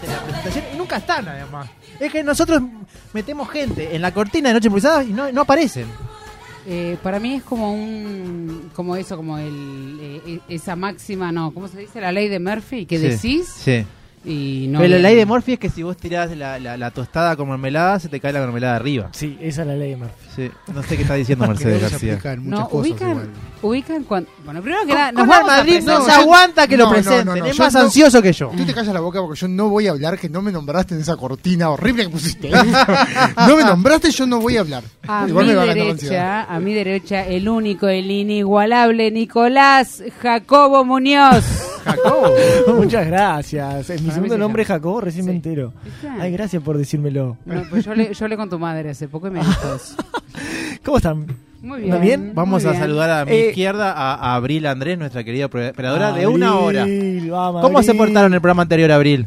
de la presentación y nunca están además. Es que nosotros metemos gente en la cortina de Noche Improvisada y no, no aparecen. Eh, para mí es como un, como eso, como el, eh, e- esa máxima, no, ¿cómo se dice? La ley de Murphy, que Sí, decís Sí. y no. Pero la ley de Morphy es que si vos tirás la, la- la tostada con mermelada, se te cae la mermelada arriba. Sí, esa es la ley de Murphy. Sí. No sé qué está diciendo Mercedes García. no, ubican, ubican cuan- bueno, primero que nada, nos Con vamos a Madrid no presentar- se aguanta que lo No, no, no, presenten. no, es yo más no- ansioso que yo. Tú te callas la boca porque yo no voy a hablar que no me nombraste en esa cortina horrible que pusiste. ¿eh? no me nombraste, yo no voy a hablar. A Igual mi me va a ganar la ansiedad. derecha, a mi derecha, el único, el inigualable Nicolás Jacobo Muñoz. Muchas gracias. Es mi Para mí segundo sí, nombre es claro. Jacobo, recién Sí. me entero. ¿Viste? Ay, gracias por decírmelo. No, pues yo le, yo le con tu madre hace poco y me dijo eso. ¿Cómo están? Muy ¿Está bien. bien? Vamos muy a bien. saludar a mi Eh, izquierda a, a Abril Andrés, nuestra querida pro- operadora de una hora. Abril, vamos, ¿Cómo se Abril. portaron en el programa anterior, Abril?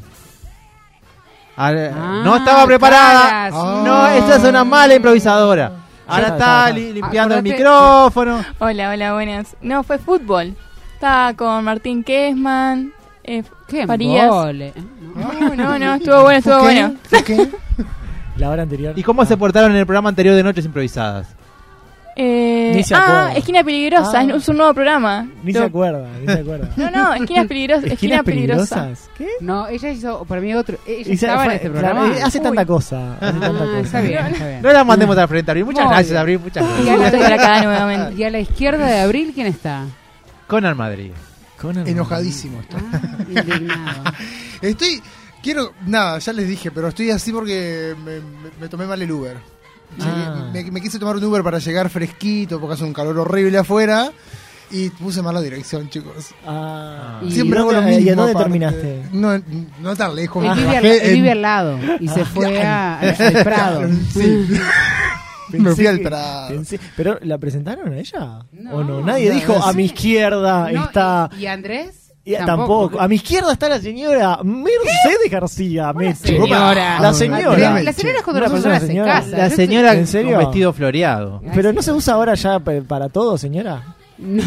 Al- Ah, no estaba preparada. caras. Ah. No, esta es una mala improvisadora. Ahora Ya está, está ya está. li- limpiando el Acordate- micrófono. Hola, hola, buenas. No, fue fútbol. Estaba con Martín Kesman, eh, Qué Farías. embole. No, no, no, estuvo bueno, estuvo ¿Por qué? bueno. ¿Por qué? La hora anterior. Ah. ¿Y cómo se portaron en el programa anterior de Noches Improvisadas? Eh, Ni se ah, acuerda. Esquina Peligrosa, Ah. es un nuevo programa. Ni Lo- se acuerda, ni se acuerda. No, no, Esquinas Peligrosas. Esquina ¿Esquinas Peligrosa. peligrosas? ¿Qué? No, ella hizo para mí otro. Ella Y se- estaba en fue- este claro, programa. eh, hace tanta cosa. hace tanta Ah, cosa. está bien, está bien. No la mandemos al frente, Abril. Muchas Muy gracias, bien. Abril. Muchas Y gracias. ahora estoy acá nuevamente. ¿Y a la izquierda de Abril quién está? Conan Madrid. Conan. Enojadísimo estoy. Ah, indignado. Estoy. Quiero. Nada, ya les dije, pero estoy así porque me, me- me tomé mal el Uber. Ah. Me, me quise tomar un Uber para llegar fresquito porque hace un calor horrible afuera. Y puse mal la dirección, chicos. Ah. Y- Siempre hago lo dónde- mismo. ¿Y a dónde aparte. terminaste? No, no tan lejos. Él me vive, al, bajé él vive en- al lado y se fue a, al Prado. Sí. me fui Pensé al que- Prado. pensé- ¿Pero la presentaron a ella? No. ¿O no? Nadie No, dijo, no a sé. mi izquierda No, está... ¿Y, y Andrés? y- tampoco. A mi izquierda está la señora Mercedes García Meche. señora. La señora. Andrés, La señora es cuando Una nosotros persona las en señora. casa. La Yo estoy- señora ¿En serio? con vestido floreado. Pero no se usa ahora ya pa- para todo, señora. No,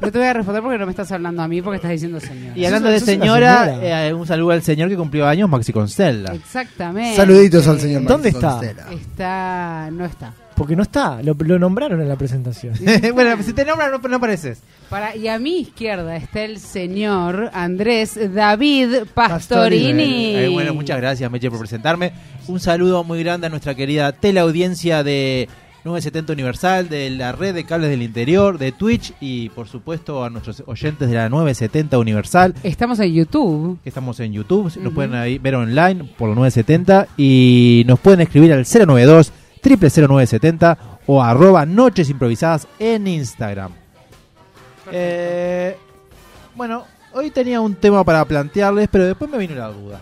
no te voy a responder porque no me estás hablando a mí porque estás diciendo señora. Y hablando de sos una señora, señora. eh, un saludo al señor que cumplió años, Maxi Concella. Exactamente. Saluditos al señor ¿Dónde Maxi está? Constela. Está, no está. Porque no está. Lo, lo nombraron en la presentación. bueno, si te nombran, no, no apareces. Para, y a mi izquierda está el señor Andrés David Pastorini. Eh, bueno, muchas gracias, Meche, por presentarme. Un saludo muy grande a nuestra querida teleaudiencia de 970 Universal, de la red de cables del interior, de Twitch y, por supuesto, a nuestros oyentes de la 970 Universal. Estamos en YouTube. que Estamos en YouTube, nos Ujú. pueden ahí ver online por los 970 y nos pueden escribir al 092 0970 o arroba noches improvisadas en Instagram. Eh, bueno, hoy tenía un tema para plantearles, pero después me vino la duda.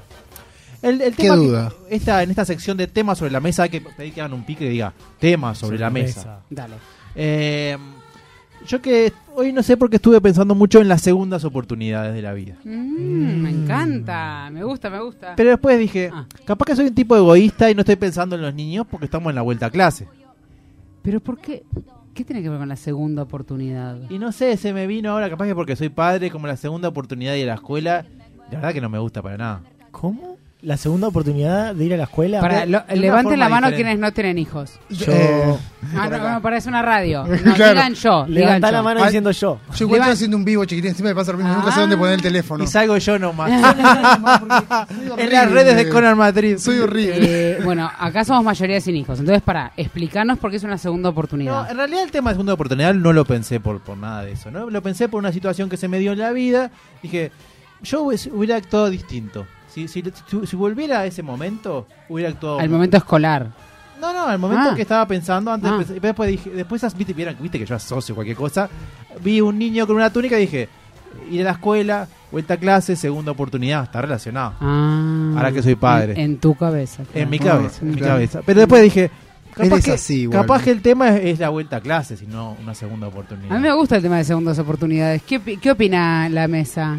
El, el ¿Qué tema que- duda? esta, en esta sección de temas sobre la mesa hay que pedir que hagan un pique que diga temas sobre, la mesa. Dale. Eh, yo que hoy no sé por qué estuve pensando mucho en las segundas oportunidades de la vida. Mm, me encanta, me gusta, me gusta. Pero después dije, Ah. capaz que soy un tipo egoísta y no estoy pensando en los niños porque estamos en la vuelta a clase. Pero ¿por qué? ¿Qué tiene que ver con la segunda oportunidad? Y no sé, se me vino ahora, capaz que porque soy padre, como la segunda oportunidad de ir a la escuela. La verdad que no me gusta para nada. ¿Cómo? ¿La segunda oportunidad de ir a la escuela? Para, lo- de una levanten la forma mano diferente. quienes no tienen hijos. Yo... Eh, Ah, no, no, parece una radio. No, Claro. Digan yo. Digan Levantá yo. la mano Ay. diciendo yo. yo igual Levan- estoy haciendo un vivo, chiquitín. Encima me pasa lo mismo. Nunca sé dónde poner el teléfono. Y salgo yo nomás. en Ah. horrible. las redes de Conan Madrid. Soy horrible. Eh, bueno, acá somos mayoría sin hijos. Entonces, para, explicarnos por qué es una segunda No, oportunidad. en realidad el tema de segunda oportunidad no lo pensé por, por nada de eso, ¿no? Lo pensé por una situación que se me dio en la vida. Dije, yo hubiese- hubiera actuado distinto. Si, si, si- si volviera a ese momento, hubiera actuado... Al momento escolar. No, no, al momento Ah. que estaba pensando, antes pues, de pensar- y Ah. después dije, después as- viste, vieron- viste que yo asocio cualquier cosa, vi un niño con una túnica y dije, ir a la escuela, vuelta a clase, segunda oportunidad, está relacionado. Ah. Ahora que soy padre. En, en tu cabeza. En claro. mi cabeza, en mi claro. cabeza. Pero después dije, capaz, Eres que, así, igual. capaz que el tema es, es la vuelta a clases y no una segunda oportunidad. A mí me gusta el tema de segundas oportunidades. ¿Qué, opi- qué opina la mesa?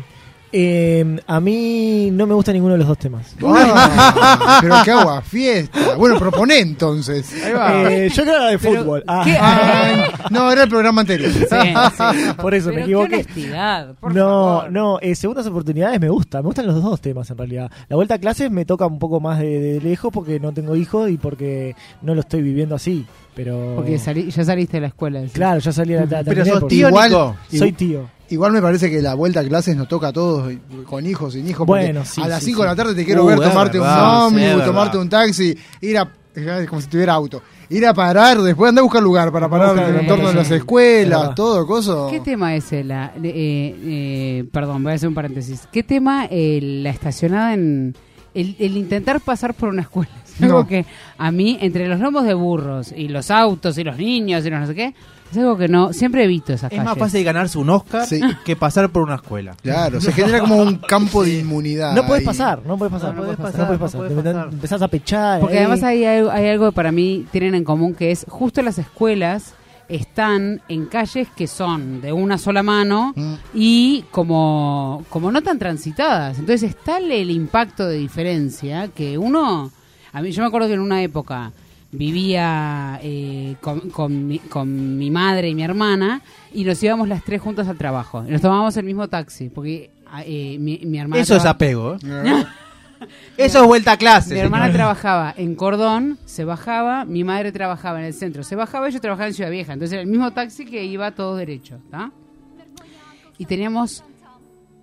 Eh, a mí no me gusta ninguno de los dos temas. Ah, pero qué agua, fiesta. Bueno, proponé entonces. Eh, yo creo que la de fútbol. Ah, ¿qué? Ay, no, era el programa anterior. Sí, sí. por eso me Pero Qué equivoqué. honestidad, por No, favor. no, eh, segundas oportunidades me gusta, me gustan los dos temas en realidad. La vuelta a clases me toca un poco más de, de lejos porque no tengo hijos y porque no lo estoy viviendo así, pero... Porque salí- ya saliste de la escuela. decís. Claro, ya salí a la, la Pero terminé sos porque- tío, Igual- Nico. Soy tío. Igual me parece que la vuelta a clases nos toca a todos, con hijos, sin hijos. porque Bueno, sí, A las sí, 5 sí. de la tarde te quiero Uh, ver es tomarte verdad, un sí, es ómnibus, verdad. tomarte un taxi, ir a. ya, Como si tuviera auto. Ir a parar, después andar a buscar lugar para parar Buscar en el lugar, entorno de sí. las Es escuelas, verdad. todo, coso. ¿Qué tema es el, la, eh, eh, perdón, voy a hacer un paréntesis. ¿Qué tema eh, la estacionada en el, el intentar pasar por una escuela? Es algo No. que a mí entre los lomos de burros y los autos y los niños y los no sé qué es algo que no siempre evito esas Es calles. más fácil ganarse un Oscar Sí. que pasar por una escuela. Claro, se genera como un campo de inmunidad. No puedes ahí. pasar, no puedes pasar, No, no, no puedes podés pasar, no podés pasar, pasar. no Te podés metan- pasar. Empezás a pechar. Porque ahí. además ahí hay, hay algo que para mí tienen en común que es justo las escuelas están en calles que son de una sola mano Mm. y como, como no tan transitadas. Entonces es tal el impacto de diferencia que uno, a mí yo me acuerdo que en una época vivía eh, con, con mi, con mi madre y mi hermana y nos íbamos las tres juntas al trabajo. Y Nos tomábamos el mismo taxi porque eh, mi, mi hermana... Eso es traba- apego. ¿eh? Eso es vuelta a clase. mi hermana señor. trabajaba en Cordón, se bajaba, mi madre trabajaba en el centro, se bajaba y yo trabajaba en Ciudad Vieja. Entonces era el mismo taxi que iba todo derecho, ¿está? Y teníamos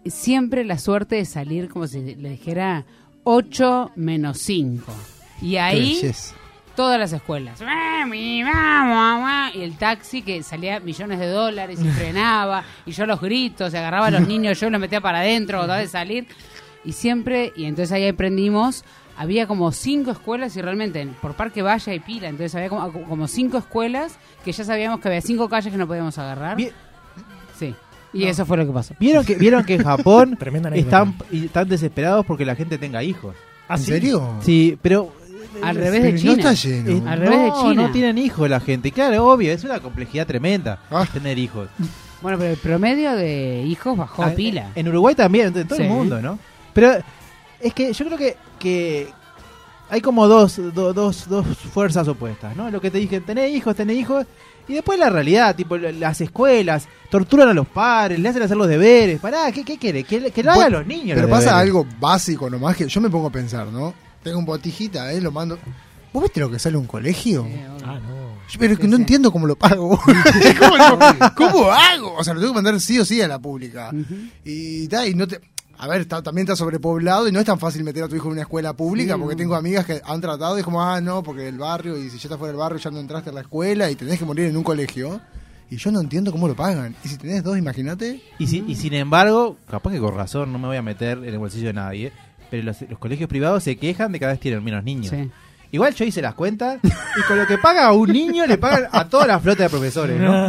siempre la suerte de salir como si le dijera 8 menos 5. Y ahí todas las escuelas. Mami, vamos, mamá. Y el taxi que salía millones de dólares y frenaba. Y yo los gritos, se agarraba a los niños, yo los metía para adentro, trataba de salir. Y siempre, y entonces ahí aprendimos, había como cinco escuelas y realmente en- por Parque Valla y Pila. Entonces había como, como cinco escuelas que ya sabíamos que había cinco calles que no podíamos agarrar. Vi- Sí. Y eso fue lo que pasó. ¿Vieron que, vieron que en Japón Tremenda anécdota. están, y están desesperados porque la gente tenga hijos. ¿Ah, ¿En sí? serio? Sí, pero... Al eh, revés de Pero China. No está lleno. eh, Al revés de no, China. No tienen hijos la gente. Y Claro, obvio, es una complejidad tremenda Ah. tener hijos. Bueno, pero el promedio de hijos bajó Ah, a pila. En Uruguay también, en todo Sí. el mundo, ¿no? Pero es que yo creo que, que hay como dos, do- dos, dos fuerzas opuestas, ¿no? Lo que te dije, tenés hijos, tenés hijos. Y después la realidad, tipo, lo- las escuelas torturan a los padres, le hacen hacer los deberes. Pará, ¿qué, qué quiere? Que, que lo hagan Bueno, los niños. Pero los pasa deberes. algo básico nomás que yo me pongo a pensar, ¿no? Tengo un botijita, eh, lo mando. ¿Vos viste lo que sale un colegio? Eh, obvio. Ah, no. Yo- Pero que Sí, no sí. entiendo cómo lo pago. ¿Cómo, lo- cómo hago? O sea, lo tengo que mandar sí o sí a la pública. Ujú. Y, ta, y no te. A ver, está- también está sobrepoblado y no es tan fácil meter a tu hijo en una escuela pública Sí, porque no. tengo amigas que han tratado y es como, ah, no, porque el barrio y si ya estás fuera del barrio ya no entraste a la escuela y tenés que morir en un colegio. Y yo no entiendo cómo lo pagan. Y si tenés dos, imagínate. Y, Mm. si- y sin embargo, capaz que con razón, no me voy a meter en el bolsillo de nadie, pero los, los colegios privados se quejan de que cada vez tienen menos niños. Sí. Igual yo hice las cuentas y con lo que paga a un niño le pagan a toda la flota de profesores, ¿no?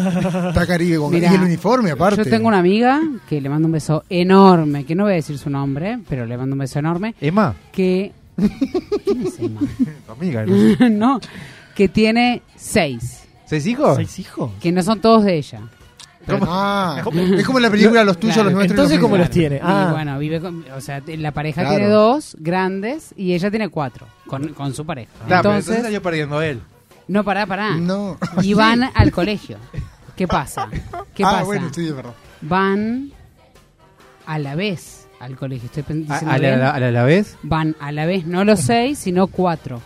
Está Caribe con Mirá, y el uniforme aparte. Yo tengo una amiga que le mando un beso enorme, que no voy a decir su nombre, pero le mando un beso enorme, Emma, que... ¿Quién es Emma? amiga, ¿no? no, que tiene seis, ¿seis hijos? ¿Seis hijos? que no son todos de ella. Ah, es como en la película Los tuyos, Claro. los nuestros. Entonces, y ¿cómo míos. los tiene? Y Ah. bueno, vive con... O sea, te- la pareja Claro. tiene dos grandes y ella tiene cuatro, con, con su pareja. Ah, Claro, pero entonces, salió perdiendo él. no, pará, pará. No. Y van al colegio. ¿Qué pasa? ¿Qué ah, pasa? bueno, sí, es verdad. Van a la vez al colegio. Estoy pen- ¿A, diciendo a la, bien. a la- a la- a la vez? van a la vez no los seis, sino cuatro.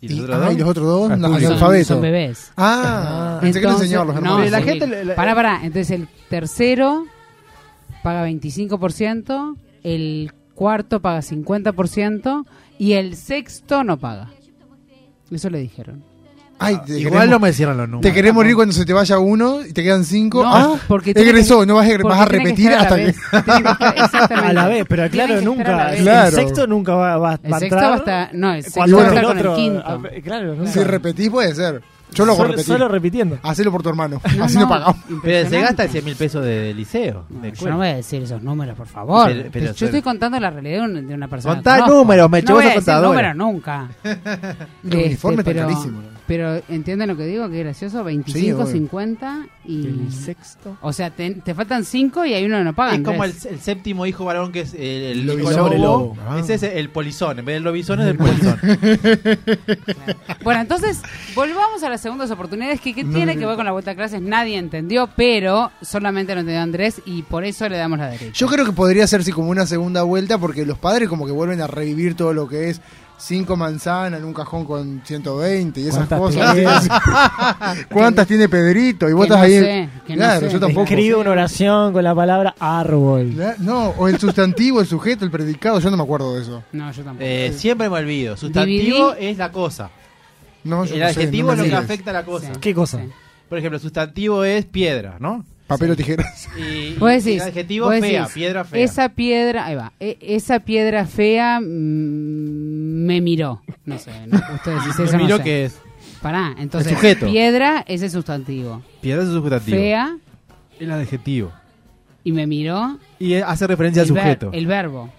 ¿Y Y, los otros ah, dos? y los otros dos, Al público. analfabetos. Son bebés. Ah, pensé que no Entonces- enseñaban los no, hermanos. La sí. gente le- le- Pará, pará. Entonces el tercero paga 25%, el cuarto paga 50% y el sexto no paga. Eso le dijeron. Ay, Ah, te Igual no queremos, me cierran los te números. querés morir cuando se te vaya uno y te quedan cinco. No, ah, porque tiene egresó, que- no vas a, egre- vas a porque repetir tiene estar hasta que... vez. Tiene que estar- exactamente. A la vez, pero Tiene claro, que estar a la nunca. vez. El Claro. sexto nunca va, va, va a El sexto entrar. va a estar- no, el sexto Cuando va a entre estar con el otro- quinto. ah, Claro, Si nunca. repetís puede ser. Yo lo hago solo, repetir. solo repitiendo. Hacelo por tu hermano. No, Así no, pagamos. Pero se gasta impresionante. 100 mil pesos de liceo. No, de yo no escuela. voy a decir esos números, por favor. Pero- pero Pues yo son- estoy contando la realidad de un- de una persona. Contá que conozco. números, Meche, No vos voy sos a decir contadora. números nunca. Este, El uniforme está carísimo. Pero entienden lo que digo, que es gracioso. 25, obvio. 50 y... El sexto. O sea, te, te faltan 5 y hay uno que no paga. Es como el, Andrés. el séptimo hijo varón que es el, el Lobizón. hijo lobo. Sobre lobo. Ah. Ese es el polizón. En vez del lobizón es el polizón. Bueno, entonces, volvamos a las segundas oportunidades. que que tiene que ver con la vuelta a clases? Nadie entendió, pero solamente lo entendió Andrés y por eso le damos la derecha. Yo creo que podría hacerse como una segunda vuelta porque los padres como que vuelven a revivir todo lo que es cinco manzanas en un cajón con 120 y esas ¿Cuántas cosas. tenés? ¿Cuántas tiene Pedrito? Y vos que estás no ahí. sé, que no claro, sé. yo tampoco. Escribe una oración con la palabra árbol. La- No, o el sustantivo, el sujeto, el predicado, yo no me acuerdo de eso. No, yo tampoco. Eh, siempre me olvido. Sustantivo es la cosa. No, yo El no sé, adjetivo no es lo me que mires. afecta a la cosa. Sí. ¿Qué cosa? Sí. Por ejemplo, sustantivo es piedra, ¿no? Papel o tijeras. Y, Vos y decís, el adjetivo vos fea, decís, piedra fea. Esa piedra, ahí va, e- esa piedra fea mm, me miró. No sé, no, ustedes dicen eso. Me miró no sé. que es. Pará, entonces, El sujeto. piedra es el sustantivo. Piedra es un sustantivo. Fea El adjetivo. y me miró Y eh, hace referencia al el, ver- sujeto. el verbo.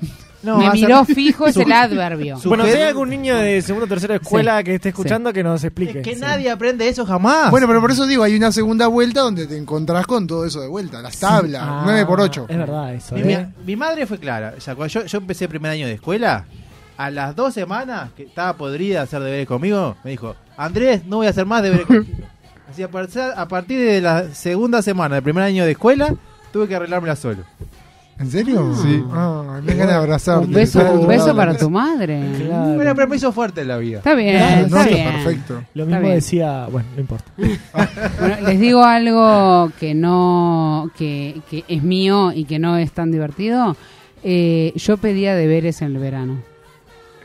No, me hace- miró fijo es su- el adverbio. su- Bueno, si Sujeto. hay algún niño de segundo o tercera escuela que esté escuchando que nos explique. Es que Sí. nadie aprende eso jamás. Bueno, pero por eso digo, hay una segunda vuelta donde te encontrás con todo eso de vuelta. Las tablas, Ah, 9x8. Es verdad eso. Mi, ¿eh? mi- mi madre fue clara. O sea, cuando yo, yo empecé primer año de escuela. A las dos semanas que estaba podrida hacer deberes conmigo, me dijo: Andrés, no voy a hacer más deberes contigo. Así, a partir, a partir de la segunda semana del primer año de escuela, tuve que arreglármela solo. ¿En serio? Sí. Ah, me ganas de abrazarte. Un beso, Estar al un otro beso lado de la para tu mesa. madre. Claro. Pero, pero me hizo fuerte en la vida. Está bien, Claro, No, está está bien. perfecto. Lo Está mismo bien. decía, bueno, no importa. Bueno, les digo algo que no que, que es mío y que no es tan divertido. Eh, yo pedía deberes en el verano.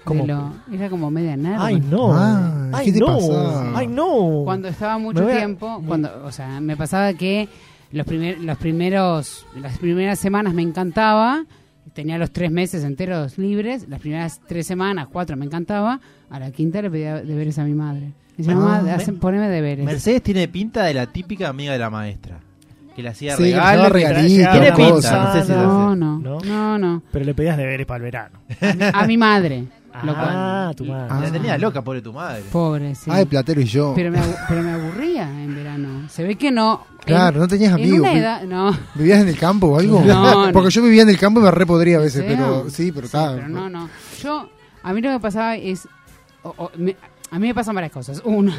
¿Cómo? De lo- era como media nada. Ay, no. Ah, Ay, ¿qué te no. pasa? Ay, no. Cuando estaba mucho Me voy a- tiempo, cuando, o sea, me pasaba que los primer, los primeros, las primeras semanas me encantaba, tenía los tres meses enteros libres, las primeras tres semanas, cuatro me encantaba, a la quinta le pedía deberes a mi madre. Me decía, Ah, me- mamá, hacen- poneme deberes. Mercedes tiene pinta de la típica amiga de la maestra. Que le hacía Sí, que le regalos. daba que tra- regalitos, Tiene una pinta. cosa. No sé si lo No, hace. no, ¿No? no, no. Pero le pedías deberes para el verano. A mi madre. lo Ah, cual- tu y- madre. Ah. La tenía loca, pobre tu madre. Pobre, sí. Ay, Platero y yo. pero, me, abu- pero me aburría en verano. Se ve que no. En- Claro, no tenías en, amigos. Ah, una vi- edad, no. ¿Vivías en el campo o algo? No, no. Porque yo vivía en el campo y me repodría a veces, ¿En serio? pero sí, pero está. Pero no, no. Yo, a mí lo que pasaba es. o- o- me- a mí me pasan varias cosas. Una,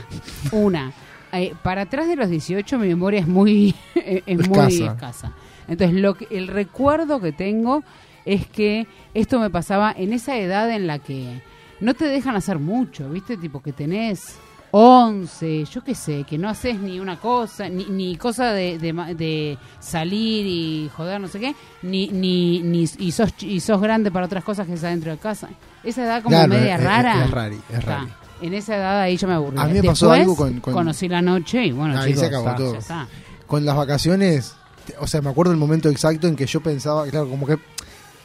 una. eh, para atrás de los 18 mi memoria es muy, es muy Escasa. escasa. Entonces, lo que, el recuerdo que tengo es que esto me pasaba en esa edad en la que no te dejan hacer mucho, ¿viste? Tipo que tenés 11, yo qué sé, que no haces ni una cosa, ni, ni cosa de, de ma- de salir y joder, no sé qué, ni, ni, ni y, sos, chi- y sos grande para otras cosas que estás dentro de casa. Esa edad como Claro, media es- es- rara. es rari, es Está. rari. En esa edad ahí yo me aburrí. A mí me pasó algo con- con- Conocí la noche y bueno, Ahí chicos, se acabó está, todo. ya está. Con las vacaciones, te- o sea, me acuerdo el momento exacto en que yo pensaba, claro, como que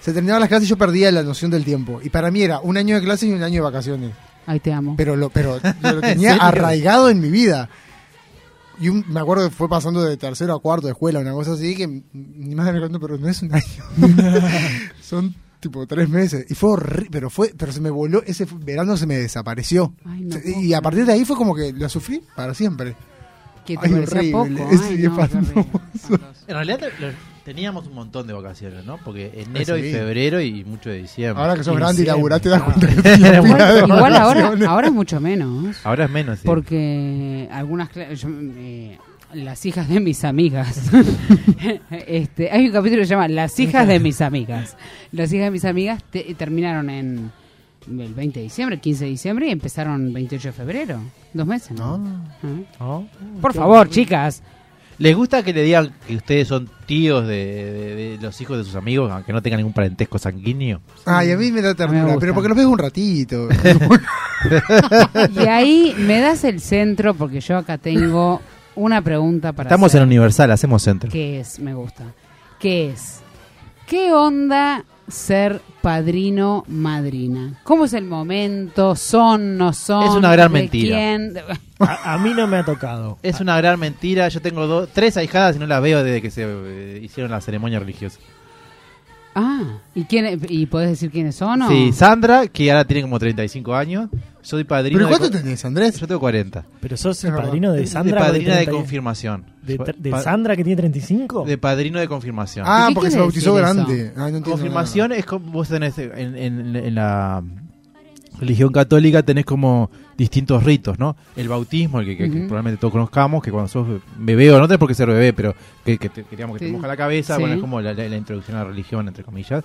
se terminaban las clases y yo perdía la noción del tiempo. Y para mí era un año de clases y un año de vacaciones. Ahí te amo. Pero lo, pero yo lo tenía ¿En serio? arraigado en mi vida. Y un- me acuerdo que fue pasando de tercero a cuarto de escuela, una cosa así, que m- ni más me cuento, pero no es un año. Son tipo tres meses. Y fue horrible, pero fue, pero se me voló, ese fu- verano se me desapareció. Ay, no Se- puedo y a creer. partir de ahí fue como que la sufrí para siempre. que te Ay, parecía horrible. poco. Es Ay, no, qué horrible. espantoso. Espantoso. En realidad te- lo- teníamos un montón de vacaciones, ¿no? Porque enero Sí. y febrero y mucho de diciembre. Ahora que sos Y grande y siempre. laburás te das cuenta que Igual, igual ahora, ahora es mucho menos. Ahora es menos. sí. Porque algunas cla- yo, eh, las hijas de mis amigas. este, hay un capítulo que se llama Las hijas de mis amigas. Las hijas de mis amigas te- terminaron en el 20 de diciembre, 15 de diciembre y empezaron 28 de febrero. Dos meses. No. ¿Eh? Oh. ¿No? Por favor, chicas. ¿Les gusta que le digan que ustedes son tíos de, de- de los hijos de sus amigos, aunque no tengan ningún parentesco sanguíneo? Ay, a mí me da ternura, gusta. pero porque los ves un ratito. Y ahí me das el centro porque yo acá tengo una pregunta para Estamos hacer. en Universal, hacemos centro. ¿Qué es? Me gusta. ¿Qué es? ¿Qué onda ser padrino madrina? ¿Cómo es el momento? ¿Son, no son? Es una gran ¿De mentira. quién? A, a mí no me ha tocado. Es una gran mentira. Yo tengo dos, tres ahijadas y no las veo desde que se eh, hicieron la ceremonia religiosa. Ah, ¿y, quién, ¿y podés decir quiénes son? o? Sí, Sandra, que ahora tiene como 35 años. Soy padrino. ¿Pero de cuánto co- tenés, Andrés? Yo tengo 40. Pero sos Es el verdad. padrino de Sandra. de padrina de 30 y- confirmación. de, tr- de Pa- Sandra que tiene 35. de padrino de confirmación. Ah, ¿Y qué porque se quiere bautizó decir eso? grande. Ay, no entiendo confirmación es como vos tenés eh, en, en- en la religión católica tenés como distintos ritos, ¿no? El bautismo, el que, que- que Ujú. probablemente todos conozcamos, que cuando sos bebé o no tenés por qué ser bebé, pero que, que te, queríamos que te Sí. moja la cabeza, bueno, Sí. es como la, la- la introducción a la religión, entre comillas.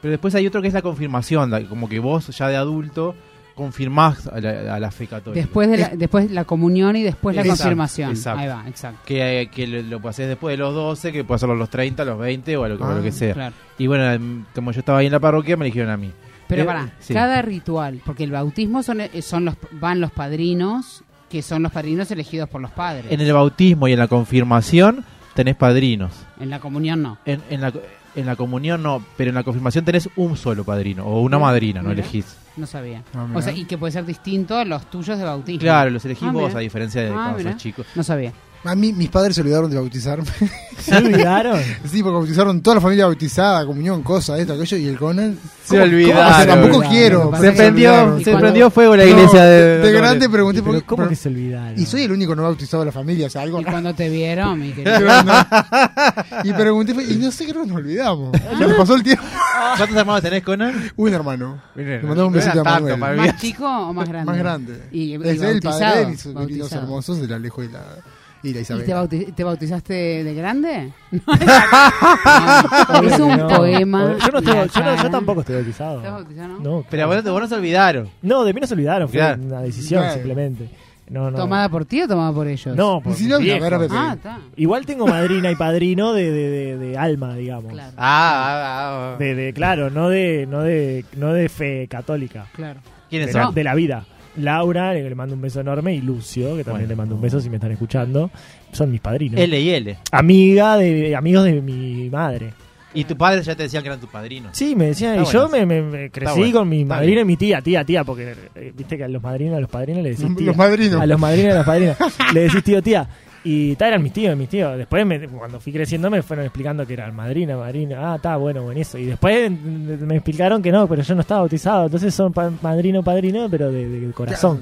Pero después hay otro que es la confirmación, la- como que vos ya de adulto confirmás a la, a la fe católica. Después, de la, después la comunión y después la Exacto, confirmación. exacto. Ahí va, exacto. Que, eh, que lo, lo haces después de los 12, que puedes hacerlo a los 30, a los 20 o a lo, que- a lo Ah, que sea. Claro. Y bueno, em, como yo estaba ahí en la parroquia, me eligieron a mí. Pero Eh, pará, sí. cada ritual, porque el bautismo son, eh, son los van los padrinos, que son los padrinos elegidos por los padres. En el bautismo y en la confirmación tenés padrinos. En la comunión no. En, en la, en la comunión no, pero en la confirmación tenés un solo padrino o una Mira, madrina, no mira. elegís. No sabía. Ah, mirá. o sea, y que puede ser distinto a los tuyos de bautismo. Claro, los elegís Ah, vos mira. a diferencia de Ah, cuando mira. sos chico. No sabía. nada. A mí, mis padres se olvidaron de bautizarme. ¿Se olvidaron? sí, porque bautizaron toda la familia bautizada, comunión, cosa, esto, aquello, y el Conan. Se ¿Cómo- olvidaron. cómo? O sea, tampoco Se quiero. olvidaron. pero Se Se prendió, olvidaron. ¿Y se cuando- prendió fuego la No, iglesia de, de grande pregunté por ¿Pero qué- cómo por- que se olvidaron? Y soy el único no bautizado de la familia, o sea, algo Y cuando te vieron, mi querido. Creo, no. Y pregunté, y no sé, creo que nos olvidamos. Ya nos pasó el tiempo. ¿Cuántos hermanos tenés, Conan? Un hermano. Le mandamos un besito a Manuel. ¿Más chico o más grande? Más grande. Y, y es el bautizado, padre de mis queridos bautizado. hermosos, el Alejo y la, y la ¿Y te, Isabel. bauti- te bautizaste de grande? Obvio es que un no. poema. Yo, no estoy- La yo no- yo cara. tampoco estoy bautizado. ¿Estás bautizado, no? No, Pero bueno, vos no se olvidaron. No, de mí no se olvidaron, fue Claro. una decisión Claro. simplemente. No, no. ¿Tomada por ti o tomada por ellos? No, por si no, mis a ver, a viejos. ver. Ah, está. Igual tengo madrina y padrino de, de, de- de alma, digamos. Claro, Ah, ah, ah, ah. De, de- claro, no de, no de, no de fe católica. claro. ¿Quiénes De la, son? de la vida. Laura, que le mando un beso enorme, y Lucio, que también Bueno. le mando un beso si me están escuchando. Son mis padrinos. L y L. Amiga de amigos de mi madre. Y tus padres ya te decían que eran tus padrinos. Sí, me decían, Está y yo me, bueno. me- me crecí bueno, con mi está madrina bien. y mi tía, tía, tía, porque eh, viste que a los madrinos, a los padrinos les decís Los- tía. los madrinos. A los madrinos, y a las padrinas. le decís tío, tía. Y tal eran mis tíos, mis tíos. Después, me- cuando fui creciendo, me fueron explicando que eran madrina, madrina. Ah, está, bueno, bueno, eso. Y después mm, me explicaron que no, pero yo no estaba bautizado. Entonces son pa- madrino, padrino, pero de, de corazón.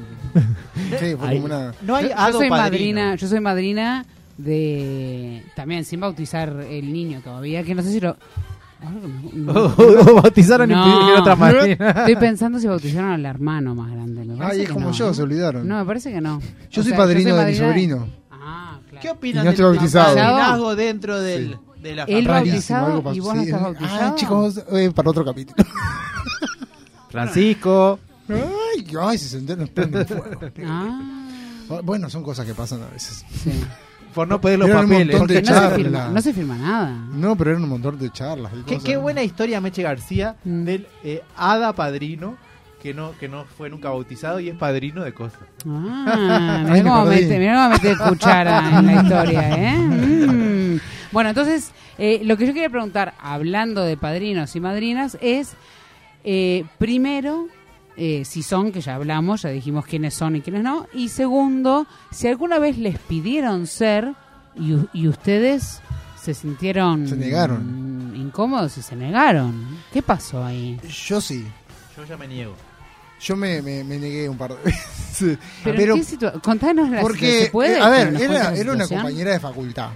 Sí, fue Ahí. como una. No hay yo, yo hado soy padrino. madrina, yo soy madrina de también sin bautizar el niño todavía, que no sé si lo Oh, o bautizaron No. y pidieron otra madrina. Estoy pensando si bautizaron al hermano más grande. me parece Ay, es que como no, yo, ¿no? se olvidaron. No, me parece que no. yo O soy sea, padrino de mi madrina sobrino. Ah, claro. ¿Qué opinas Y no del estoy bautizado. padrinazgo dentro del, de la El familia? bautiz- bautizado algo pasó. y vos no Sí, estás es- bautizado? Ah, chicos, eh, para otro capítulo. Francisco. Ay, ay, si se enteran, nos prenden fuego. Ah, Ah, Bueno, son cosas que pasan a veces. sí. Por no pedir los Eran un papeles. montón Que de no, se firma, charla. no se firma nada. No, pero eran un montón de charlas. y Qué, cosas. qué buena historia, Meche García, Mm. del eh, hada padrino que no, que no fue nunca bautizado y es padrino de cosas. Ay, Ah, mirá me cómo perdí. mete, mirá cómo mete cuchara en la historia, ¿eh? Mm. Bueno, entonces, eh, lo que yo quería preguntar, hablando de padrinos y madrinas, es eh, primero, eh, si son, que ya hablamos, ya dijimos quiénes son y quiénes no, y segundo, si alguna vez les pidieron ser y, u- y ustedes se sintieron... Se negaron. mm, Incómodos y se negaron. ¿Qué pasó ahí? Yo sí. Yo ya me niego. Yo me, me- me negué un par de veces. Pero, en qué situa- contanos la porque, ¿se puede? eh, a que ver, nos era, cuentes la era una situación? compañera de facultad.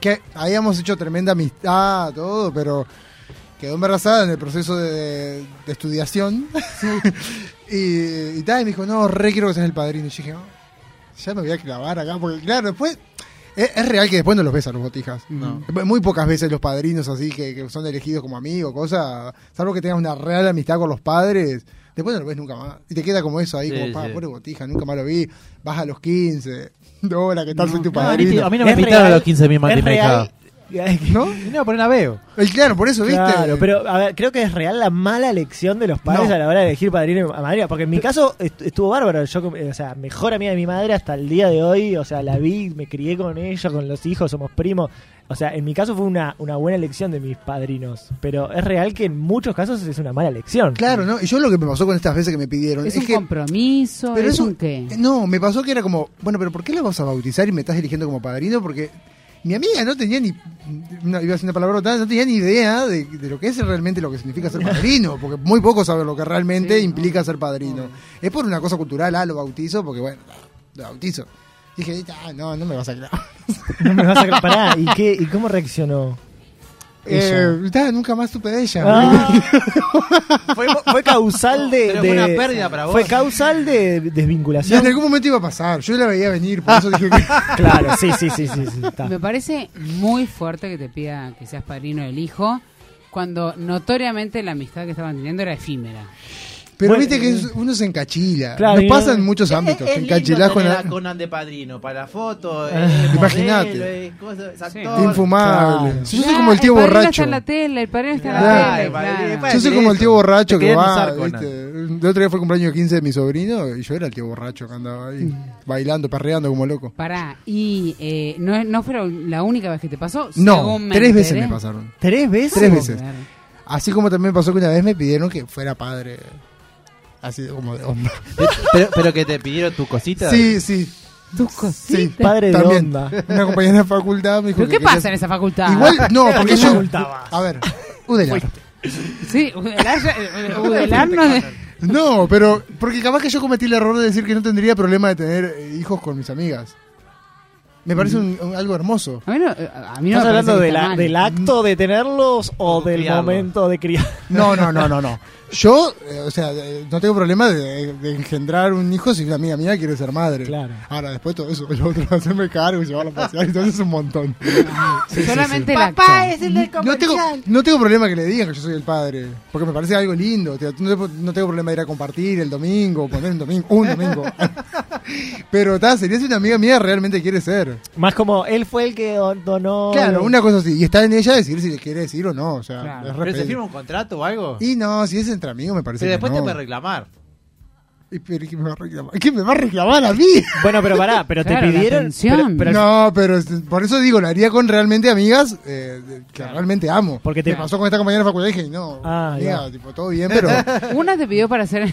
Que habíamos hecho tremenda amistad, todo, pero quedó embarazada en el proceso de, de, estudiación. y, y tal, y me dijo, no, re quiero que seas el padrino. Y yo dije, "Oh, ya me voy a clavar acá, porque claro, después... Es, es real que después no los ves a los botijas. No. Muy pocas veces los padrinos así que, que son elegidos como amigos, cosa, salvo que tengas una real amistad con los padres, después no lo ves nunca más. Y te queda como eso ahí, Sí, como, pa, sí. pobre botija, nunca más lo vi. Vas a los 15. Hola, ¿qué tal? Soy tu a mí padrino. no me Es invitaron a real- los 15 mil es real ¿No? Y no, por una veo. Eh, claro, por eso, ¿viste? Claro, pero a ver, creo que es real la mala elección de los padres No. a la hora de elegir padrino y madrina. Porque en mi caso est- estuvo bárbaro. Yo, com- eh, o sea, mejor amiga de mi madre hasta el día de hoy. O sea, la vi, me crié con ella, con los hijos, somos primos. O sea, en mi caso fue una, una buena elección de mis padrinos. Pero es real que en muchos casos es una mala elección. Claro, ¿no? Y yo lo que me pasó con estas veces que me pidieron Es, es, un que... compromiso, Pero es eso- un qué. No, me pasó que era como, bueno, pero ¿por qué la vas a bautizar y me estás eligiendo como padrino? Porque mi amiga no tenía ni, no, iba a decir una palabrota, no tenía ni idea de, de lo que es realmente lo que significa ser padrino, porque muy pocos saben lo que realmente Sí, implica ser padrino. Es por una cosa cultural, ah, lo bautizo, porque bueno, lo bautizo. Dije, ah, no, no me vas a creer. No me vas a parar. ¿Y, qué, ¿Y cómo reaccionó? Eh, ta, nunca más supe de ella. Ah. fue, fue causal de. Pero de- fue una pérdida para vos. Fue causal de Y en desvinculación. algún momento iba a pasar, yo la veía venir, por eso dije que... Claro, sí, sí, sí, sí. sí, está. Me parece muy fuerte que te pida que seas padrino del hijo cuando notoriamente la amistad que estaban teniendo era efímera. Pero Bueno, viste que eh, es- uno se encachila. claro, y Nos pasa no- en muchos ámbitos. Es, te es lindo encachilás con tener la... a Conan de padrino para la foto, eh, Imagínate. modelo, eh, cosas, es actor. Infumable. Claro. Yo soy como el tío padrino borracho. está en la tele, el padrino está en Claro, la tele. el padrino, claro. después- Yo soy Eso. como el tío borracho Te que querían va. usar, Conan. ¿viste? El otro día fue el cumpleaños de 15 de mi sobrino y yo era el tío borracho que andaba ahí Mm. bailando, perreando como loco. Pará, y eh, no, no fue la única vez que te pasó. No, según tres veces enteré. me pasaron. ¿Tres veces? Tres veces. Joder. Así como también pasó que una vez me pidieron que fuera padre. Así como de onda. pero, pero que te pidieron tu cosita. Sí, sí. Tus Sí, cositas. Padre También. de onda. Una compañera de facultad me dijo ¿Pero que qué quería- pasa en esa facultad? Igual, no, porque ¿Qué yo. facultad A ver, Udelar. Sí, Udelar eh, ya- Udelar no es- No, pero porque capaz que yo cometí el error de decir que no tendría problema de tener eh, hijos con mis amigas. Me parece un- un- algo hermoso. A mí no, a mí no Mm. ¿Estás me hablando parece que de está la- mal. del acto de tenerlos o O del criarlos. momento de criar? No, no, no, no, no. Yo, eh, o sea, eh, no tengo problema de, de engendrar un hijo si una amiga mía quiere ser madre. Claro. Ahora, después todo eso, lo otro, hacerme cargo y llevarlo a pasear, entonces es un montón. Solamente el acto. Papá es el del No tengo, comercial. no tengo problema que le digan que yo soy el padre, porque me parece algo lindo. o sea, No, tengo- no tengo problema de ir a compartir el domingo, poner un domingo, un domingo. Pero, ta, sería si una amiga mía realmente quiere ser. Más como él fue el que don- donó. Claro, una cosa así. Y está en ella decir si le quiere decir o no. O sea, Claro. es ¿Pero se respeto. firma un contrato o algo? Y no, si es entre amigos me parece. Pero que después no. te puede reclamar. Y pero ¿quién me va a reclamar? ¿Quién me va a reclamar a mí? Bueno, pero pará, pero Claro, te la pidieron. atención. pero- pero- no, pero es- por eso digo, lo haría con realmente amigas eh, de- que realmente amo. Porque te- Me pasó con esta compañera de facultad y dije, no, Ah, amiga, ya. tipo, todo bien, pero Una te pidió para ser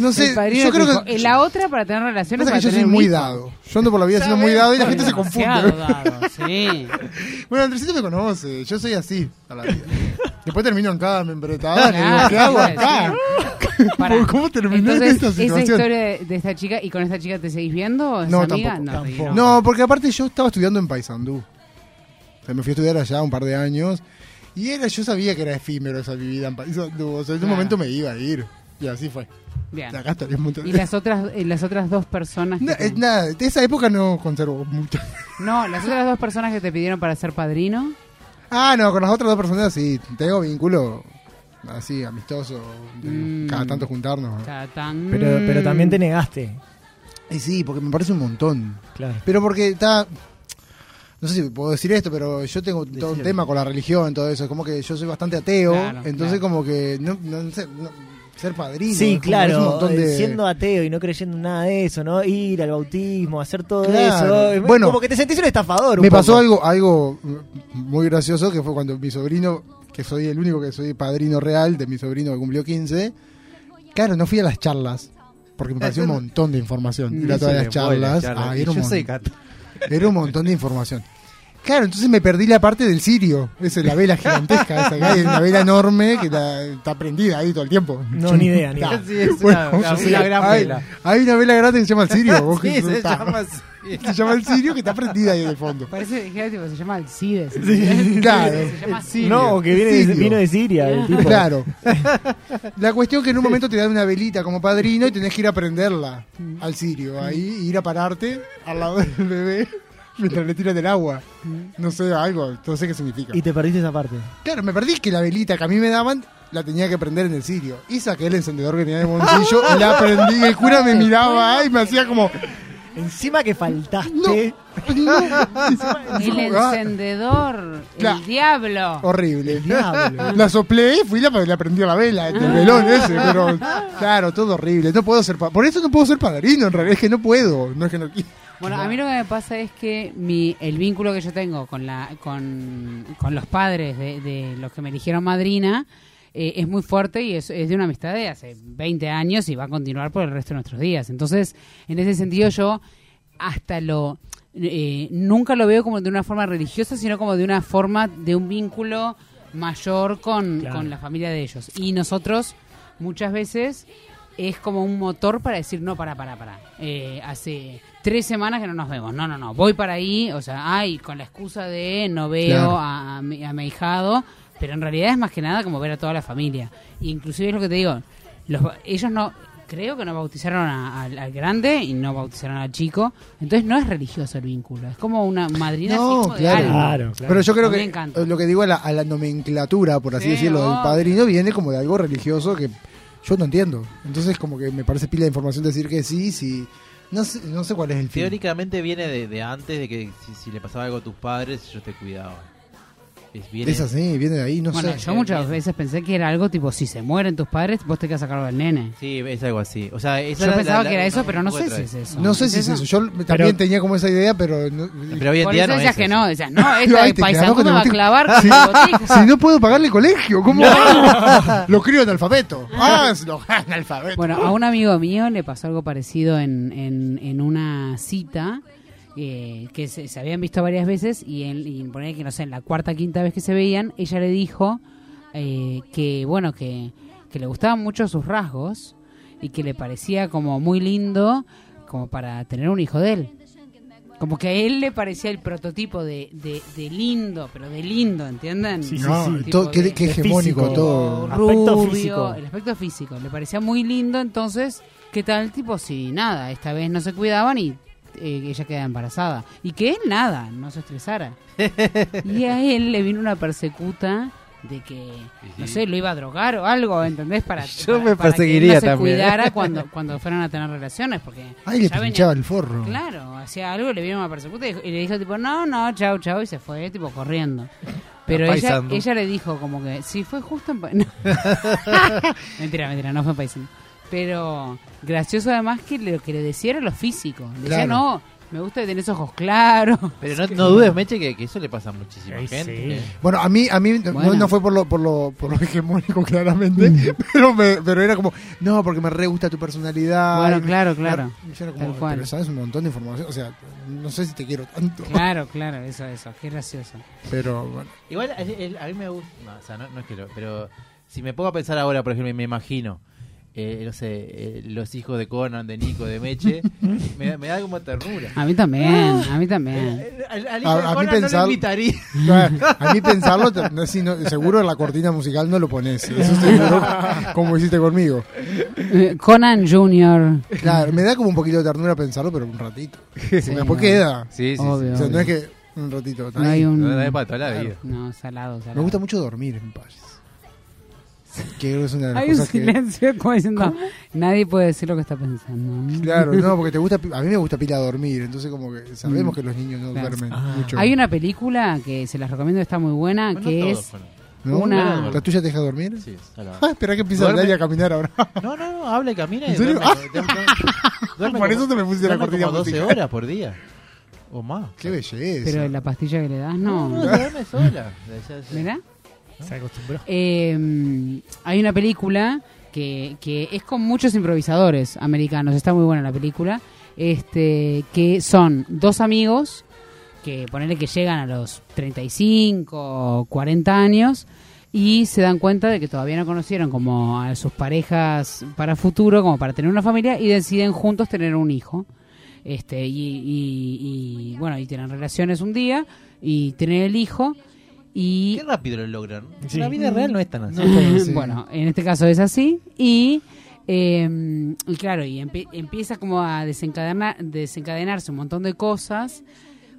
no sé, el yo padrino de tu creo hijo, y que... la otra para tener relaciones pasa para que yo tener soy un muy hijo. dado. Yo ando por la vida siendo muy dado y la gente se Demasiado confunde. dado, sí. Bueno, Andresito me conoce, yo soy así a la vida. Después termino en cada membretada. que Claro, digo, ¿Qué hago te iba a acá? Pará. ¿Cómo terminé en Entonces, esta esa situación? historia de, de esta chica, ¿y con esta chica te seguís viendo? ¿O es No, amiga? tampoco. No, sí, No, porque aparte yo estaba estudiando en Paysandú. O sea, me fui a estudiar allá un par de años. Y era, yo sabía que era efímero esa vida en Paysandú. O sea, en un Claro. momento me iba a ir. Y así fue. Bien. Acá estaría un montón. ¿Y las otras, eh, las otras dos personas? que No, te- es nada, de esa época no conservo mucho. no, las otras dos personas que te pidieron para ser padrino. Ah, no, con las otras dos personas sí. Tengo vínculo así, amistoso. de Mm. Cada tanto juntarnos. Cada tan- pero, pero también te negaste. Y sí, porque me parece un montón. Claro. Pero porque está. No sé si puedo decir esto, pero yo tengo todo un tema con la religión, todo eso. Es como que yo soy bastante ateo. Claro, entonces, claro. como que. No, no sé, no- ser padrino. Sí, es como- es un claro. eh, montón de- Siendo ateo y no creyendo en nada de eso, ¿no? Ir al bautismo, hacer todo Claro. eso. Es Bueno, como que te sentís un estafador. un Me poco. pasó algo, algo muy gracioso que fue cuando mi sobrino, que soy el único que soy padrino real de mi sobrino que cumplió 15. Claro, no fui a las charlas. Porque me pareció un montón de información. Ir a todas las charlas. Ah, era un yo soy montón. gato. Era un montón de información. Claro, entonces me perdí la parte del cirio. Esa es la vela gigantesca, esa que hay, una vela enorme que está, está prendida ahí todo el tiempo. No, ni idea, ni idea. Sí, es Bueno, una, una- yo sé, una gran hay, vela. hay una vela grande que se llama el sirio. vos Sí, que- se está, llama así. se llama el sirio que está prendida ahí en el fondo. Parece que dijera, tipo, se llama Alcides. Claro. Se llama Sirio. No, que viene de, Sirio. vino de Siria. el tipo. Claro. La cuestión que en un momento te dan una velita como padrino y tenés que ir a prenderla al sirio. Ahí y ir a pararte al lado del bebé mientras le tiran del agua. No sé, algo. No sé qué significa. Y te perdiste esa parte. Claro, me perdí que la velita que a mí me daban la tenía que prender en el sirio. Y saqué el encendedor que tenía en el bolsillo y la prendí. Y el cura me miraba y me hacía como. Encima que faltaste. El encendedor, Ah. Claro. el diablo. Horrible. Diablo. La soplé y fui la, le prendió la vela del velón ese, pero claro, todo horrible. No puedo ser pa- por eso no puedo ser padrino, en realidad es que no puedo, no es que no quiero. Bueno, a mí lo que me pasa es que mi, el vínculo que yo tengo con, la, con, con los padres de, de los que me eligieron madrina eh, es muy fuerte y es, es de una amistad de hace 20 años y va a continuar por el resto de nuestros días. Entonces, en ese sentido yo hasta lo... eh, nunca lo veo como de una forma religiosa, sino como de una forma de un vínculo mayor con, Claro. con la familia de ellos. Y nosotros muchas veces es como un motor para decir, no, para, para, para. Eh, hace tres semanas que no nos vemos. No, no, no, voy para ahí. O sea, ay, con la excusa de no veo Claro. a, a mi, a mi ahijado. Pero en realidad es más que nada como ver a toda la familia. E inclusive es lo que te digo, los, ba- ellos no... Creo que no bautizaron a- al- al grande y no bautizaron al chico. Entonces no es religioso el vínculo. Es como una madrina No, así como de claro. algo. Claro, claro. Pero yo creo A mí que me encanta. eh, lo que digo a la, a la nomenclatura, por así Sí, decirlo, del obvio. padrino viene como de algo religioso que yo no entiendo. Entonces como que me parece pila de información decir que sí, sí. No sé, no sé cuál es el fin. Teóricamente viene de, de antes de que si, si le pasaba algo a tus padres, ellos te cuidaban. Es, viene- Es así, viene de ahí, no bueno, sé. yo muchas veces pensé que era algo tipo, si se mueren tus padres, vos te quedas a cargo del nene. Sí, es algo así. O sea, esa Yo era la- pensaba la- que era un- eso, un pero no poco sé si atrás. es eso. No sé si es eso. Yo también Pero- tenía como esa idea, pero no- Pero hoy en Por día eso no decías es que eso. no, decías, no, Ahí te esta clavó paisajo con me el va a botijo. clavar Sí. con el botijo. Si no puedo pagarle el colegio, ¿cómo hago? Lo crío analfabeto. Ah, es lo analfabeto. Bueno, a un amigo mío le pasó algo parecido en, en, en una cita eh, que se, se habían visto varias veces y, en, y poner que no sé, en la cuarta quinta vez que se veían, ella le dijo eh, que bueno que, que le gustaban mucho sus rasgos y que le parecía como muy lindo como para tener un hijo de él. Como que a él le parecía el prototipo de, de, de lindo, pero de lindo, ¿entienden? Sí, sí, No, sí. y todo- Tipo qué, de- qué de hegemónico físico. todo. Aspecto rubio, físico. el aspecto físico. Le parecía muy lindo, entonces, ¿qué tal? Tipo, si nada, esta vez no se cuidaban y eh, ella queda embarazada. Y que él nada, no se estresara. y a él le vino una persecuta de que, no sé, lo iba a drogar o algo, ¿entendés? Para, Yo para- me para que perseguiría él no se ¿eh? también. cuidara cuando, cuando fueran a tener relaciones, porque... Ay, le ya venía- pinchaba el forro. Claro, hacía algo, le vino una persecuta y, dijo- y le dijo tipo, no, no, chau, chau, y se fue, tipo, corriendo. Pero ella, Apaisando. ella le dijo como que, sí, fue justo en... Pa- no. mentira, mentira, no fue en paisano. Pero gracioso además que lo que le decía era lo físico. Le decía, Claro. no, me gusta que tenés ojos claros. Pero no, no dudes, Meche, que, que eso le pasa a muchísima Ay, gente. sí. ¿eh? Bueno, a mí, a mí no- Bueno. Mm. no fue por lo, por lo, por lo hegemónico, claramente, pero, me- pero era como, no, porque me re gusta tu personalidad. Bueno, Y- claro, claro. y yo era como, Tal cual. Pero sabes un montón de información, o sea, no sé si te quiero tanto, Claro, claro, eso, eso, qué gracioso. pero bueno. Igual el- el- a mí me gusta. No, o sea, no, no es que lo. Pero si me pongo a pensar ahora, por ejemplo, y me imagino. eh, no sé, eh, los hijos de Conan, de Nico, de Meche, me, da- me da como ternura. A mí también, a mí también. Eh, Al, al hijo A- de a mí Conan no pensar- lo invitaría. A mí pensarlo, te- no, sí, no, seguro la cortina musical no lo pones, eso seguro, como hiciste conmigo. Eh, Conan Jr. Claro, me da como un poquito de ternura pensarlo, pero un ratito. Sí, Después bueno. queda. Sí, sí, Obvio, O sea, no obvio. es que un ratito. está No ahí. hay un... No, no, es para toda la vida. No, salado, salado. Me gusta mucho dormir en paz. Que creo que es una de las Hay un cosas que... silencio como diciendo, nadie puede decir lo que está pensando. Claro, no, porque te gusta, pi- a mí me gusta pila dormir, entonces como que Mm. sabemos que los niños no Claro. Ah. duermen Ah. mucho. Hay una película que se las recomiendo, está muy buena, No que todos, es... Conan. ¿No? una- ¿La tuya te deja dormir? Sí, está la- Ah, espera que empiece a Duerme. hablar y a caminar ahora. No, no, no, habla y camina. ¿En serio? Por eso te te me pusiste la cortina como 12 musical. horas por día. O más. Qué belleza. Pero la pastilla que le das, No, no, no. duerme sola. Ya- ya- ¿Verdad? Se acostumbró. Eh, hay una película que, que es con muchos improvisadores americanos, está muy buena la película, este que son dos amigos que ponerle que llegan a los 35 o 40 años y se dan cuenta de que todavía no conocieron como a sus parejas para futuro, como para tener una familia y deciden juntos tener un hijo. Este, y, y- y, bueno, y tienen relaciones un día y tienen el hijo y Qué rápido lo logran. Sí. En la vida real no es tan así. Sí. bueno, en este caso es así y, eh, y claro, y empie- empieza como a desencadenar, desencadenarse un montón de cosas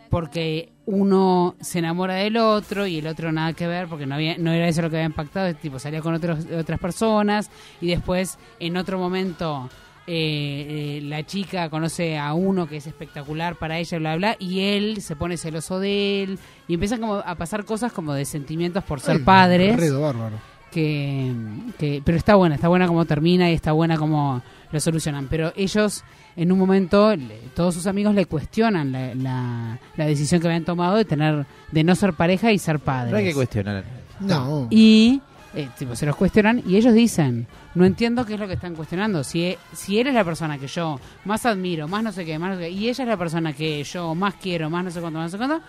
porque uno se enamora del otro y el otro nada que ver porque no había no era eso lo que había impactado, es tipo salía con otros, otras personas y después en otro momento eh, eh, la chica conoce a uno que es espectacular para ella, bla, bla, y él se pone celoso de él, y empiezan como a pasar cosas como de sentimientos por ser Ay, padres Redo, bárbaro. que, que- pero está buena, está buena como termina y está buena como lo solucionan. Pero ellos en un momento, le- todos sus amigos le cuestionan la, la- la decisión que habían tomado de tener, de no ser pareja y ser padres. No hay que cuestionar. No. Y eh, tipo, se los cuestionan y ellos dicen, no entiendo qué es lo que están cuestionando. Si, e- si él es la persona que yo más admiro, más no sé qué, más no sé qué, y ella es la persona que yo más quiero, más no sé cuánto, más no sé cuánto,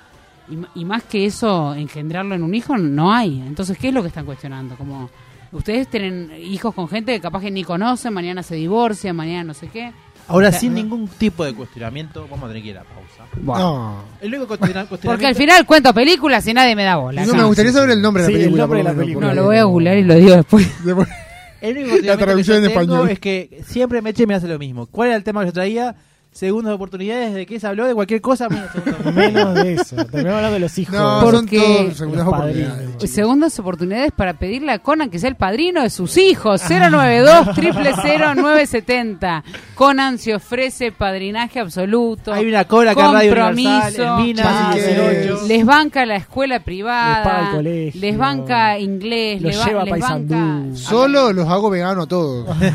y, m- y más que eso, engendrarlo en un hijo no hay. Entonces, ¿qué es lo que están cuestionando? Como, ustedes tienen hijos con gente que capaz que ni conocen, mañana se divorcian, mañana no sé qué. Ahora, sin sin ningún tipo de cuestionamiento, vamos a tener que ir a la pausa. No. El único cuestiona- cuestionamiento. Porque al final cuento películas y nadie me da bola. No, acá. me gustaría saber el nombre de la Sí, el película. nombre de por la lo menos, No, película. lo voy a googlear y lo digo después. porque- El único La cuestionamiento que yo traducción en tengo español. es que siempre Meche me hace lo mismo. ¿Cuál era el tema que yo traía? Segundas oportunidades, ¿de qué se habló? De cualquier cosa menos segundas oportunidades. Menos de eso. Terminamos hablando de los hijos. No, Porque- son todos segundas Los oportunidades. padrinos. chicos. Segundas oportunidades para pedirle a Conan que sea el padrino de sus hijos. 092 0970 Conan se ofrece padrinaje absoluto. Hay una cola que Radio Universal, Compromiso. en Minas, Así en que- Ocho. Les banca la escuela privada. Les paga el colegio. les banca inglés. Los les, ba- lleva a les Paysandú. banca- Solo los hago vegano a todos. eh,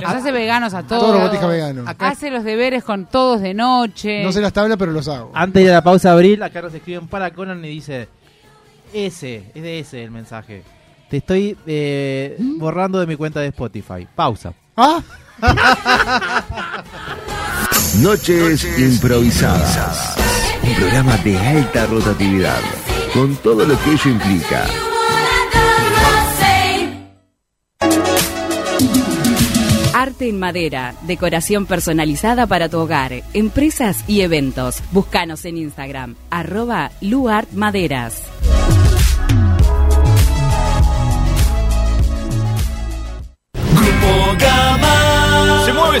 Los hace veganos a todos. Todo robótica vegano. Hace los deberes con todos de noche. No sé las tablas, pero los hago. Antes de ir a la pausa, Abril, acá nos escriben para Conan y dice: Ese, es de ese el mensaje. Te estoy eh, ¿Mm? borrando de mi cuenta de Spotify. Pausa. ¿Ah? Noches improvisadas. Un programa de alta rotatividad, con todo lo que ello implica. Arte en madera, decoración personalizada para tu hogar, empresas y eventos. Búscanos en Instagram, arroba luartmaderas. ¡Se mueve,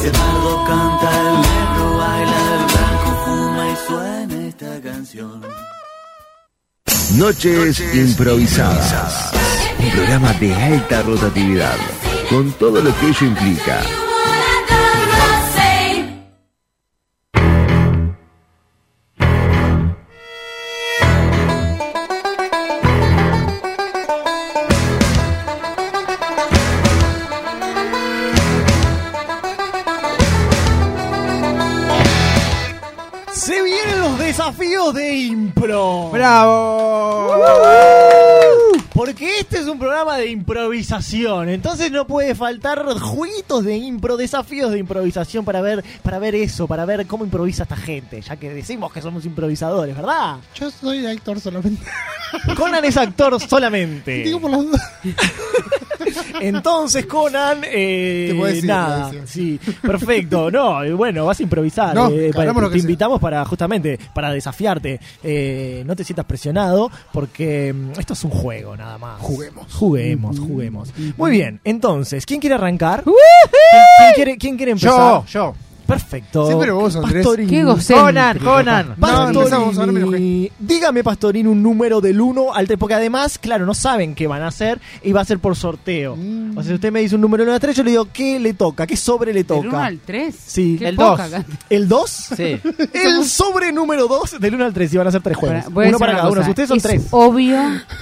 Si el pardo canta, el negro baila, el blanco fuma y suena esta canción. Noches improvisadas. Un programa de alta rotatividad, con todo lo que ello implica. Se vienen los desafíos de impro. ¡Bravo! Porque este es un programa de improvisación, entonces no puede faltar jueguitos de impro, desafíos de improvisación para ver, para ver eso, para ver cómo improvisa esta gente, ya que decimos que somos improvisadores, ¿verdad? Yo soy actor solamente. Conan es actor solamente. Digo por las dudas. Entonces, Conan, eh, Te puedes ir, nada. te puedes Sí, perfecto. No, eh, bueno, vas a improvisar. No, eh, hagamos para- lo que te sea. invitamos para justamente para desafiarte. Eh, no te sientas presionado porque mm, esto es un juego nada más. Juguemos. Juguemos, juguemos. Muy bien, entonces, ¿quién quiere arrancar? ¿Quién, quién quiere, quién quiere empezar? Yo, yo. Perfecto. Siempre vos, Andrés. Pastorini. Qué gocé. Conan, Conan. No, Pastorini. empezamos, ahora me enojé. Dígame, Pastorini, un número del 1 al 3, porque además, claro, no saben qué van a hacer y va a ser por sorteo. Mm. O sea, si usted me dice un número del 1 al 3, yo le digo qué le toca, qué sobre le ¿Del 1 toca. al 3? Sí, Qué el poca 2. cantidad. ¿El 2? Sí. El sobre número 2 del 1 al 3 y van a ser tres juegos. voy a uno decir para una cada uno. cosa. Si ustedes son es tres. Obvio,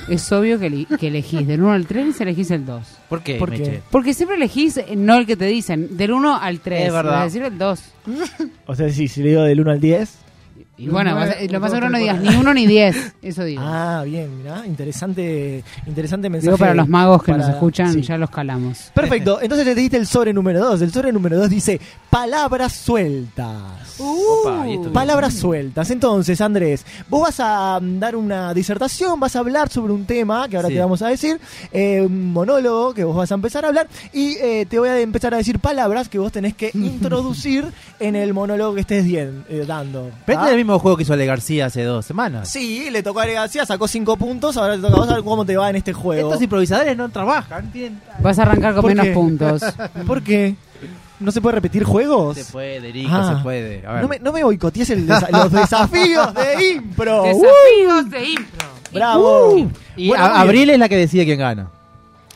es obvio que, eli- que elegís del 1 al 3 y elegís el 2. ¿Por qué, ¿Por qué? Meche? Porque siempre elegís eh, no el que te dicen, del 1 al 3. Es verdad. Vas a decir el 2. O sea, sí, si le digo del 1 al 10. Y bueno, Nueve, vas a- un lo más dos, seguro no tres, digas ni 1 ni 10. Eso digo. Ah, bien, mirá. Interesante, interesante mensaje. digo para los magos que para- nos escuchan, sí. ya los calamos. Perfecto, entonces le diste el sobre número 2. El sobre número 2 dice palabras sueltas. Opa, Uh, ¿y esto qué? Uh. Palabras sueltas. Entonces, Andrés, vos vas a mm, dar una disertación, vas a hablar sobre un tema que ahora Sí. te vamos a decir, eh, un monólogo que vos vas a empezar a hablar y eh, te voy a empezar a decir palabras que vos tenés que introducir en el monólogo que estés bien, eh, dando. Pero este ¿Ah? es el mismo juego que hizo Ale García hace dos semanas. Sí, le tocó a Ale García, sacó 5 puntos, ahora te toca a vos a ver cómo te va en este juego. Estos improvisadores no trabajan, tienen... Vas a arrancar con ¿Por menos qué? puntos. ¿Por qué? ¿No se puede repetir juegos? Se puede, Rico, Ah. se puede. A ver. No me, no me boicotees el desa- los desafíos de impro. Desafíos de impro. Uh, Oh, ¡Bravo! Y Bueno, a- muy bien. Abril es la que decide quién gana.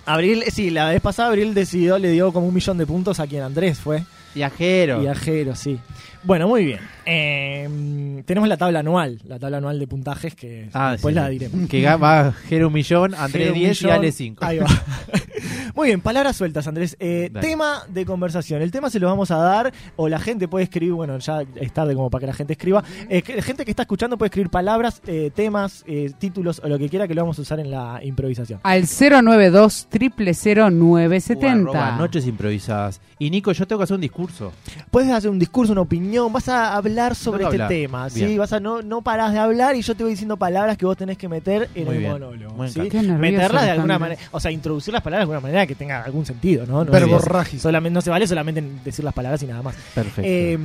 Abril, eh, sí, la vez pasada Abril decidió, le dio como un millón de puntos a quien Andrés fue. Viajero. Viajero, sí. Bueno, muy bien. Eh, tenemos la tabla anual, la tabla anual de puntajes que Ah, después sí. la diremos. Que ga- va Jero un millón, Andrés Jero, un 10 y millón. Ale 5. Ahí va. Muy bien, palabras sueltas, Andrés. Eh, Dale. tema de conversación. El tema se lo vamos a dar, o la gente puede escribir, bueno, ya es tarde como para que la gente escriba. Eh, que- gente que está escuchando puede escribir palabras, eh, temas, eh, títulos o lo que quiera que lo vamos a usar en la improvisación. Al 092 Arroba 970 noches improvisadas. Y Nico, yo tengo que hacer un discurso. Puedes hacer un discurso, una opinión, vas a hablar sobre Tengo que este hablar. tema, ¿sí? Bien. Vas a no, no parás de hablar y yo te voy diciendo palabras que vos tenés que meter en Muy el bien. monólogo, Buen ¿sí? cambio. Qué nervioso, Meterlas de alguna Alejandro. manera, o sea, introducir las palabras de alguna manera que tenga algún sentido, ¿no? no Verbo es- Verborragis. solamente, no se vale solamente decir las palabras y nada más. Perfecto. Eh,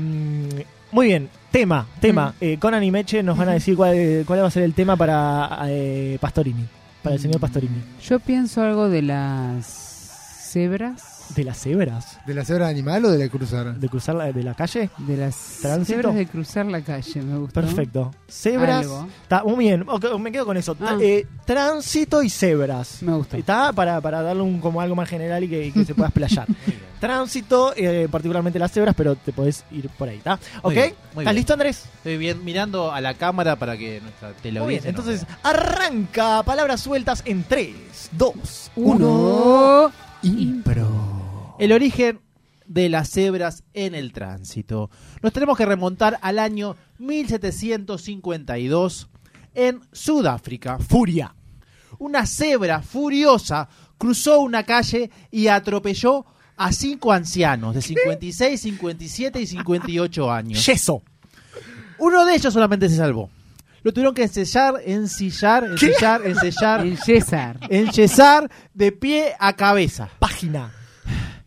muy bien, tema, tema. Eh, Conan y Meche nos van a decir cuál, eh, cuál va a ser el tema para eh, Pastorini, para el señor Pastorini. Mm, Yo pienso algo de las cebras. ¿De las cebras? ¿De la cebra animal o de la cruzar? ¿De cruzar la, de la calle? De las ¿Tránsito? cebras de cruzar la calle, me gustó. Perfecto. Cebras. Algo. Está muy bien, ok, me quedo con eso. T- Ah. eh, tránsito y cebras. Me gustó. Está para, para darle un, como algo más general y que, y que se pueda explayar. tránsito, eh, particularmente las cebras, pero te podés ir por ahí, ¿está? ¿Ok? Muy bien, muy ¿Estás bien. listo, Andrés? Estoy bien mirando a la cámara para que nuestra Muy bien, teleaudiencia. nos entonces vea. arranca palabras sueltas en 3, 2, 1. Uno. Impro. El origen de las cebras en el tránsito. Nos tenemos que remontar al año 1752 en Sudáfrica. Furia. Una cebra furiosa cruzó una calle y atropelló a cinco ancianos de 56, 57 y 58 años. Yeso. Uno de ellos solamente se salvó. Lo tuvieron que ensellar, ensillar, ensillar, ensellar, El César. enyesar de pie a cabeza. Página.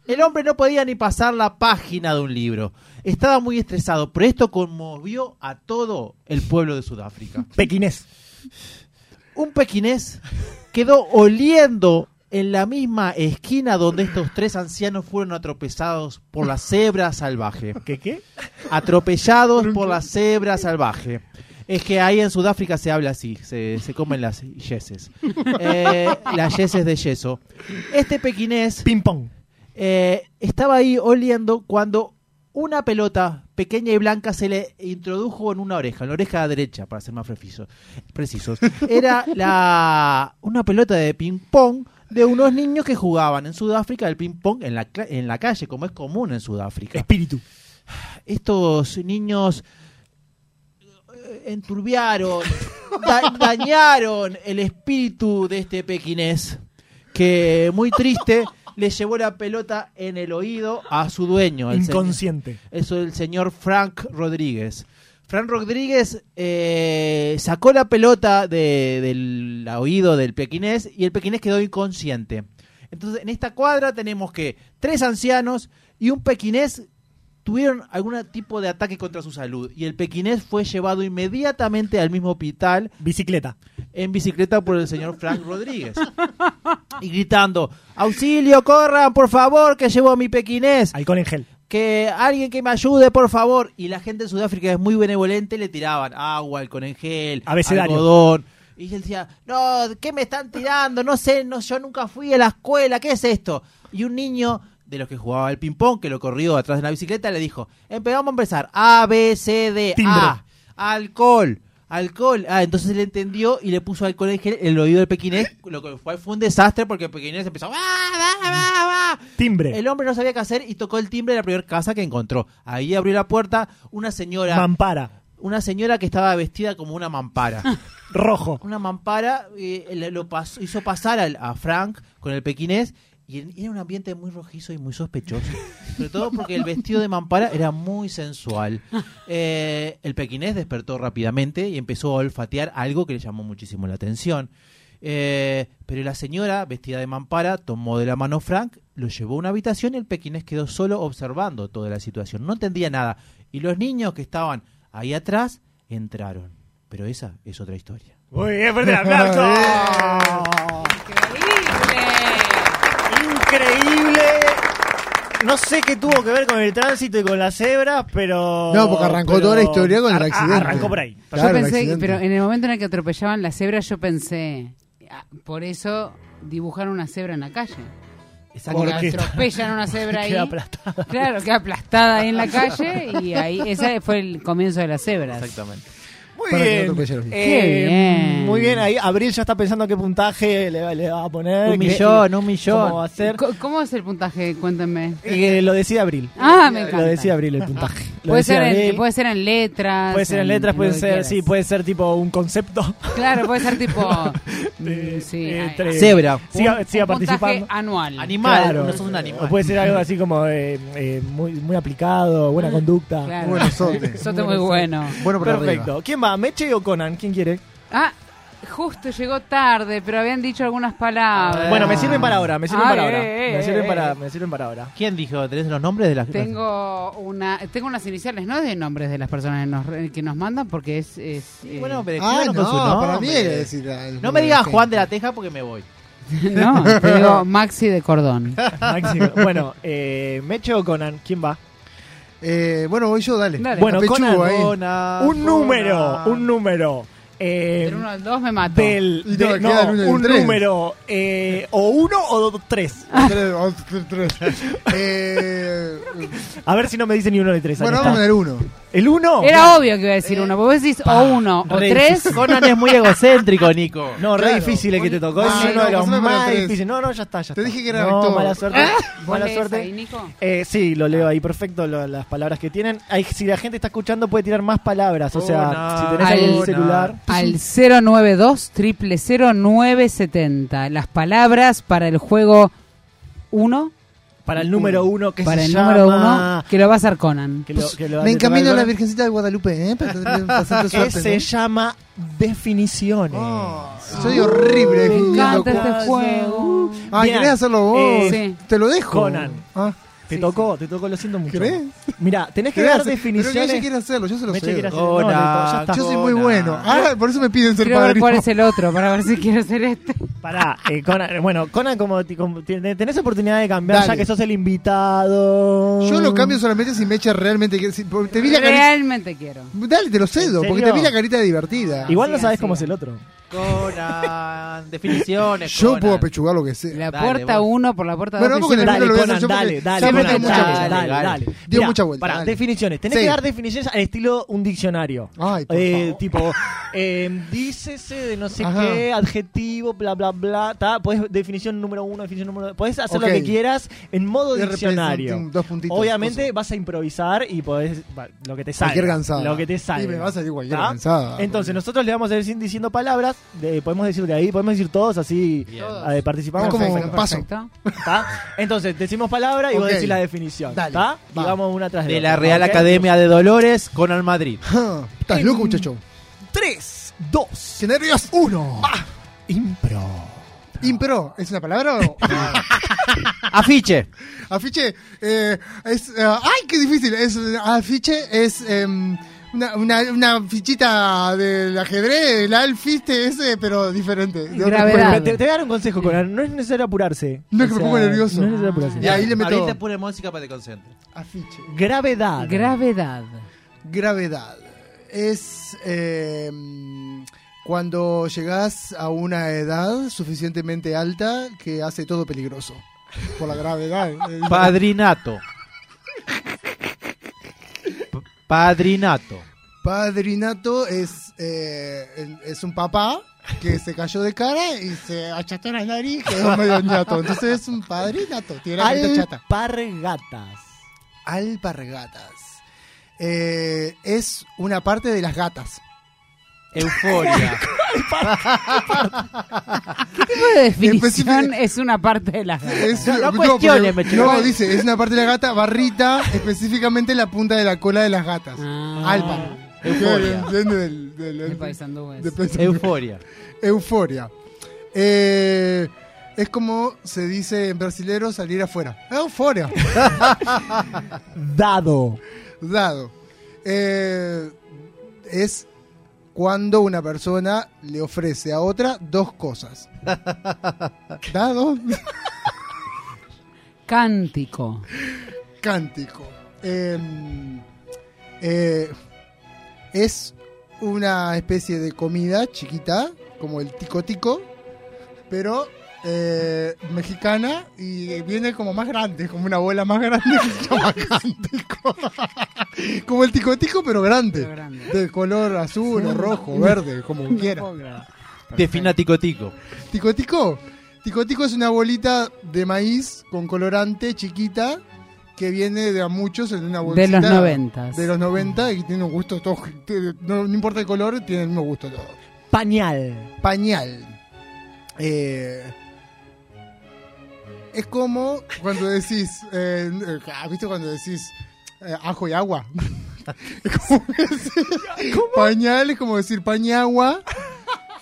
El hombre no podía ni pasar la página de un libro. Estaba muy estresado, pero esto conmovió a todo el pueblo de Sudáfrica. Pequinés. Un pequinés quedó oliendo en la misma esquina donde estos tres ancianos fueron atropellados por la cebra salvaje. ¿Qué qué? Atropellados por la cebra salvaje. Es que ahí en Sudáfrica se habla así, se, se comen las yeses. Eh, las yeses de yeso. Este pequinés Ping pong. eh, estaba ahí oliendo cuando una pelota pequeña y blanca se le introdujo en una oreja, en la oreja derecha, para ser más preciso- precisos. Era la, una pelota de ping-pong de unos niños que jugaban en Sudáfrica el ping-pong en la, cla- en la calle, como es común en Sudáfrica. Espíritu. Estos niños eh, enturbiaron, da- dañaron el espíritu de este pequinés que muy triste le llevó la pelota en el oído a su dueño, el, señor- Inconsciente. eso el señor Frank Rodríguez. Frank Rodríguez eh, sacó la pelota de- del oído del pequinés y el pequinés quedó inconsciente. Entonces, en esta cuadra tenemos que tres ancianos y un pequinés tuvieron algún tipo de ataque contra su salud y el pequinés fue llevado inmediatamente al mismo hospital Bicicleta. en bicicleta por el señor Frank Rodríguez y gritando, auxilio, corran, por favor, que llevo a mi pequinés Alcohol en gel. que alguien que me ayude, por favor. Y la gente de Sudáfrica es muy benevolente, le tiraban agua, alcohol en gel, Abecedario. algodón. Y él decía, no, ¿qué me están tirando? No sé, no, yo nunca fui a la escuela, ¿qué es esto? Y un niño de los que jugaba al ping-pong, que lo corrió atrás de la bicicleta, le dijo, empezamos a empezar, A, B, C, D, Timbre. A, Ah, alcohol. Alcohol, ah, entonces le entendió y le puso alcohol en gel en el oído del pequinés, lo cual fue un desastre porque el pequinés empezó, ¡Ah, bah, bah, bah! Timbre. El hombre no sabía qué hacer y tocó el timbre de la primera casa que encontró. Ahí abrió la puerta una señora, Mampara. una señora que estaba vestida como una mampara. Rojo. una mampara eh, le- lo pasó- hizo pasar al- a Frank con el pequinés y en- era un ambiente muy rojizo y muy sospechoso. Sobre todo porque el vestido de mampara era muy sensual. Eh, el pequinés despertó rápidamente y empezó a olfatear algo que le llamó muchísimo la atención. Eh, pero la señora, vestida de mampara, tomó de la mano Frank, lo llevó a una habitación y el pequinés quedó solo observando toda la situación. No entendía nada. Y los niños que estaban ahí atrás entraron. Pero esa es otra historia. Muy bien, fuerte el aplauso. Increíble. No sé qué tuvo que ver con el tránsito y con las cebras, pero. No, porque arrancó pero- toda la historia con el Ar- accidente. Arrancó por ahí. Claro, yo el pensé, que- accidente. pero en el momento en el que atropellaban la cebra, yo pensé, ah, por eso dibujaron una cebra en la calle. Porque Porque- atropellan una cebra ahí. Queda aplastada. Claro, queda aplastada ahí en la calle y ahí ese fue el comienzo de las cebras. Exactamente. Muy Para que no bien. atropelle a los niños. Eh, Qué bien. Muy bien, ahí Abril ya está pensando qué puntaje le, va- le va a poner. Un qué- millón, un millón. ¿Cómo va a ser? Co- ¿Cómo es el puntaje? Cuéntame. Eh, lo decía Abril. Ah, me encanta. Ah, Lo decía Abril el puntaje. Lo Puede decía ser, en, Abril. puede ser en letras. Puede ser en letras, lo puede que ser, quieras. sí, puede ser tipo un concepto. Claro, puede ser tipo. mm, Eh, sí, eh, ay, tre- Cebra. Siga, un- siga un puntaje participando. anual. Animal, Claro. no sos un animal. O puede ser algo así como eh, eh, muy, muy aplicado, buena conducta. Ah, Claro. Bueno, Sote. Sote muy bueno. Bueno, por Perfecto. arriba. ¿Quién va? ¿Meche o Conan? ¿Quién quiere? Ah, justo llegó tarde, pero habían dicho algunas palabras. Bueno, me sirven para ahora, me sirven Ay, para ahora. eh, eh, me, sirven eh, para, eh. me sirven para ahora. ¿Quién dijo? ¿Tenés los nombres de las Tengo una, tengo unas iniciales, no de nombres de las personas que nos, re- que nos mandan, porque es, es, eh, Bueno, pero Ah, escriban no, con su nombre. para mí hay que decir ah, al- No me digas Juan de la Teja porque me voy. no, te digo Maxi de Cordón. Máximo. bueno, eh, Meche o Conan, ¿quién va? Eh, bueno, voy yo, dale. Dale. Ah, Bueno, Apechugo Conan, ahí. Conan, Un número, un número. eh, Del 1 al 2 me mato. del, Y de- no, no, queda el uno y el un tres. número eh, o uno o do- tres. Tres, dos, tres, tres. Eh, A ver si no me dicen ni uno ni tres. ahí bueno, está. vamos con el uno. el uno. Era obvio que iba a decir uno, porque vos decís o uno o Eh, Re- tres. Conan es muy egocéntrico, Nico. No, re Claro. difícil el que te tocó. Es Ay, uno no, de los pasame con el Ah, más tres. difíciles. No, no, ya está, ya Te está. dije que era no, todo. mala suerte. Ah. ¿Vos Mala lees suerte. ahí, Nico? Eh, sí, lo leo ahí perfecto lo- las palabras que tienen. Ahí, si la gente está escuchando puede tirar más palabras. O sea, Una, si tenés ahí el una. celular. Oh, Al 092 0970 Las palabras para el juego 1, Para el número uno que para se el llama... número 1, que lo va a hacer Conan. que lo- que lo- Me que lo- encamino a la que Virgencita de Guadalupe, ¿eh? Para tener bastante se suerte. ¿no? llama definiciones. ¿eh? Oh, soy horrible Me definiendo encanta cosas. este juego. Ah, Bien. ¿querés hacerlo vos? Eh, sí. Te lo dejo. Conan. Ah, Te tocó, te tocó, lo siento mucho. ¿querés? Mira, tenés que ¿Querés dar hacer- Pero que ella definiciones. quiere hacerlo, yo se lo Meche cedo. quiere hacer- no, no, ya Conan. está. Yo soy muy Conan. bueno. Ah, por eso me piden ser Quiero ver padrino. cuál es el otro para ver si quiero hacer este. Pará, eh, Conan, bueno, Conan, como, ti- como ti- tenés oportunidad de cambiar Dale. ya que sos el invitado. Yo lo cambio solamente si Mecha realmente quiere. si- porque te vi la carita. Realmente quiero. Dale, te lo cedo, ¿En porque te serio? vi la carita divertida. Igual no Así, sabés así cómo va. es el otro. Conan. Definiciones. Yo Conan. puedo apechugar lo que sea. La Dale, puerta vos. 1 por la puerta 2. Bueno, vamos con el Dale, primero, lo voy a hacer Conan, yo porque dale, dale, siempre Conan, tengo mucha dale, vuelta. dale, dale. Dio Mirá, mucha vuelta. pará, dale. definiciones. Tenés Sí. que dar definiciones al estilo un diccionario. Ay, por Eh, favor. Tipo, eh, dícese de no sé Ajá. qué, adjetivo, bla, bla, bla. ta, podés- definición número uno, definición número dos. Podés hacer Ok. lo que quieras en modo Y de repente diccionario. un- dos puntitos, Obviamente cosa. vas a improvisar y podés. va, lo que te salga. Cualquier gansada. Lo que te salga. Y me va a salir cualquier ¿tá? gansada. Entonces, nosotros le vamos a ir sin- diciendo palabras. de- podemos decir de ahí, podemos decir todos así. eh, participamos. Es como Perfecto. un paso. Perfecto. ¿Tá? Entonces, decimos palabra y vos Ok. decís la definición. Dale, ¿tá? Y va. vamos una tras de De otra, la Real ¿ok? Academia de Dolores, Conan Madrid. Ja, Estás loco, muchacho. Tres, dos, ¡Qué nervios! ¡Uno! impro. Ah. Impro, ¿es una palabra o.? Afiche. Afiche, eh, es. eh, ¡Ay, qué difícil! Es, eh, afiche es. em, una, una, una fichita del ajedrez, el alfiste ese, pero diferente. de otra Gravedad. forma. Pero Te, te voy a dar un consejo, Conan. No es necesario apurarse. No, es que me pongo nervioso. No es necesario apurarse. Y ahí le meto. Ahorita pura música para que te concentres. Afiche. Gravedad. Gravedad. Gravedad. Es em, cuando llegás a una edad suficientemente alta que hace todo peligroso. Por la gravedad. eh, Padrinato. P- Padrinato. Padrinato es, eh, el- es un papá que se cayó de cara y se acható la nariz y quedó medio ñato. Entonces es un padrinato, tiene la gente chata. Alpargatas. Alpargatas. Eh, es una parte de las gatas. Euforia. ¿Qué tipo de definición Específica- es una parte de las gatas? Es- No, no porque- cuestiones, me chocó. no, dice, es una parte de la gata, barrita, específicamente la punta de la cola de las gatas. Ah. Alpa. Euforia. Entiende del- del- De Paisandú es. de Paisandú. Euforia. Euforia. Eh, es como se dice en brasilero salir afuera. Euforia. Dado. Dado. Eh, es cuando una persona le ofrece a otra dos cosas. Dado. Cántico. Cántico. Eh, eh, es una especie de comida chiquita, como el tico-tico, pero eh, mexicana y viene como más grande, como una bola más grande que se llama cántico. como el tico-tico, pero Pero grande. grande. De color azul o rojo, verde, como quiera. Defina tico tico. Ticotico. Ticotico es una bolita de maíz con colorante chiquita que viene de a muchos en una De bolsita. los noventas. De los 90 y tiene un gusto todo. te- No, no importa el color, tiene el mismo gusto todo. Pañal. Pañal. Eh, es como cuando decís. eh, eh, ¿Viste cuando decís eh, ajo y agua? es como decir- Pañal es como decir pañagua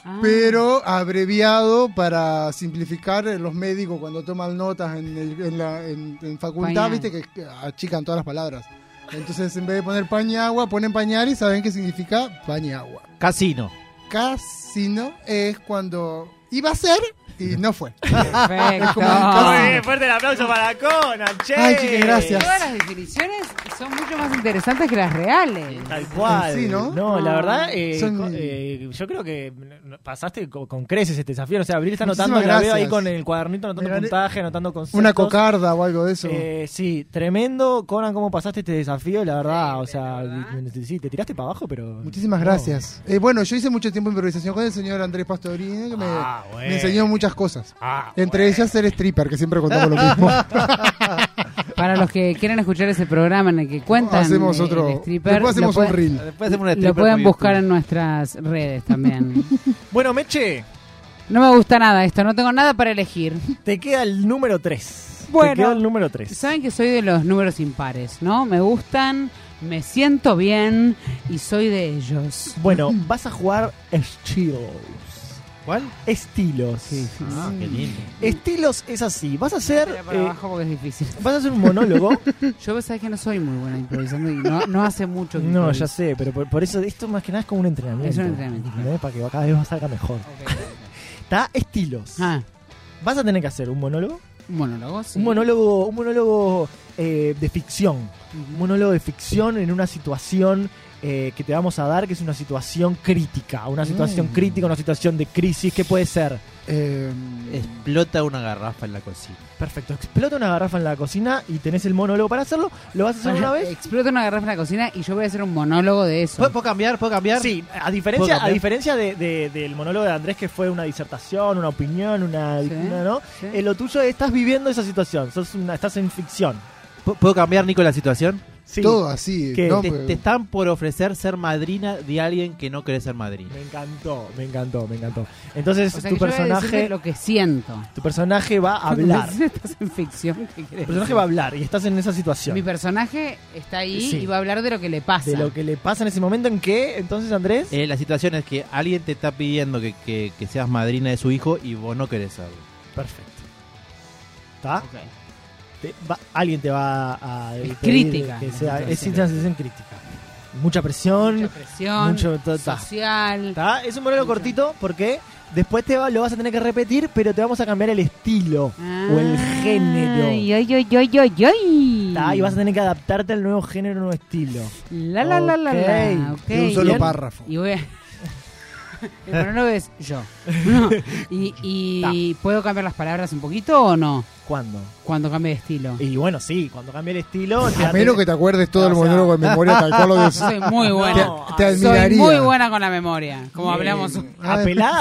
Ah, pero abreviado para simplificar eh, los médicos cuando toman notas en, el- en la, en- en facultad, Pañal. viste que que achican todas las palabras. Entonces en vez de poner pañagua, ponen pañal y saben qué significa pañagua. Casino. Casino es cuando iba a ser y no fue. perfecto. Muy bien, fuerte el aplauso para Conan, che. Ay, chiques, gracias. Todas las definiciones son mucho más interesantes que las reales. Tal cual. Sí, ¿no? la verdad, Ah. eh, Son- co- eh, yo creo que mm, pasaste co- con, creces este desafío. O sea, Abril está Muchísimas anotando, la veo gracias. ahí con el cuadernito Me anotando gané puntaje, anotando conceptos. Una cocarda o algo de eso. Eh, sí, tremendo, Conan, cómo pasaste este desafío, la verdad. O sea, di- sí, te tiraste para abajo, pero. Muchísimas no. gracias. Eh, bueno, yo hice mucho tiempo improvisación con el señor Andrés Pastorini, que me, Ah, bueno. me enseñó muchas cosas. Ah, Entre ellas ser stripper, que siempre contamos lo mismo. Para los que quieran escuchar ese programa en el que cuentan hacemos el otro. stripper, después hacemos lo un pueden- reel. Después hacemos una Lo stripper pueden por buscar YouTube. en nuestras redes también. Bueno, Meche, No me gusta nada esto, no tengo nada para elegir. te queda el número 3. Bueno. Te queda el número 3. Saben que soy de los números impares, ¿no? Me gustan, me siento bien y soy de ellos. Bueno, vas a jugar estilos. ¿Cuál? Estilos. Ah, qué lindo. Estilos es así. Vas a hacer. Espera para eh, abajo porque es difícil. vas a hacer un monólogo. Yo sabés que no soy muy buena improvisando y no, no hace mucho que no, improviso. ya sé, pero por, por eso esto más que nada es como un entrenamiento. Es un entrenamiento, claro. ¿entendés? Para que cada vez salga mejor. Está estilos. Ah, Vas a tener que hacer un monólogo. un monólogo, sí. Un monólogo, un monólogo eh, de ficción. Un monólogo de ficción en una situación eh, que te vamos a dar, que es una situación crítica. Una situación Mm. crítica, una situación de crisis. ¿Qué puede ser? Eh, Explota una garrafa en la cocina. Perfecto. Explota una garrafa en la cocina y tenés el monólogo para hacerlo. ¿Lo vas a hacer Para- una vez? Explota una garrafa en la cocina y yo voy a hacer un monólogo de eso. ¿Puedo, puedo cambiar? ¿Puedo cambiar? Sí, a ¿Puedo diferencia, a cambiar? diferencia de- de- del monólogo de Andrés, que fue una disertación, una opinión, una. Sí, una, ¿no? sí. Eh, lo tuyo es, estás viviendo esa situación. Sos una- estás en ficción. ¿Pu- ¿Puedo cambiar, Nico, la situación? Sí. Todo así. Que ¿no? te- Porque- Te están por ofrecer ser madrina de alguien que no querés ser madrina. Me encantó, me encantó, me encantó. Entonces, o sea tu que yo voy a decirle personaje. lo que siento. Tu personaje va a Cuando me hablar. decís, Estás en ficción. ¿qué Tu querés personaje decir? va a hablar y estás en esa situación. Mi personaje está ahí Sí. y va a hablar de lo que le pasa. De lo que le pasa en ese momento en que, entonces, Andrés. Eh, la situación es que alguien te está pidiendo que, que- que seas madrina de su hijo y vos no querés serlo. Perfecto. ¿Está? Ok. Te- va- alguien te va a. Es pedir crítica, que la sea- es situación. una sensación crítica. Mucha presión. Mucha presión mucho- ta- ta. social. ¿Tá? Es un monólogo Mucha. cortito porque después te va- lo vas a tener que repetir, pero te vamos a cambiar el estilo Ah, o el género. Ay, ay, ay, ay, ay, ay. ¿Tá? Y vas a tener que adaptarte al nuevo género, nuevo estilo. La, la, la, la, la. Ok. ok. De un solo bien. párrafo. Y voy a... El monólogo es yo. No. Y, y ¿Puedo cambiar las palabras un poquito o no? ¿Cuándo? Cuando cambie de estilo. Y bueno, sí, cuando cambie el estilo. te A hace- menos que te acuerdes todo el O sea- monólogo de memoria tal cual lo Yo des- soy muy buena. te, te soy admiraría. muy buena con la memoria. Como hablamos. Bien. Apelá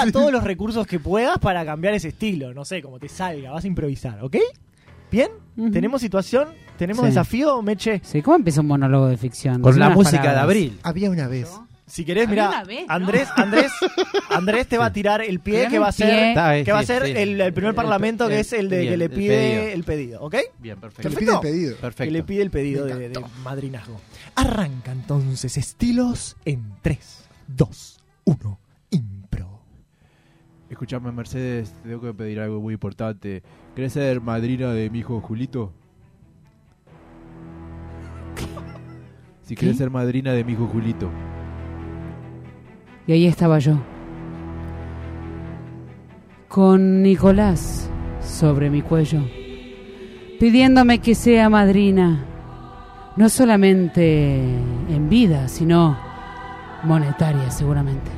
a todos los recursos que puedas para cambiar ese estilo. No sé, como te salga, vas a improvisar, ¿ok? ¿Bien? Ujú. ¿Tenemos situación? ¿Tenemos Sí. desafío, Meche? Sí, ¿Cómo empieza un monólogo de ficción? Con Decime la las música de palabras. abril. Había una vez. Si querés, Había mira, una vez, ¿no? Andrés, Andrés, Andrés te va a tirar el pie Tirame que va a el ser, pie. Está, eh, que va a sí, ser sí. el, el primer El- parlamento que el- es el de que bien, le el pide pedido. el pedido, ¿ok? Bien, Que le perfecto. pide el pedido. Perfecto. Que le pide el pedido Me de, de madrinazgo. Arranca entonces, estilos en 3, 2, 1, impro. Escuchame, Mercedes, tengo que pedir algo muy importante. ¿Querés ser madrina de mi hijo Julito? Si querés ser madrina de mi hijo Julito. Y ahí estaba yo. Con Nicolás sobre mi cuello. Pidiéndome que sea madrina. No solamente en vida, sino monetaria seguramente.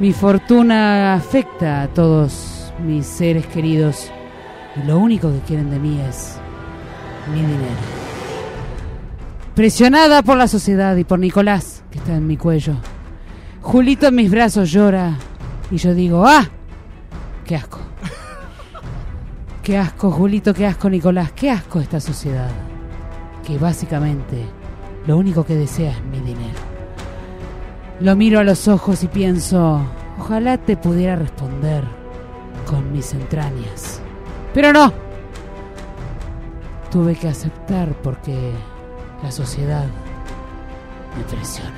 Mi fortuna afecta a todos mis seres queridos. Y lo único que quieren de mí es mi dinero. Presionada por la sociedad y por Nicolás, que está en mi cuello. Julito en mis brazos llora y yo digo, ¡ah! ¡Qué asco! ¡Qué asco, Julito! ¡Qué asco, Nicolás! ¡Qué asco esta sociedad! Que básicamente lo único que desea es mi dinero. Lo miro a los ojos y pienso, ojalá te pudiera responder con mis entrañas. Pero no. Tuve que aceptar porque la sociedad me presiona.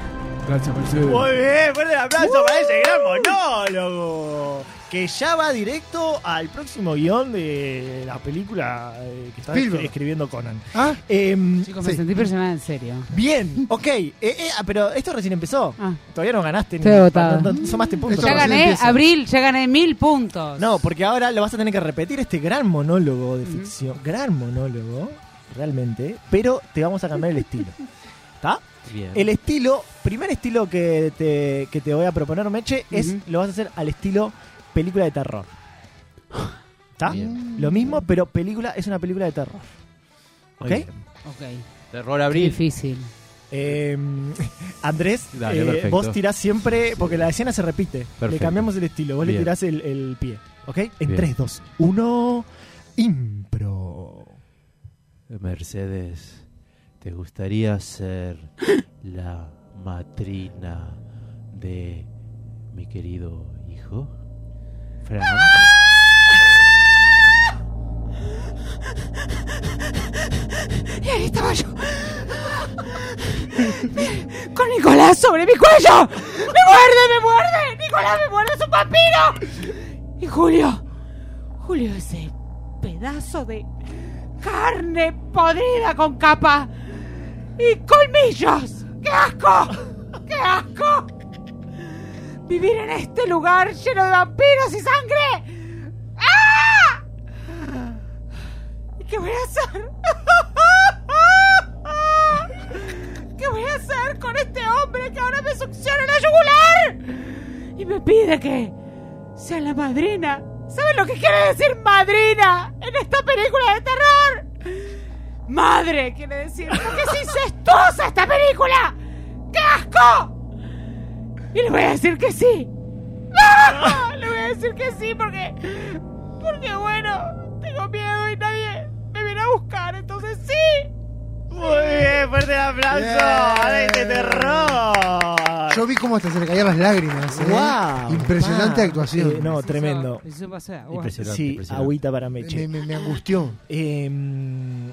Gracias, Mercedes. Muy bien, fuerte el aplauso para ese gran monólogo. Que ya va directo al próximo guión de la película eh, que está Spielberg. escribiendo Conan. Ah, Em, Chicos, Sí. me sentí presionada en serio. bien, ok. eh, eh, ah, pero esto recién empezó. Ah. Todavía no ganaste. Estoy agotada. no- no Somaste puntos. Esto Ya recién gané, empieza. abril, ya gané mil puntos. No, porque ahora lo vas a tener que repetir este gran monólogo de ficción. Gran monólogo, realmente. Pero te vamos a cambiar el estilo. ¿Está? Bien. El estilo, primer estilo que te, que te voy a proponer, Meche, es Ujú. lo vas a hacer al estilo película de terror. ¿Está? Bien. Lo mismo, pero película es una película de terror. Muy ¿Ok? bien. Ok, Terror qué abril. difícil. Eh, Andrés, Dale, eh, perfecto. vos tirás siempre, porque la escena se repite. Le Perfecto. cambiamos el estilo, vos le Bien. tirás el, el pie. ¿Ok? En Bien. 3, 2, 1, impro. Mercedes, ¿te gustaría ser la matrina de mi querido hijo? Fran. Y ahí estaba yo. Con Nicolás sobre mi cuello. ¡Me muerde, me muerde! ¡Nicolás me muerde, es un vampiro! Y Julio. Julio, ese pedazo de carne podrida con capa y colmillos. ¡Qué asco! ¡Qué asco! Vivir en este lugar lleno de vampiros y sangre. ¡Ah! ¿Y ¿Qué voy a hacer? ¿Qué voy a hacer con este hombre que ahora me succiona la yugular? Y me pide que sea la madrina. ¿Saben lo que quiere decir madrina en esta película de terror? Madre quiere decir, porque es incestuosa esta película. ¡Qué asco! Y le voy a decir que sí. ¡Ah! Le voy a decir que sí porque. Porque bueno, tengo miedo y nadie me viene a buscar, entonces sí. Muy bien, fuerte el aplauso. Bien. Ahora es de terror. yo vi cómo hasta se le caían las lágrimas. ¿eh? Guau, Impresionante pa. actuación. Eh, no, tremendo. Impresionante, Sí, impresionante. agüita para me, Meche. me- me angustió. Eh,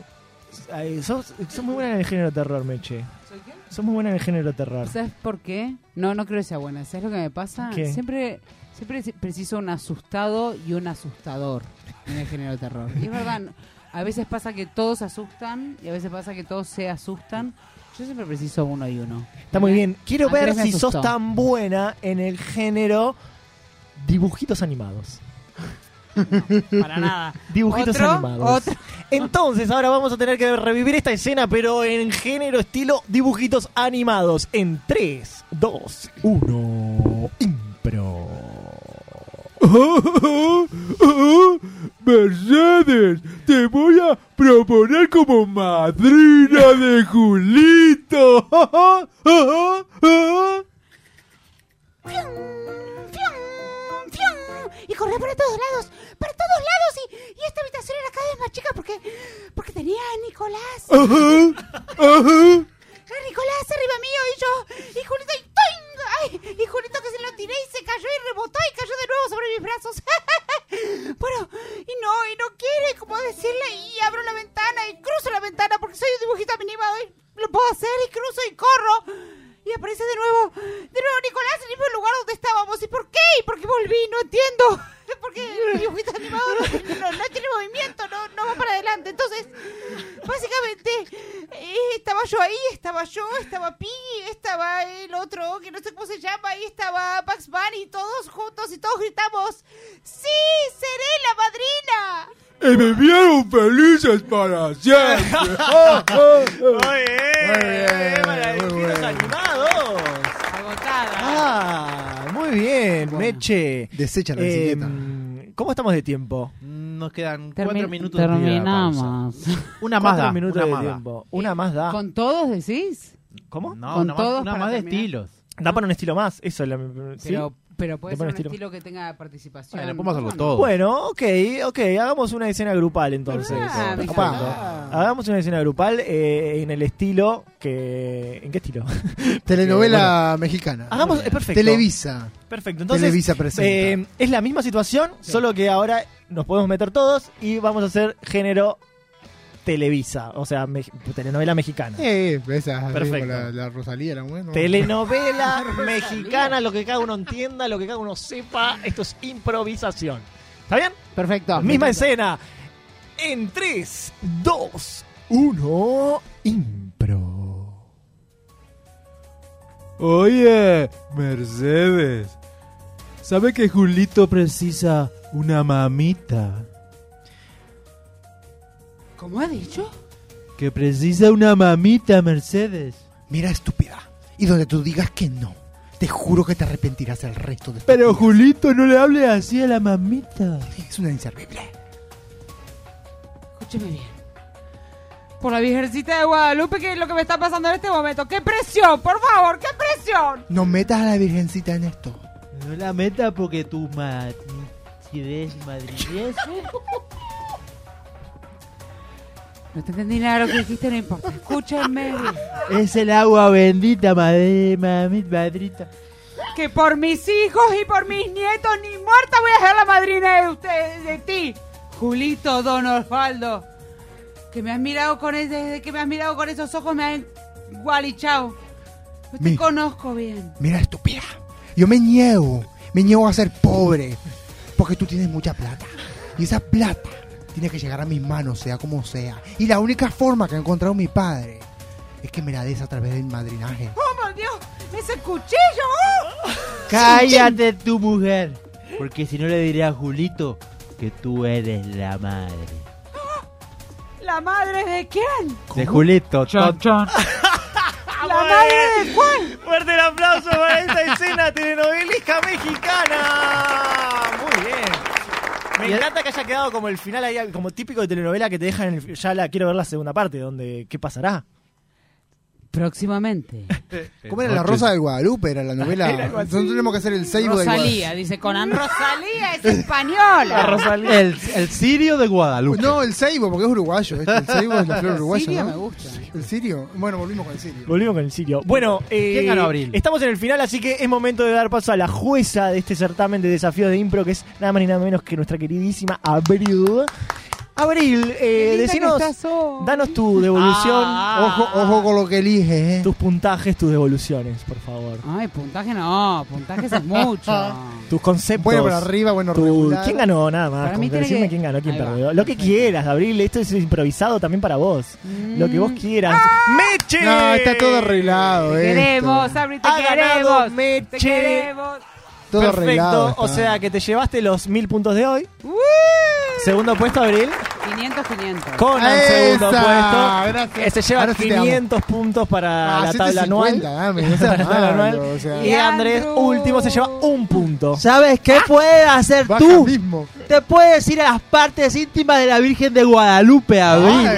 ay, sos, sos muy buena en el género terror, Meche. Sos muy buena en el género terror. ¿Sabes por qué? No, no creo que sea buena. ¿Sabes lo que me pasa? ¿Qué? Siempre Siempre se precisa un asustado y un asustador en el género de terror. Y es verdad, a veces pasa que todos asustan y a veces pasa que todos se asustan. Yo siempre preciso uno y uno. Está muy bien. Quiero ver Andrés Eh, me si sos asustó. tan buena en el género dibujitos animados. Para nada. Dibujitos Otro, animados. otro. Entonces, ahora vamos a tener que revivir esta escena, pero en género estilo dibujitos animados. En 3, 2, 1, impro. Mercedes, te voy a proponer como madrina de Julito. ¡Fium! ¡Fium! Y corría para todos lados, para todos lados. Y, y esta habitación era cada vez más chica porque, porque tenía a Nicolás. A Nicolás arriba mío y yo. Y Julito y ¡toing! ¡Ay! Y Julito que se lo tiré y se cayó y rebotó y cayó de nuevo sobre mis brazos. bueno, y no, y no quiere como decirle. Y abro la ventana y cruzo la ventana porque soy un dibujito animado y lo puedo hacer y cruzo y corro. Y aparece de nuevo, de nuevo Nicolás en el mismo lugar donde estábamos. ¿Y por qué? ¿Y por qué volví? No entiendo. Porque el dibujito animado no, no- no tiene movimiento, no, no va para adelante. Entonces, básicamente, eh, estaba yo ahí, estaba yo, estaba Piggy, estaba el otro, que no sé cómo se llama, ahí estaba Bugs Bunny, todos juntos y todos gritamos, ¡Sí, seré la madrina! Y vivieron felices para siempre. Eh, Eh, para dibujitos animados. Ah, muy bien, Meche. Desecha la Eh, bicicleta. ¿Cómo estamos de tiempo? Nos quedan Termi- cuatro minutos de pausa. terminamos. Una más. Cuatro da, minutos una de más da. tiempo. Una más da. ¿Con todos decís? ¿Cómo? No, Con una más, todos una para más de terminar. estilos. Da para un estilo más. Eso es la. ¿sí? Pero, pero puede Te ser pone un estilo. estilo. que tenga participación. Bueno, podemos hacerlo Bueno. todo. Bueno, ok, ok. Hagamos una escena grupal entonces. Ah, me Opa. encanta. Hagamos una escena grupal eh, en el estilo que. ¿En qué estilo? Telenovela mexicana. Hagamos. eh, perfecto. Televisa. Perfecto. Entonces. Televisa presenta. eh, es la misma situación, solo que ahora nos podemos meter todos y vamos a hacer género Televisa. O sea, me- telenovela mexicana. Eh, eh, esa, Perfecto. digo, La, la Rosalía, la mujer. ¿no? Telenovela mexicana, lo que cada uno entienda, lo que cada uno sepa. Esto es improvisación. ¿Está bien? Ah, Perfecto. Misma escena. En 3, 2, 1, impro. Oye, Mercedes, ¿sabe que Julito precisa una mamita? ¿Cómo ha dicho? Que precisa una mamita, Mercedes. Mira, estúpida. Y donde tú digas que no, te juro que te arrepentirás el resto de tu Pero vida. Julito, no le hable así a la mamita. Es una inservible. Escúcheme bien. Por la Virgencita de Guadalupe, que es lo que me está pasando en este momento. ¡Qué presión, por favor! ¡Qué presión! No metas a la virgencita en esto. No la meta porque tu madridez madridez. No te entendí nada de lo que dijiste, no importa. Escúchenme Ah, bien. es el agua bendita, madre, mami, madrita. Que por mis hijos y por mis nietos, ni muerta voy a ser la madrina de ustedes, de ti, Julito Don Osvaldo. Que me has mirado con ese, desde que me has mirado con esos ojos, me han gualichao. No te Mi- conozco bien. Mira, estúpida. Yo me niego. Me niego a ser pobre. Porque tú tienes mucha plata. Y esa plata tiene que llegar a mis manos, sea como sea. Y la única forma que ha encontrado mi padre es que me la des a través del madrinaje. ¡Oh, por Dios! ¡Ese cuchillo! ¡Oh! Cállate tu mujer. Porque si no le diré a Julito que tú eres la madre. ¿La madre de quién? De Julito, tonto. ¿La madre de cuál? Fuerte el aplauso para esta escena telenovelística mexicana. Muy bien. Me encanta que haya quedado como el final ahí, como típico de telenovela que te dejan en el, ya la quiero ver la segunda parte, donde qué pasará. Próximamente. ¿Cómo era la Rosa de Guadalupe? Era la novela. Era algo así. Nosotros tenemos que hacer el seibo de Guadalupe. Rosalía, dice Conan. Rosalía es española. El, el sirio de Guadalupe. No, el seibo, porque es uruguayo. este. El seibo es la flor uruguaya. Siria ¿no? me gusta. ¿El sirio? Bueno, volvimos con el sirio. Volvimos con el sirio. Bueno, eh, ¿Quién ganó, Abril? estamos en el final, así que es momento de dar paso a la jueza de este certamen de desafíos de impro, que oh. es nada más ni nada menos que nuestra queridísima Abril. Abril, eh, decinos, danos tu devolución. Ah. Ojo, ojo con lo que eliges, eh. Tus puntajes, tus devoluciones, por favor. Ay, puntaje no, puntajes es mucho. Tus conceptos. Bueno para arriba, bueno tu- regular. ¿Quién ganó? Nada más. Ah. Para mí con que tiene decirme que- quién ganó, quién Ahí va, perdió. Lo que quieras, Abril. Esto es improvisado también para vos. Lo que vos Mm. quieras. ¡Meche! No, está todo arreglado, eh. Ah. Queremos, Abri, te Ha ganado queremos. Te Meche. Eh, queremos. Todo Perfecto. arreglado. está. O sea que te llevaste los mil puntos de hoy. Segundo puesto, Abril. 500, 500. Conan, ¡Esa! segundo puesto. Gracias. Eh, Se lleva Ahora sí te amo. 500 puntos para Ah, la tabla 150, anual. dame, no seas Para la tabla malo, anual. o sea. y Andrés, último, se lleva un punto. ¿Sabes qué puedes hacer Baja tú? mismo. Te puedes ir a las partes íntimas de la Virgen de Guadalupe, Abril.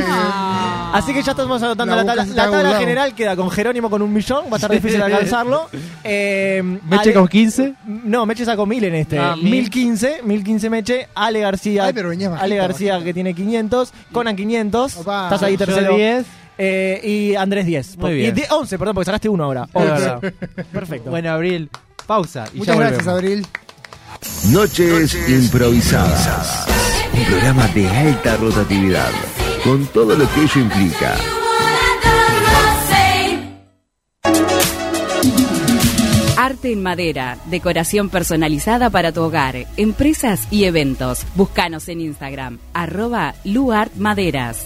Así que ya estamos anotando La la, tabla. boca se está La tabla nublado. general queda con Jerónimo con un millón, va a estar difícil alcanzarlo. Eh, Meche Ale- con 15. No, Meche sacó mil en este. Ah, mil. 1015, 1015 Meche. Ale García. Ay, pero venía bajito, Ale García bajito. que tiene 500. Conan 500. Opa. Estás ahí Yo tercero. 10. Eh, y Andrés 10. Muy Y bien. die- 11, perdón, porque sacaste uno ahora. Es 11. verdad. Perfecto. Bueno, Abril, pausa y Muchas ya gracias, volvemos. Abril. Noches improvisadas. Un programa de alta rotatividad, con todo lo que ello implica. Arte en madera, decoración personalizada para tu hogar, empresas y eventos. Búscanos en Instagram, arroba luartmaderas.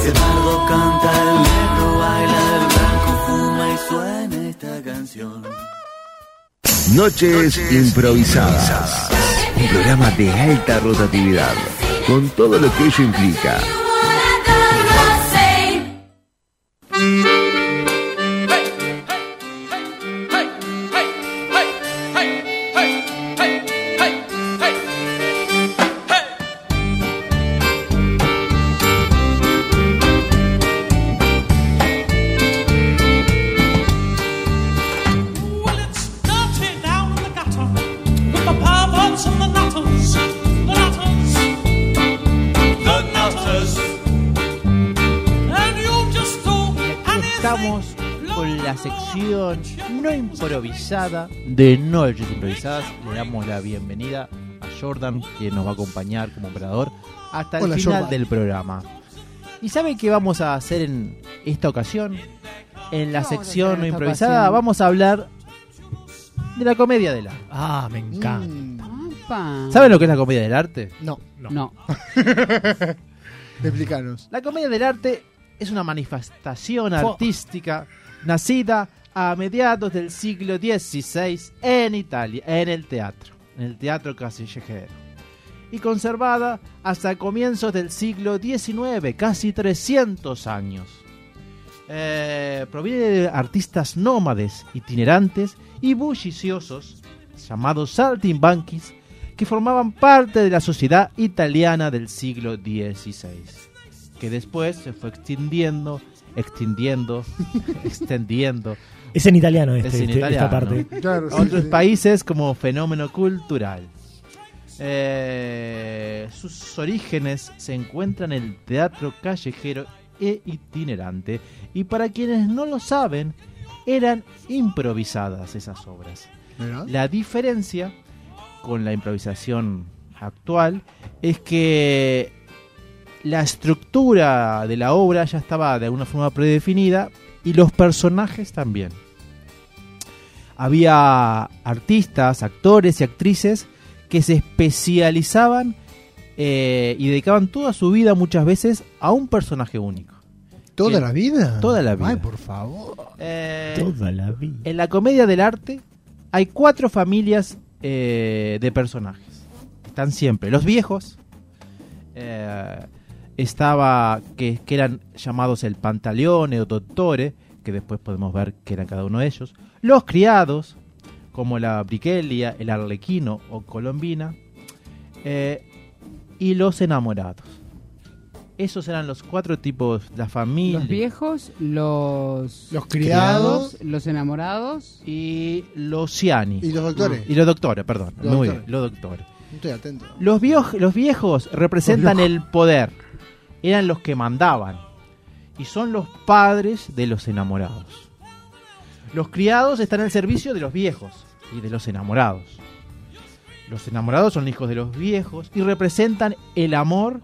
Si el pardo canta, el negro baila, el blanco fuma y suena esta canción. Noches improvisadas. Un programa de alta rotatividad, con todo lo que ello implica. Well, it's dirty down in the gutter with the perverts and the nutters, the nutters, the nutters. And you just do Estamos con la sección no improvisada de Noches Improvisadas. Le damos la bienvenida a Jordan, que nos va a acompañar como operador hasta el Hola, final Jordan. Ah, del programa. ¿Y sabe qué vamos a hacer en esta ocasión? En la vamos a hacer en sección no esta improvisada ocasión? vamos a hablar de la comedia del arte. Ah, me encanta. Apa. Mm. ¿Saben lo que es la comedia del arte? No, No. explícanos. La comedia del arte es una manifestación artística nacida a mediados del siglo XVI en Italia, en el teatro, en el teatro callejero, y conservada hasta comienzos del siglo XIX, casi 300 años. Eh, proviene de artistas nómades, itinerantes y bulliciosos, llamados saltimbanquis, que formaban parte de la sociedad italiana del siglo XVI, que después se fue extendiendo, extendiendo, extendiendo. Es en italiano este, Es en este- esta italiano. parte. Claro, sí, Otros sí. países como fenómeno cultural. Eh, sus orígenes se encuentran en el teatro callejero e itinerante y para quienes no lo saben, eran improvisadas esas obras. La diferencia con la improvisación actual es que la estructura de la obra ya estaba de alguna forma predefinida y los personajes también. Había artistas, actores y actrices que se especializaban eh, y dedicaban toda su vida muchas veces a un personaje único. ¿Toda Que- la vida? Toda la vida. Ay, por favor. Toda la vida. Eh, En la comedia del arte hay cuatro familias eh, de personajes. Están siempre los viejos. eh, estaba que, que eran llamados el pantaleone o dottore, que después podemos ver que eran cada uno de ellos. Los criados, como la briquelia, el arlequino o colombina. eh, y los enamorados. Esos eran los cuatro tipos, la familia. Los viejos, los... Los criados. los enamorados. Y los ciani. Y los doctores. Y los doctores, perdón. Los Muy doctores. bien, los doctores. Estoy atento. Los, vio- los viejos representan el poder. Eran los que mandaban. Y son los padres de los enamorados. Los criados están al servicio de los viejos y de los enamorados. Los enamorados son hijos de los viejos y representan el amor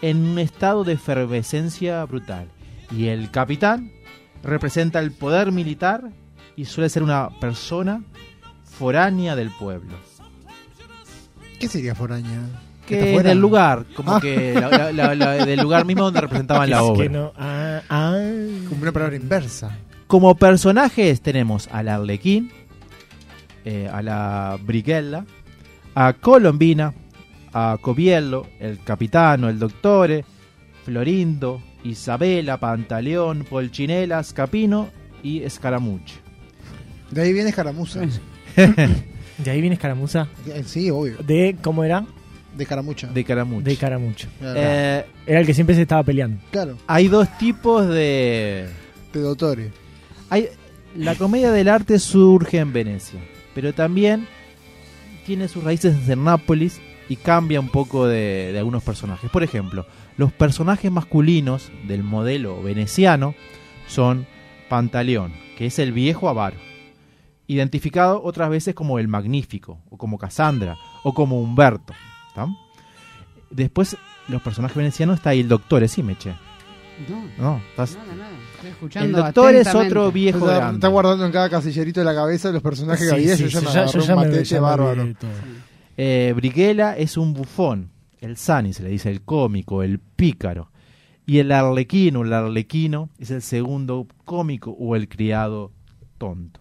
en un estado de efervescencia brutal. Y el capitán representa el poder militar y suele ser una persona foránea del pueblo ¿Qué sería foraña? que está del fuera? lugar, como Ah. que la- la- la- la- del lugar mismo donde representaban la Es obra. que no, ah, ah. Como una palabra inversa. Como personajes tenemos al Arlequín, eh, a la Brigella, a Colombina, a Cobiello, el Capitano, el Doctore, Florindo, Isabela, Pantaleón, Polchinela, Scapino y Escaramucci. De ahí viene escaramuza. ¿De ahí viene escaramuza? Eh, Sí, obvio. ¿De Eh, cómo era? De caramucha. De Caramucci. De caramucho. Claro. Eh, era el que siempre se estaba peleando. Claro. Hay dos tipos de... De doctores. Hay, la comedia del arte surge en Venecia, pero también tiene sus raíces en Nápoles y cambia un poco de, de algunos personajes. Por ejemplo, los personajes masculinos del modelo veneciano son Pantaleón, que es el viejo avaro, identificado otras veces como el magnífico, o como Cassandra, o como Humberto. ¿tá? Después, los personajes venecianos está ahí el doctor, decime, che. No, No, estás- nada, nada. Estoy El escuchando doctor es atentamente. otro viejo O sea, grande. está guardando en cada casillerito de la cabeza los personajes que había. yo ya me agarré un matete bárbaro. Eh, Brighella es un bufón, el Sani se le dice, el cómico, el pícaro. Y el arlequino, el arlequino es el segundo cómico o el criado tonto.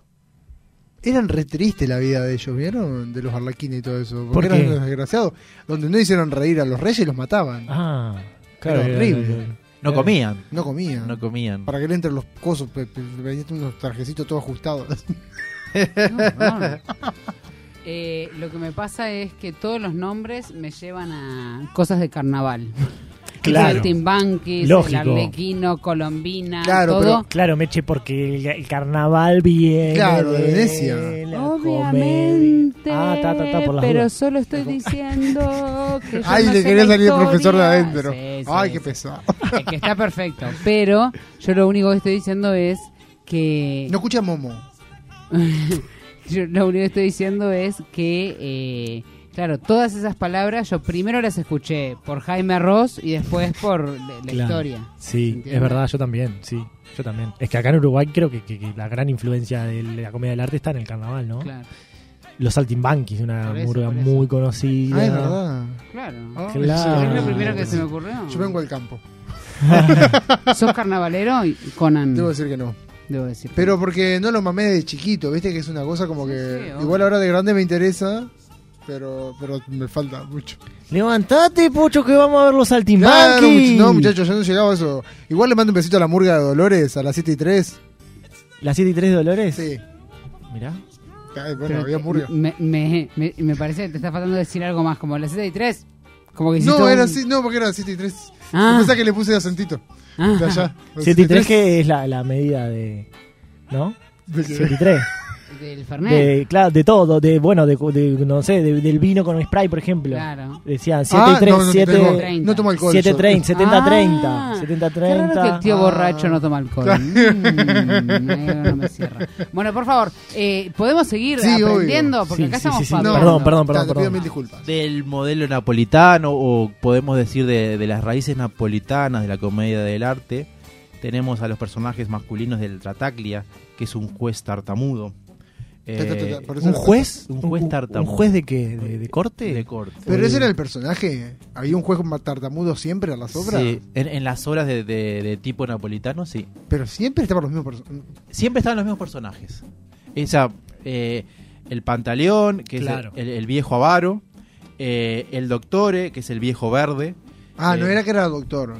Eran re triste la vida de ellos, ¿vieron? De los arlequines y todo eso. ¿Por Porque eran qué? unos desgraciados. Donde no hicieron reír a los reyes, los mataban. Ah, claro. Era horrible. No comían. No comían. No comían. Para que le entren los cosos, pe- pe- venían unos tarjecitos todos ajustados. No. Eh, lo que me pasa es que todos los nombres me llevan a cosas de carnaval. Claro. El Timbanquis, el Lógico. arlequino, Colombina, todo. claro, Meche, porque el, el carnaval viene. Claro, de Venecia. la Obviamente. comedia. Ah, ta, ta, ta, por las pero dudas. solo estoy diciendo que. yo Ay, no le sé quería la salir el historia. profesor de adentro. Sí, sí, Ay, sí. qué pesado. Ah, Es que está perfecto. Pero yo lo único que estoy diciendo es que. No escucha Momo. yo lo único que estoy diciendo es que. eh, claro, todas esas palabras yo primero las escuché por Jaime Ross y después por la, la Claro. historia. Sí, ¿Entiendes? es verdad, yo también, sí. Yo también. Es que acá en Uruguay creo que, que- que la gran influencia de la comedia del arte está en el carnaval, ¿no? Claro. Los saltimbanquis, una Por eso, murga por eso. muy conocida. Ah, es verdad. Claro. Ah, Claro. sí. Es lo primero que se me ocurrió. Yo vengo del campo. ¿Sos carnavalero, Conan? Debo decir que no. Debo decir. que Pero porque no lo mamé de chiquito, viste que es una cosa como que. obvio. igual ahora de grande me interesa, pero, pero me falta mucho. Levantate, Pocho, que vamos a ver los saltimbanquis. Claro, much- no, muchachos, yo no llegaba a eso. Igual le mando un besito a la murga de Dolores a las 7 y 3. ¿Las 7 y 3 de Dolores? Sí. Mirá. Ah, Bueno, Pero había te- murió. Me, me, me- me parece que te está faltando decir algo más, como la Z3. Como que hiciste No, era un- así, no, porque era 7 y 3. Ah. Yo pensaba que le puse acentito. Ah, De allá. 73 que es la, la medida de... ¿No? ¿De qué? 73. Del Fernet. De, claro, de todo, de bueno, de, de- no sé, de- del vino con spray, por ejemplo. Claro. Decían Ah, 73, no, no, 7, tengo- 30. no tomo alcohol, 7, yo. 30, 70, 30. Ah, 70, qué raro 30. que el tío borracho no toma alcohol. Claro. Mm, ahí no me cierra. Bueno, por favor, eh, ¿podemos seguir Sí, obvio. aprendiendo? Porque Sí, acá sí, sí, estamos sí. fabulosos. Perdón, perdón, perdón, Te pido perdón. mil disculpas. Del modelo napolitano, o podemos decir de, de las raíces napolitanas de la comedia del arte, tenemos a los personajes masculinos del Trataglia, que es un juez tartamudo. Eh, Ta, ta, ta, ta, por eso ¿Un era- juez? Un un- juez un- tartamudo. un juez de qué? ¿De, corte? De corte. Pero ese era el personaje. Había un juez con tartamudo siempre a las obras. Sí, en, en las obras de, de- de tipo napolitano, sí. Pero siempre estaban los mismos personajes. Siempre estaban los mismos personajes. Esa, eh, el Pantaleón, que Claro. es el, el viejo avaro. eh, el Doctore, que es el viejo verde. Ah, no eh, era que era doctor.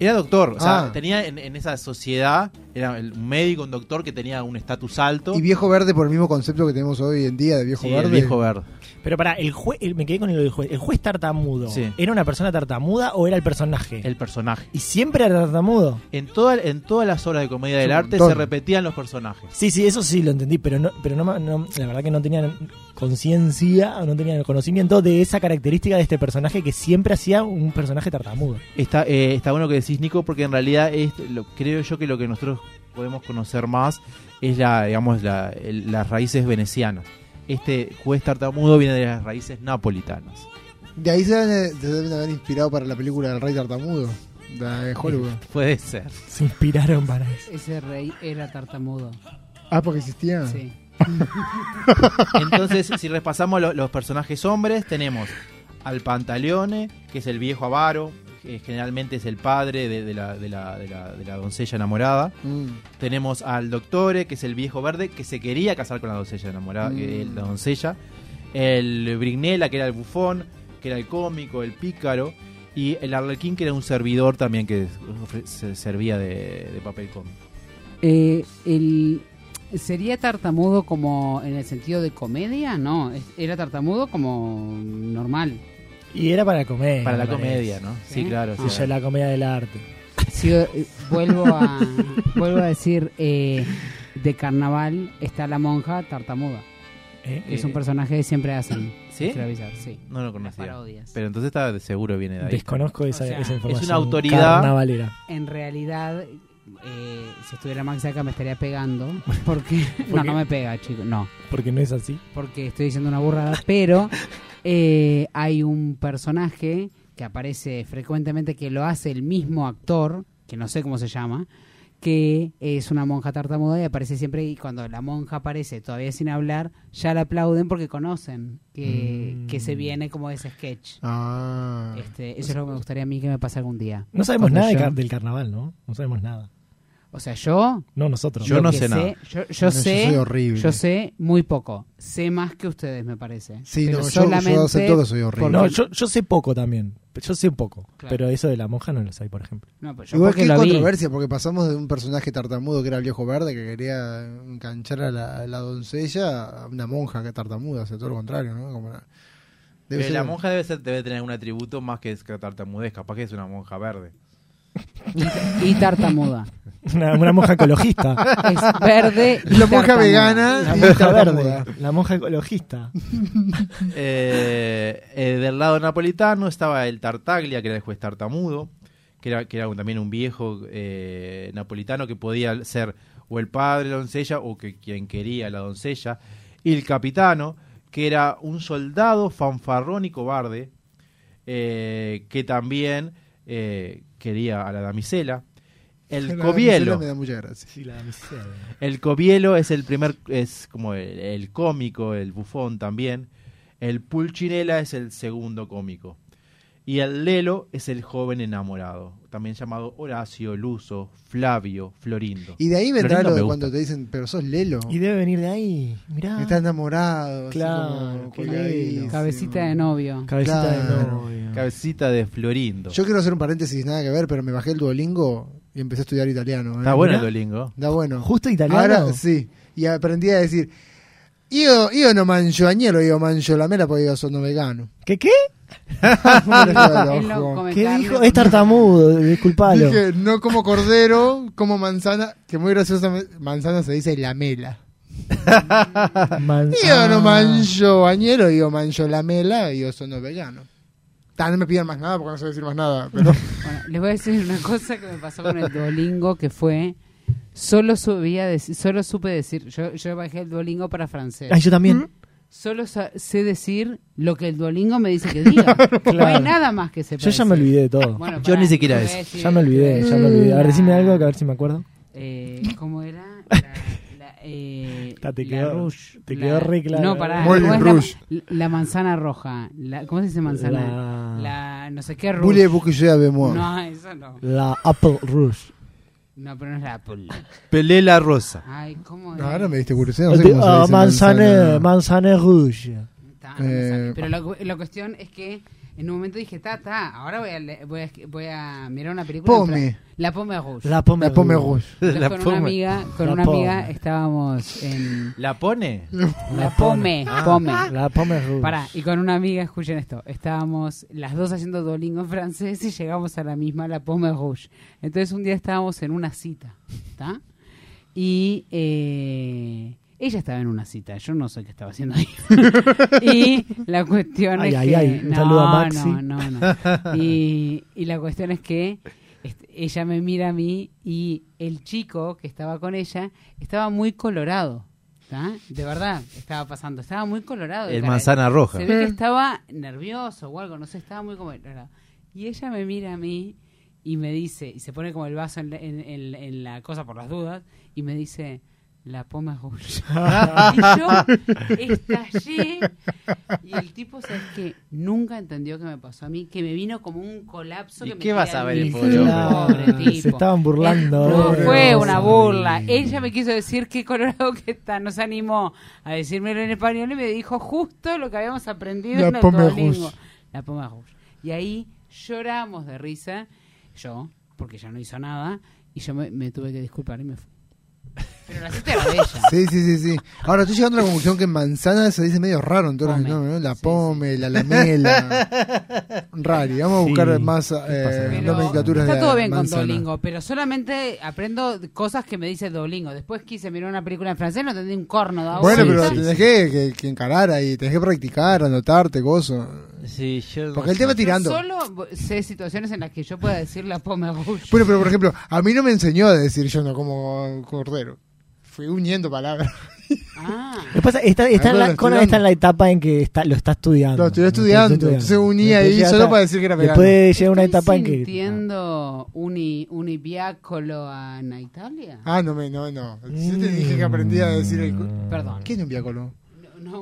Era doctor, o sea, Ah. tenía en, en esa sociedad, era el- un médico, un doctor que tenía un estatus alto. Y viejo verde por el mismo concepto que tenemos hoy en día de viejo Sí, el verde. viejo verde. Pero para, el juez, el- me quedé con lo del juez. ¿El juez tartamudo Sí. era una persona tartamuda o era el personaje? El personaje. ¿Y siempre era tartamudo? En, toda, en todas las obras de comedia Es del un arte montón. se repetían los personajes. Sí, sí, eso sí lo entendí, pero no, pero no, ma- no- la verdad que no tenían conciencia, no tenían conocimiento de esa característica de este personaje que siempre hacía un personaje tartamudo. Está, eh, está bueno que decís, Nico, porque en realidad es, lo, creo yo que lo que nosotros podemos conocer más es la, digamos, la- el- las raíces venecianas. Este juez tartamudo viene de las raíces napolitanas. De ahí se deben, se deben haber inspirado para la película del rey tartamudo. De Hollywood. Puede ser. Se inspiraron para Ese rey era tartamudo. Ah, porque existía. Sí. Entonces, si repasamos lo- los personajes hombres, tenemos al Pantaleone, que es el viejo avaro, que generalmente es el padre de, de la, de la- de la- de la doncella enamorada. Mm. Tenemos al Doctore, que es el viejo verde, que se quería casar con la doncella enamorada, que- Mm. la doncella. El Brignela, que era el bufón, que era el cómico, el pícaro. Y el Arlequín, que era un servidor también que ofre- se servía de, de papel cómico. Eh, el, ¿Sería tartamudo como en el sentido de comedia? No, es- era tartamudo como normal. Y era para la comedia. Para la me parece. comedia, ¿no? Sí, claro, sí. Eso es la comedia del arte. Sigo, eh, vuelvo, a, vuelvo a decir, eh, de carnaval está la monja tartamuda. ¿Eh? Que es un personaje que siempre hacen. ¿Sí? Quiero avisar, sí. No lo Las conocía. parodias. Pero entonces está de seguro viene de ahí. Desconozco esa, sea, esa es información. una autoridad- carnavalera. En realidad, eh, si estuviera Max acá me estaría pegando. Porque. no, Porque- no me pega, chicos, no. Porque no es así. Porque estoy diciendo una burrada. Pero eh, hay un personaje que aparece frecuentemente que lo hace el mismo actor, que no sé cómo se llama, que es una monja tartamuda y aparece siempre. Y cuando la monja aparece todavía sin hablar, ya la aplauden porque conocen que, Mm. que se viene como ese sketch. Ah. Este, eso es lo que me gustaría a mí que me pase algún día. No sabemos Cuando nada de Ah, yo- car- del carnaval, ¿no? No sabemos nada. O sea, yo. No, nosotros. Yo lo no que sé nada. Yo, yo No, yo sé. soy horrible. Yo sé muy poco. Sé más que ustedes, me parece. Sí, Pero no, yo- yo acepto que soy horrible. No, porque- yo, yo sé poco también. Yo sé un poco. Claro. Pero eso de la monja no lo sé, por ejemplo. no, pero yo Igual porque que hay lo vi. controversia, porque pasamos de un personaje tartamudo que era el viejo verde que quería enganchar a la, a la doncella a una monja que es tartamuda, o sea, todo lo contrario, ¿no? Como una- debe Eh, ser- La monja debe, ser, debe tener un atributo más que es que tartamudez, capaz que es una monja verde. Y tartamuda. Una, una monja ecologista. Es verde. y La monja tartamuda. vegana La y monja tartamuda. verde. La monja ecologista. Eh, eh, del lado napolitano estaba el Tartaglia, que era el juez tartamudo, que era, que era un- también un viejo eh, napolitano que podía ser o el padre de la doncella o que quien quería la doncella. Y el capitano, que era un soldado fanfarrón y cobarde, eh, que también eh, quería a la damisela. La El damisela cobielo. me da mucha gracia. Sí, la damisela. El Cobielo es el primer, es como el, el cómico, el bufón también. El Pulchinela es el segundo cómico. Y el Lelo es el joven enamorado, también llamado Horacio, Luso, Flavio, Florindo. Y de ahí vendrá Florindo lo me de gusta. cuando te dicen, pero sos Lelo, Y debe venir de ahí. Mirá. está enamorado, así Claro, como qué colgadísimo. Cabecita de novio. Cabecita de Claro. novio. Cabecita de Florindo. Yo quiero hacer un paréntesis, nada que ver, pero me bajé el Duolingo y empecé a estudiar italiano. ¿eh? Está bueno el Mirá. Duolingo. Está bueno. Justo italiano. Ahora sí. Y aprendí a decir Io, io non mangio agnello, io mangio la mela porque yo sono vegano. ¿Qué qué? Él no come ¿Qué carne. dijo? Es tartamudo, disculpalo. Dije, no como cordero, como manzana, que muy graciosa manzana se dice la mela. Man- Yo no manjo añero, yo manjo la mela, yo sono vegano. Ta, no me pidan más nada porque no sé decir más nada, pero Bueno, les voy a decir una cosa que me pasó con el Duolingo, que fue... Solo, subía dec- solo supe decir... Yo, yo bajé el Duolingo para francés. Ah, yo también. ¿Mm? Solo sa- sé decir lo que el Duolingo me dice que diga. No hay nada más que sepa Yo ya me decir. olvidé de todo. Bueno, Yo pará, ni siquiera te voy a eso. decir- Ya me olvidé, ya me olvidé. A ver, decime algo, que a ver si me acuerdo. Eh, ¿Cómo era? La, la, eh, Ta, te la quedó- Rouge, te la- quedó re claro. No, pará. Moulin ¿cómo es Rouge. La, la manzana roja. La, ¿Cómo se dice manzana? La, no sé qué Boule rouge. bouquillé de moi. No, eso no. La Apple Rouge. No, pero no es la Apple. Pelé la rosa. Ay, ¿cómo No, era? ahora me diste curiosidad, no sé cómo se Ah, dice manzane, manzana. manzane Rouge. Eh, Pero la, cu- la cuestión es que en un momento dije, ta, ta, ahora voy a, le- voy a, voy a mirar una película. en Pome. fran- La Pome Rouge. La Pome La Pome Rouge. Rouge. Entonces, La con Pome. una amiga, con La una Pome. amiga estábamos en... ¿La pone? La Pome, Ah, Pome. La Pome Rouge. Pará, y con una amiga, escuchen esto, estábamos las dos haciendo Duolingo en francés y llegamos a la misma, la Pomme Rouge. Entonces un día estábamos en una cita, ¿está? Y eh, ella estaba en una cita, yo no sé qué estaba haciendo ahí. y la cuestión Ay, es ay, que... ay, un no, saludo a Maxi. no, no, no. Y, y la cuestión es que este, ella me mira a mí y el chico que estaba con ella estaba muy colorado. ¿tá? De verdad, estaba pasando. Estaba muy colorado. de El cara. manzana roja. Se ve que estaba nervioso o algo, no sé, estaba muy como... colorado. Y ella me mira a mí y me dice, y se pone como el vaso en la, en- en- en la cosa por las dudas, y me dice, la poma es Gucci". Y yo estallé y el tipo, ¿sabes que Nunca entendió que me pasó a mí, que me vino como un colapso. ¿Y que me qué vas tiré a al ver el piso. pobre Pobre hombre? tipo. Se estaban burlando, No, eh. fue una Ay. burla. Ella me quiso decir qué colorado que está. No se animó a decírmelo en español y me dijo justo lo que habíamos aprendido La en el Pome Duolingo. Rouge. La Poma Rouge. Y ahí lloramos de risa. Yo, porque ya no hizo nada. Y yo me, me tuve que disculpar y me fui. Pero la cita era de ella. Sí, sí, sí, sí. Ahora estoy llegando a la conclusión que manzana se dice medio raro en todos los nombres, ¿no? La pome, la lamela. Raro, y vamos a buscar Sí. más eh, nomenclaturas de Está todo bien manzana. con Duolingo, pero solamente aprendo cosas que me dice Duolingo. Después quise mirar una película en francés, no entendí un corno. ¿da vos? Bueno, Sí, pero sí, tenés sí. Que, que- que encarar ahí, tenés que practicar, anotarte, gozo. Sí, yo Porque él te va tirando. Yo solo sé situaciones en las que yo pueda decir la pome rouge. Bueno, pero por ejemplo, a mí no me enseñó a decir yo no como cordero. Fui uniendo palabras. Lo que pasa, está, está, Ah, en la, lo Conan estudiando. está en la etapa en que está, lo está estudiando. Lo estudié estudiando, entonces uní ahí llega solo otra- para decir que era vegano. Después llega una etapa en que... Sintiendo uni, univiacolo a Italia. Ah, no, me, no, no. Yo te dije que aprendí a decir el... cu- Perdón. ¿Qué es un viácolo? No,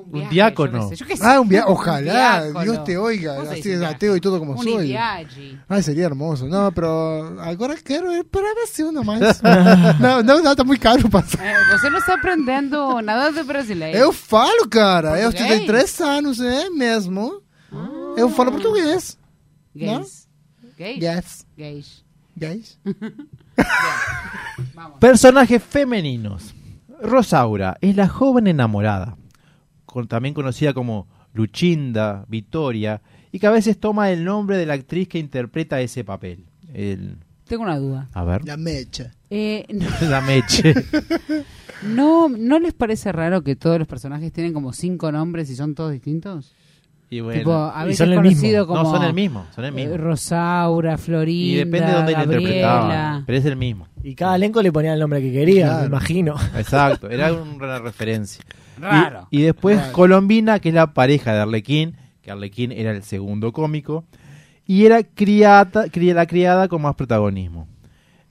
Mm. Un diácono. Ah, un via- Ojalá, Un diácono. Dios te oiga. Vos Así decís es viaje. ateo y todo como Un soy. ideagi. Ay, sería hermoso. No, pero ahora quiero ir para ver si uno más. no, no, no, está muy caro pasar. Eh, você não está aprendendo nada de brasileiro. Eu falo, cara. Eu Português? estudei três anos, é ¿eh? mesmo. Eu falo português. Gays. Gays. Gays. Gays. Gays. Personajes femeninos. Rosaura es la joven enamorada, con- también conocida como Luchinda, Vitoria, y que a veces toma el nombre de la actriz que interpreta ese papel. El- Tengo una duda. a ver, La mecha. Eh, no, la meche. no, ¿no les parece raro que todos los personajes tienen como cinco nombres y son todos distintos? Y bueno, Tipo, a y veces son el conocido mismo. como No, son el mismo, son el mismo. eh, Rosaura, Florinda, y depende de dónde la interpretaba, Gabriela. pero es el mismo. Y cada elenco le ponía el nombre que quería, me imagino. Exacto, era un- una referencia. Y- Raro. Y, después Raro. Colombina, que es la pareja de Arlequín, que Arlequín era el segundo cómico, y era criata, cri- la criada con más protagonismo.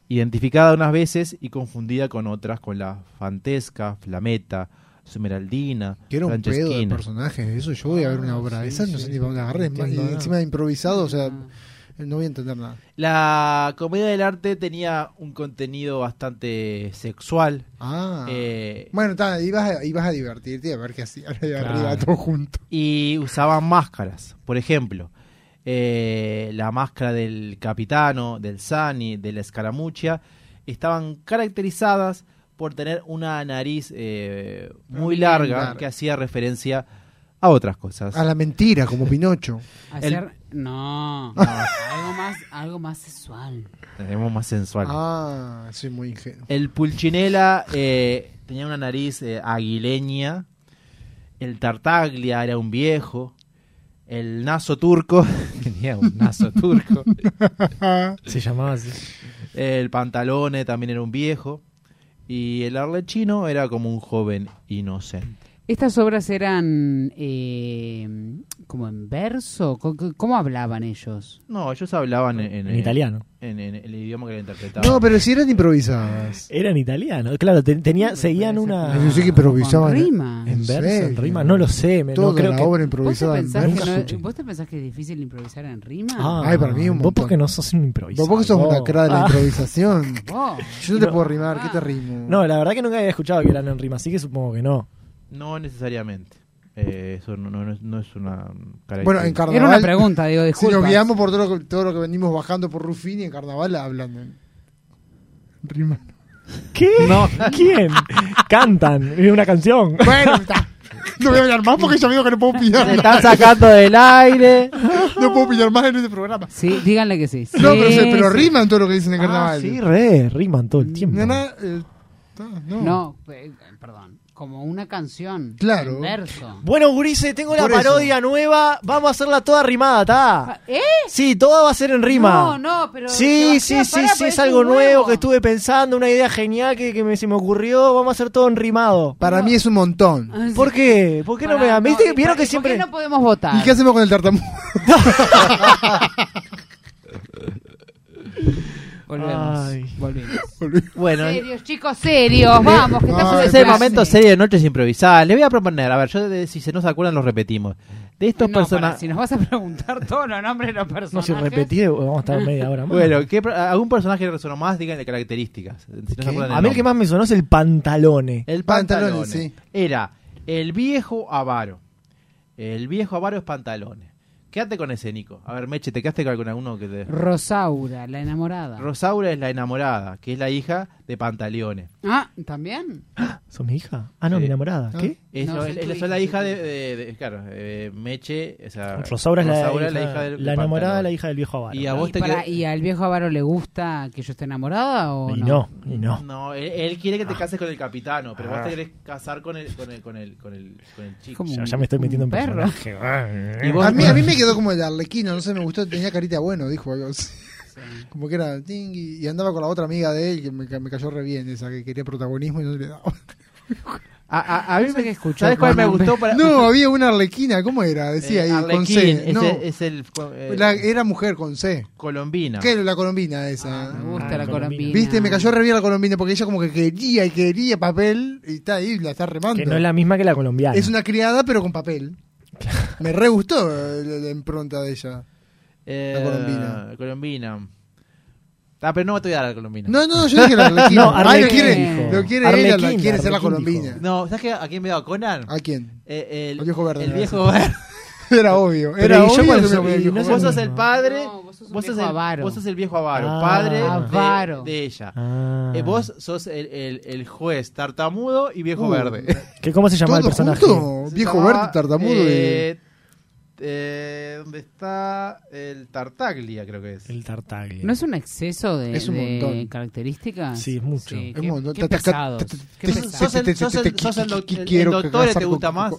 Identificada unas veces y confundida con otras, con la Fantesca, Flameta, Sumeraldina, Que era un pedo de Francesquina. personajes. Eso yo voy a ver Ah, una obra. de Esas no sé ni para dónde agarré. No Y entiendo nada. encima improvisado, o sea, Ah. no voy a entender nada. La comedia del arte tenía un contenido bastante sexual. Ah. eh, Bueno, está, ibas a, ibas a divertirte y a ver qué hacían ahí Claro. arriba, todo junto. Y usaban máscaras. Por ejemplo, eh, la máscara del capitano, del Sani, de la escaramucha, estaban caracterizadas por tener una nariz eh, muy Muy larga larga. que hacía referencia a otras cosas. A la mentira, como Pinocho. Hacer. No. algo, más, algo más sexual. Tenemos más sensual. Ah, soy muy ingenuo. El Pulcinella eh, tenía una nariz eh, aguileña. El Tartaglia era un viejo. El Nazo turco tenía un Nazo turco. Ah. Se llamaba así. El Pantalone también era un viejo. Y el Arlechino era como un joven inocente. Estas obras eran eh, como en verso. ¿Cómo, cómo hablaban ellos? No, ellos hablaban en, En italiano. En, en el idioma que le interpretaban. No, pero si eran improvisadas. Eran italianos, claro, te- tenía, seguían una. Yo sé que improvisaban. Con rimas. En verso, serio? en rima, no lo sé. me- Toda no creo la que... obra ¿Vos te, improvisada. en pensás que verso. no- ¿Vos te pensás que es difícil improvisar en rima? Ah, Ay, para mí un Vos montón. porque no sos un Vos improvisador. porque sos una cra de la Ah. improvisación. Vos. Yo no te puedo rimar, Ah. ¿qué te rimo? No, la verdad que nunca había escuchado que eran en rima, así que supongo que no. No necesariamente. Eh, eso no, no- no es- no es una característica. Bueno, en carnaval. Era una pregunta, digo, Si disculpas. nos guiamos por todo lo, que, todo lo que venimos bajando por Ruffini en carnaval hablando. Rima. ¿Qué? ¿Quién? Cantan, es una canción. Bueno, está. No voy a hablar más porque ya veo que no puedo opinar. Se están sacando del aire. No puedo opinar más en este programa. Sí, díganle que sí. No, Sí, pero, se- pero sí. riman todo lo que dicen en Ah, carnaval. sí, re, riman todo el tiempo. No, no, eh, ta, no. No, eh, perdón. Como una canción. Claro. En verso. Bueno, Gurice, tengo la Por eso. parodia nueva. Vamos a hacerla toda rimada, ¿tá? ¿Eh? Sí, toda va a ser en rima. No, no, pero. Sí, sí, Sebastián, sí, pará, sí, porque es algo un nuevo. huevo. que estuve pensando, una idea genial que, que me, se me ocurrió. Vamos a hacer todo en rimado. Para mí es un montón. Ah, sí. ¿Por qué? ¿Por qué no me Pará, dan? ¿Viste? y pará, Vieron que ¿y por qué siempre. no podemos votar? ¿Y qué hacemos con el tartamudo? Volvemos. Ay. Volvemos. Bueno, Serios, chicos, serios. Vamos, que estamos Ay, es en el pero- momento serio de Noches Improvisadas. Les voy a proponer, a ver, yo de- si se nos acuerdan, lo repetimos. De estos No, para, personajes. si nos vas a preguntar todos los nombres de los personajes. No, si repetí, vamos a estar media hora más. Bueno, ¿qué, pro- ¿algún personaje que resonó más? Díganle características. Si no se ¿Qué? acuerdan del a mí el que nombre. más me sonó es el pantalone. El Pantalones, pantalón sí. era el viejo avaro. El viejo avaro es pantalones. Quédate con ese, Nico. A ver, Meche, ¿te quedaste con alguno que te... Rosaura, la enamorada. Rosaura es la enamorada, que es la hija de Pantaleone. ah, ¿también? ¿Sos mi hija? Ah, no, Sí. mi enamorada. Ah. ¿Qué? Es, No, no, soy es- tu es la- hija, es la soy hija tu de, hija. de- de- claro, eh, Meche, o sea, Rosaura es la, Rosaura hija, del- la de enamorada, la Pantaleone. hija del viejo avaro. Y a vos ¿Y, te para- quedó- ¿Y al viejo avaro le gusta que yo esté enamorada o Y no? no, y no. No, él, él quiere Ah. que te cases con el capitano, pero Ah. vos te querés casar con el, con el, con el, con el, con el chico. Como Ya, un- ya me estoy metiendo en un perro. personaje. Y vos- A mí, a mí me quedó como el arlequino, no sé, me gustó, tenía carita de bueno, dijo algo así. Como que era ting, y, y andaba con la otra amiga de él que me, ca- me cayó re bien, esa que quería protagonismo y no le daba. A, a- a mí No sé qué me escuchó, ¿Sabes cuál me Juan? gustó? Para, No, había una arlequina, ¿cómo era? Decía Eh, ahí, con Arlequín, C. es, No, el- es el eh, la- era mujer con C. Colombina. ¿Qué era la colombina esa? Me gusta Ah, la colombina. colombina. Viste, me cayó re bien la colombina porque ella como que quería y quería papel y está ahí, la está remando. Que no es la misma que la colombiana. Es una criada pero con papel. Me re gustó eh, la, la impronta de ella. Eh, La Colombina. Colombina. Ah, pero no te voy a dar la Colombina. No, no, yo dije la arlequina. No, Ah, lo Arlequín quiere, dijo. lo quiere ella, la Arlequín, quiere ser la Arlequín colombina. No, ¿sabes qué? a quién me he dado? ¿Conan? ¿A quién? Eh, el, Al viejo verde, El me viejo verde. Era obvio. Pero Era ¿y yo obvio. cuál que soy? me- Y no me- sé- Vos sos el No. padre. No, vos sos un vos, sos viejo el, avaro. vos sos el viejo avaro. Ah. padre de- Avaro. De, ella. Ah. Eh, vos sos el, el- el juez tartamudo y viejo verde. Uh, ¿Qué- ¿Cómo se llamaba el ¿Todo personaje? junto? Se Viejo llamaba, verde, tartamudo. y- eh, eh, ¿Dónde está el Tartaglia? Creo que es. El Tartaglia. ¿No es un exceso de, Es un de montón. características? Sí, es mucho. Sí, Es qué, un montón. qué Ta- ta- ta- ta- pesados, ta- qué ta- pesados. sos el- sos el- sos el doc- el- el doctor casar te con- gusta más.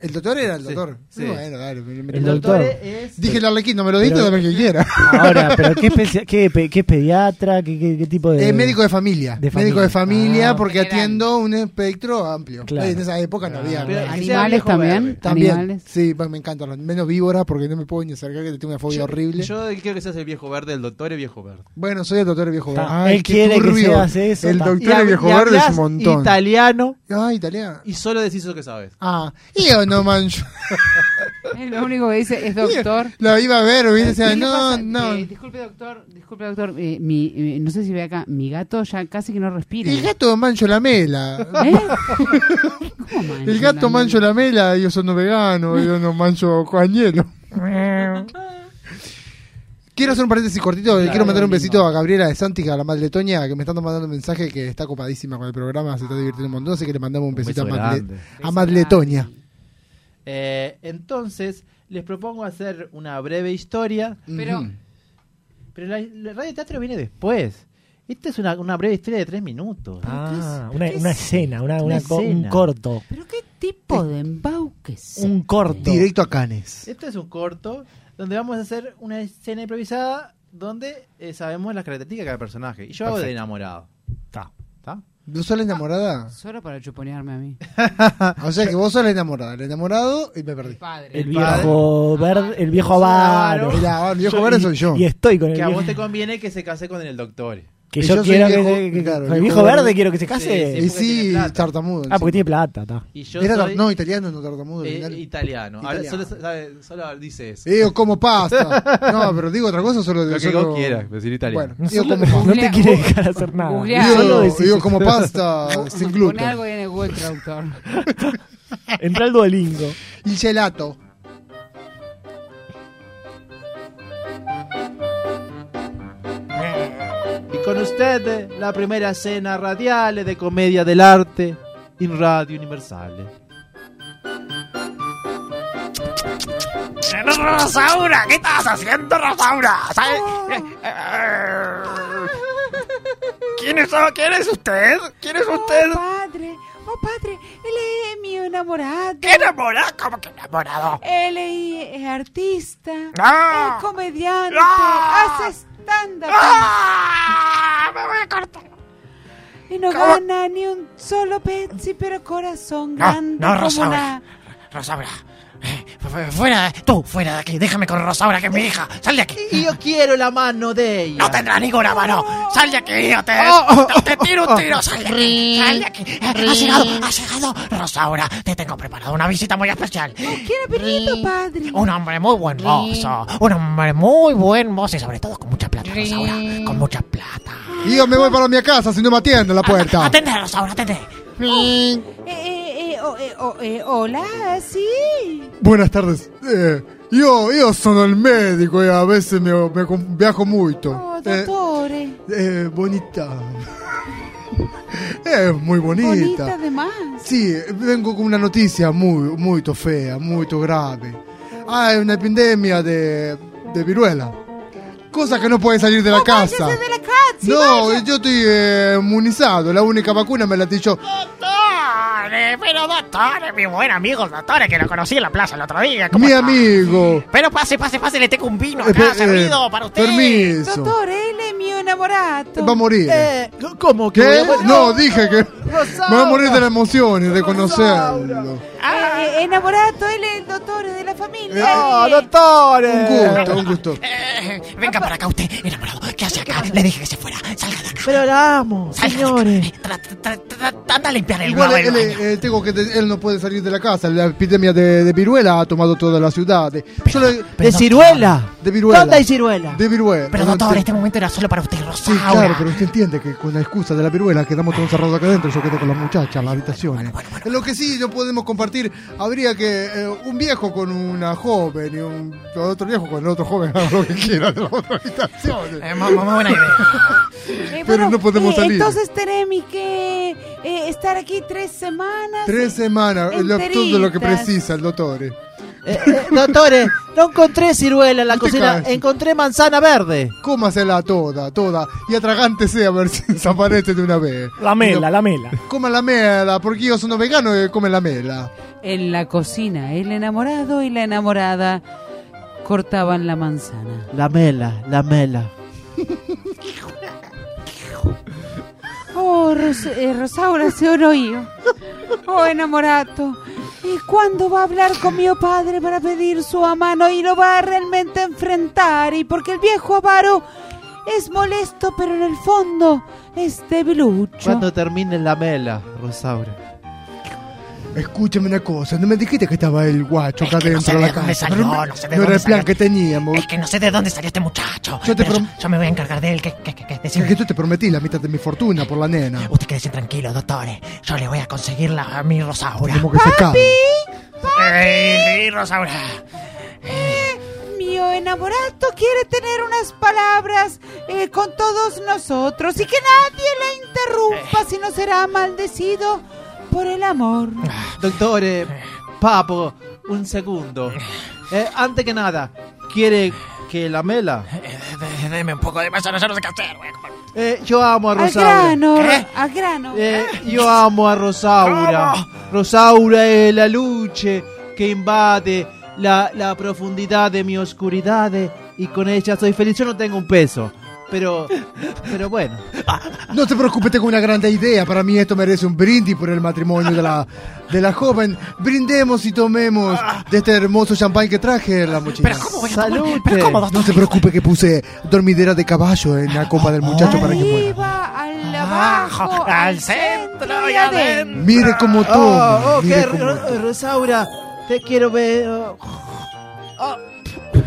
El doctor era el doctor. Sí. Bueno, dale, me- me- El El me- doctor doctor. es. Dije el arlequín, no me lo diste, Pero- dame lo que quiera. Ahora, pero ¿qué, especia- qué, pe- qué pediatra? ¿Qué, qué- qué tipo de...? Eh, médico de familia. de médico de familia. familia Ah. porque General. atiendo un espectro amplio. Claro. En esa época no había. Pero- nada. que sea ¿Animales viejo también? verde. También. ¿Animales? Sí, bueno, me encantan. los- Menos víboras porque no me puedo ni acercar que tengo una fobia horrible. Yo quiero que seas el viejo verde, el doctor es viejo verde. Bueno, soy el doctor viejo verde. Ta, él quiere que seas eso, El ta. doctor hab- viejo verde es un hablas montón. italiano Ah, italiano. y solo decís eso que sabes. Ah, yo no mancho. Es lo único que dice es doctor. Lo iba a ver, hubiese ¿Qué sido, le no, pasa? no. Eh, disculpe, doctor. Disculpe, doctor. eh, mi, eh, no sé si ve acá. Mi gato ya casi que no respira. El gato mancho la mela. ¿Eh? ¿Cómo mancho El gato la mancho la mela, yo soy no vegano, yo no mancho cañelo. Quiero hacer un paréntesis cortito. Le Claro, quiero mandar lo un besito a Gabriela de Santis, a la madre Toña, que me está mandando un mensaje que está copadísima con el programa, se está divirtiendo un montón. Así que le mandamos un besito beso a Madle- grande. a Madle Toña. Eh, entonces, les propongo hacer una breve historia. Pero- Ujú. pero la, la radio teatro viene después. Esta es una, una breve historia de tres minutos. Ah, una, una escena, una, Una una co- un escena. corto. Tipo de embauques. Un corto. Directo a Canes. Esto Este es un corto donde vamos a hacer una escena improvisada donde eh, sabemos las características de cada personaje. Y yo hago de Perfecto. enamorado. Está. ¿Vos sos la enamorada? Solo para chuponearme a mí. O sea que vos sos la enamorada. El enamorado y me perdí. Padre. El viejo verde, el viejo avaro. El avaro, el viejo verde soy yo. Y estoy con el Que a viejo. vos te conviene que se case con el doctor. Que Y yo yo soy quiero que, viejo- se- que- claro, con el el viejo viejo verde verde. quiero que se case. Y sí, tartamudo. Ah, porque encima. tiene plata, está. Y yo Era tar- soy No, italiano, no tartamudo. al eh, final. italiano. Habla- Italiano. solo, sabe- solo dice eso. Digo, ¿cómo pasa? No, pero digo otra cosa, solo Lo que solo- vos quieras, decir italiano. Bueno, digo, ¿cómo No te pasa? quiere dejar hacer nada. Googleá. Solo Digo, decís digo, eso. ¿cómo pasta? Sin Pone gluten. algo ahí en el Google Traductor. Entra al Duolingo. Y gelato. Y con ustedes, la primera escena radial de comedia del arte en Radio Universal. Rosaura, ¿qué estás haciendo, Rosaura? ¿Sabes? ¿Quién es, ¿Quién es usted? ¿Quién es usted? Oh, padre, oh, padre, él es mi enamorado. ¿Qué enamorado? ¿Cómo que enamorado? Él es, es artista, No. es comediante, No. hace stand-up ¡Ah! Me voy a cortar. y no ¿Cómo? gana ni un solo Pepsi, pero corazón No, grande no, como Rosaura. una... Rosaura. eh, fu- fu- Fuera, eh, tú, fuera de aquí. Déjame con Rosaura, que es mi hija. Sal de aquí. Y yo quiero la mano de ella. No tendrá ninguna mano. Sal de aquí, idiotez. Oh, Te tiro un tiro. Sal de aquí. Sal de aquí. Eh, Ha llegado, ha llegado. Rosaura, te tengo preparado una visita muy especial. Oh, ¿Quién ha venido, padre? Un hombre muy buen mozo. Un hombre muy buen mozo y sobre todo con mucha plata, Rosaura. Con mucha plata. Digo, me voy para mi casa si no me atienden la puerta. Atende, Rosaura, atende. Eh, eh, eh, oh, eh, oh, eh, hola, sí. Buenas tardes. Eh, yo, yo sono el médico y a veces me, me con- viajo mucho. Oh, Eh, dottore, eh, bonita. Es muy bonita bonita. además. Sí, vengo con una noticia muy, muy fea, muy grave. Hay una epidemia de, de viruela. Cosa que no puede salir de la casa. Váyase de la casa. no, vaya. yo estoy eh, inmunizado. La única vacuna me la ha dicho Doctores, pero doctores, mi buen amigo doctores que lo conocí en la plaza el otro día. ¿cómo mi está? amigo. Pero pase, pase, pase, le tengo un vino Eh, acá pe- servido eh, para usted. Permiso. Dottore, él es mio innamorato. Va a morir. Eh, ¿Cómo que? ¿Qué? voy a- No, dije que Rosaura. me va a morir de la emoción y de conocerlo. Eh, eh, innamorato, él es el dottore de la familia. ¡No, Eh, Un doctores! gusto, un gusto. Eh, venga para acá usted, enamorado. ¿Qué hace acá? Le dije que se fuera. Salga de acá. Pero la amo, señores. Tra- tra- tra- Anda a limpiar el Igual huevo del él, baño. eh, tengo que te- él no puede salir de la casa. La epidemia de, de viruela ha tomado toda la ciudad. Yo le- De ciruela. de viruela. ¿Dónde hay ciruela? De viruela. Pero No doctor, enti- este momento era solo para usted, Sí, Rosaura. claro, pero usted entiende que con la excusa de la viruela quedamos todos cerrados acá adentro. Yo quedo con la muchacha en la habitación. En Lo que sí no podemos compartir, habría que eh, un viejo con una joven y un otro viejo con otro joven, haga lo que quiera de la otra habitación. Eh, muy, muy buena idea. eh, pero no podemos salir. Entonces tenemos que eh, estar aquí tres semanas. Tres semanas, el Enteritas. todo lo que precisa el doctor. Eh, eh, doctores, no encontré ciruela en la cocina, caes. encontré manzana verde. Cómasela toda, toda, y atragántese a ver si desaparece de una vez. La mela, No, la mela. Coma la mela, porque yo soy vegano y come la mela. En la cocina, el enamorado y la enamorada cortaban la manzana. La mela, la mela. Oh, Ros- eh, Rosaura, se io. Oh, innamorato. ¿Y cuándo va a hablar con mi padre para pedir su mano y lo va a realmente enfrentar? Y porque el viejo avaro es molesto, pero en el fondo es debilucho. Cuando termine la mela, Rosaura. Escúchame una cosa, no me dijiste que estaba el guacho acá Es que no sé dentro de de la dónde casa. salió, pero no sé de no era dónde el plan salió. que teníamos. Es que no sé de dónde salió este muchacho. Yo te pero prom- yo me voy a encargar de él. Que, que, que, que- Es decime. que tú te prometí la mitad de mi fortuna por la nena. Usted quédese tranquilo, doctores. Yo le voy a conseguir la, a mi Rosaura. Tenemos que sacar. ¡Ey, Rosaura! Mi novio enamorado quiere tener unas palabras eh, con todos nosotros y que nadie le interrumpa, si no será maldecido por el amor. Doctor eh, Papo, un segundo. Eh, antes que nada, ¿quiere que la mela? Deme un poco de masa, no sé qué hacer, güey. Eh, yo amo a Al Rosaura. grano, al grano. Eh, yo amo a Rosaura. Rosaura es la luce que invade la, la profundidad Ah, de mi oscuridad eh, y con ella soy feliz. Yo no tengo un peso, pero, pero bueno. No te preocupes, tengo una grande idea. Para mí esto merece un brindis por el matrimonio de la, de la joven. Brindemos y tomemos de este hermoso champán que traje en la mochila. Pero ¿cómo voy a tomar? Pero ¿cómo vas a No te preocupes que puse dormidera de caballo en la copa del muchacho para que muera. Arriba, al abajo, al centro y adentro. Mire cómo toma. Oh, oh, mire qué cómo- ro- Rosaura, te quiero ver. oh.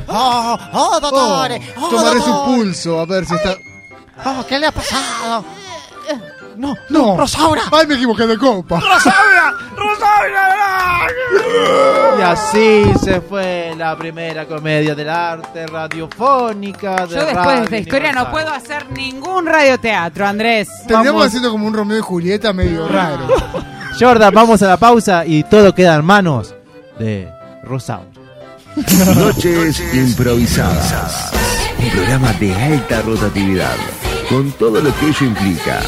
Oh, oh, doctor. Oh, Tomaré su doctor. pulso a ver si está. Oh, ¿qué le ha pasado? No, no, Rosaura. Ay, me equivoqué de copa. ¡Rosaura! ¡Rosaura! Y así se fue la primera comedia del arte radiofónica. De Yo después Radio de historia no Universal. puedo hacer ningún radioteatro, Andrés. Terminamos Vamos. haciendo como un Romeo y Julieta medio raro. Jordan, vamos a la pausa y todo queda en manos de Rosaura. Noches improvisadas. Un programa de alta rotatividad, con todo lo que ello implica.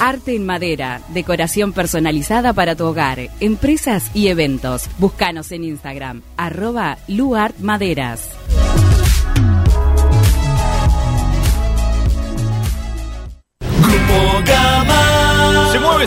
Arte en madera, decoración personalizada para tu hogar, empresas y eventos. Búscanos en Instagram, arroba luartmaderas. ¡Se mueve,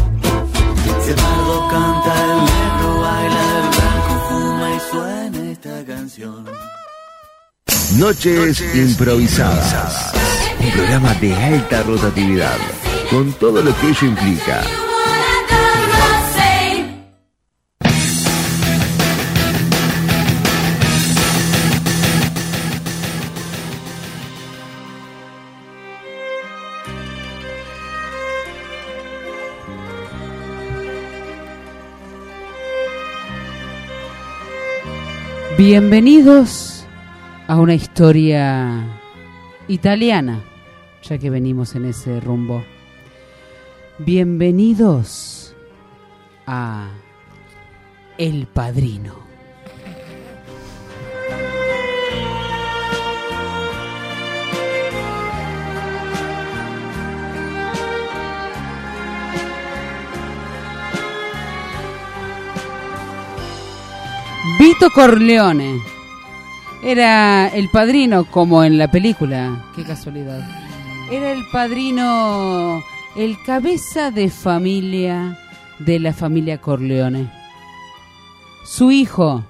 Si el pardo canta, el negro baila, el blanco fuma y suena esta canción. Noches improvisadas. Un programa de alta rotatividad, con todo lo que ello implica. Bienvenidos a una historia italiana, ya que venimos en ese rumbo. Bienvenidos a El Padrino. Vito Corleone era el padrino como en la película. Qué casualidad. Era el padrino, el cabeza de familia de la familia Corleone. Su hijo,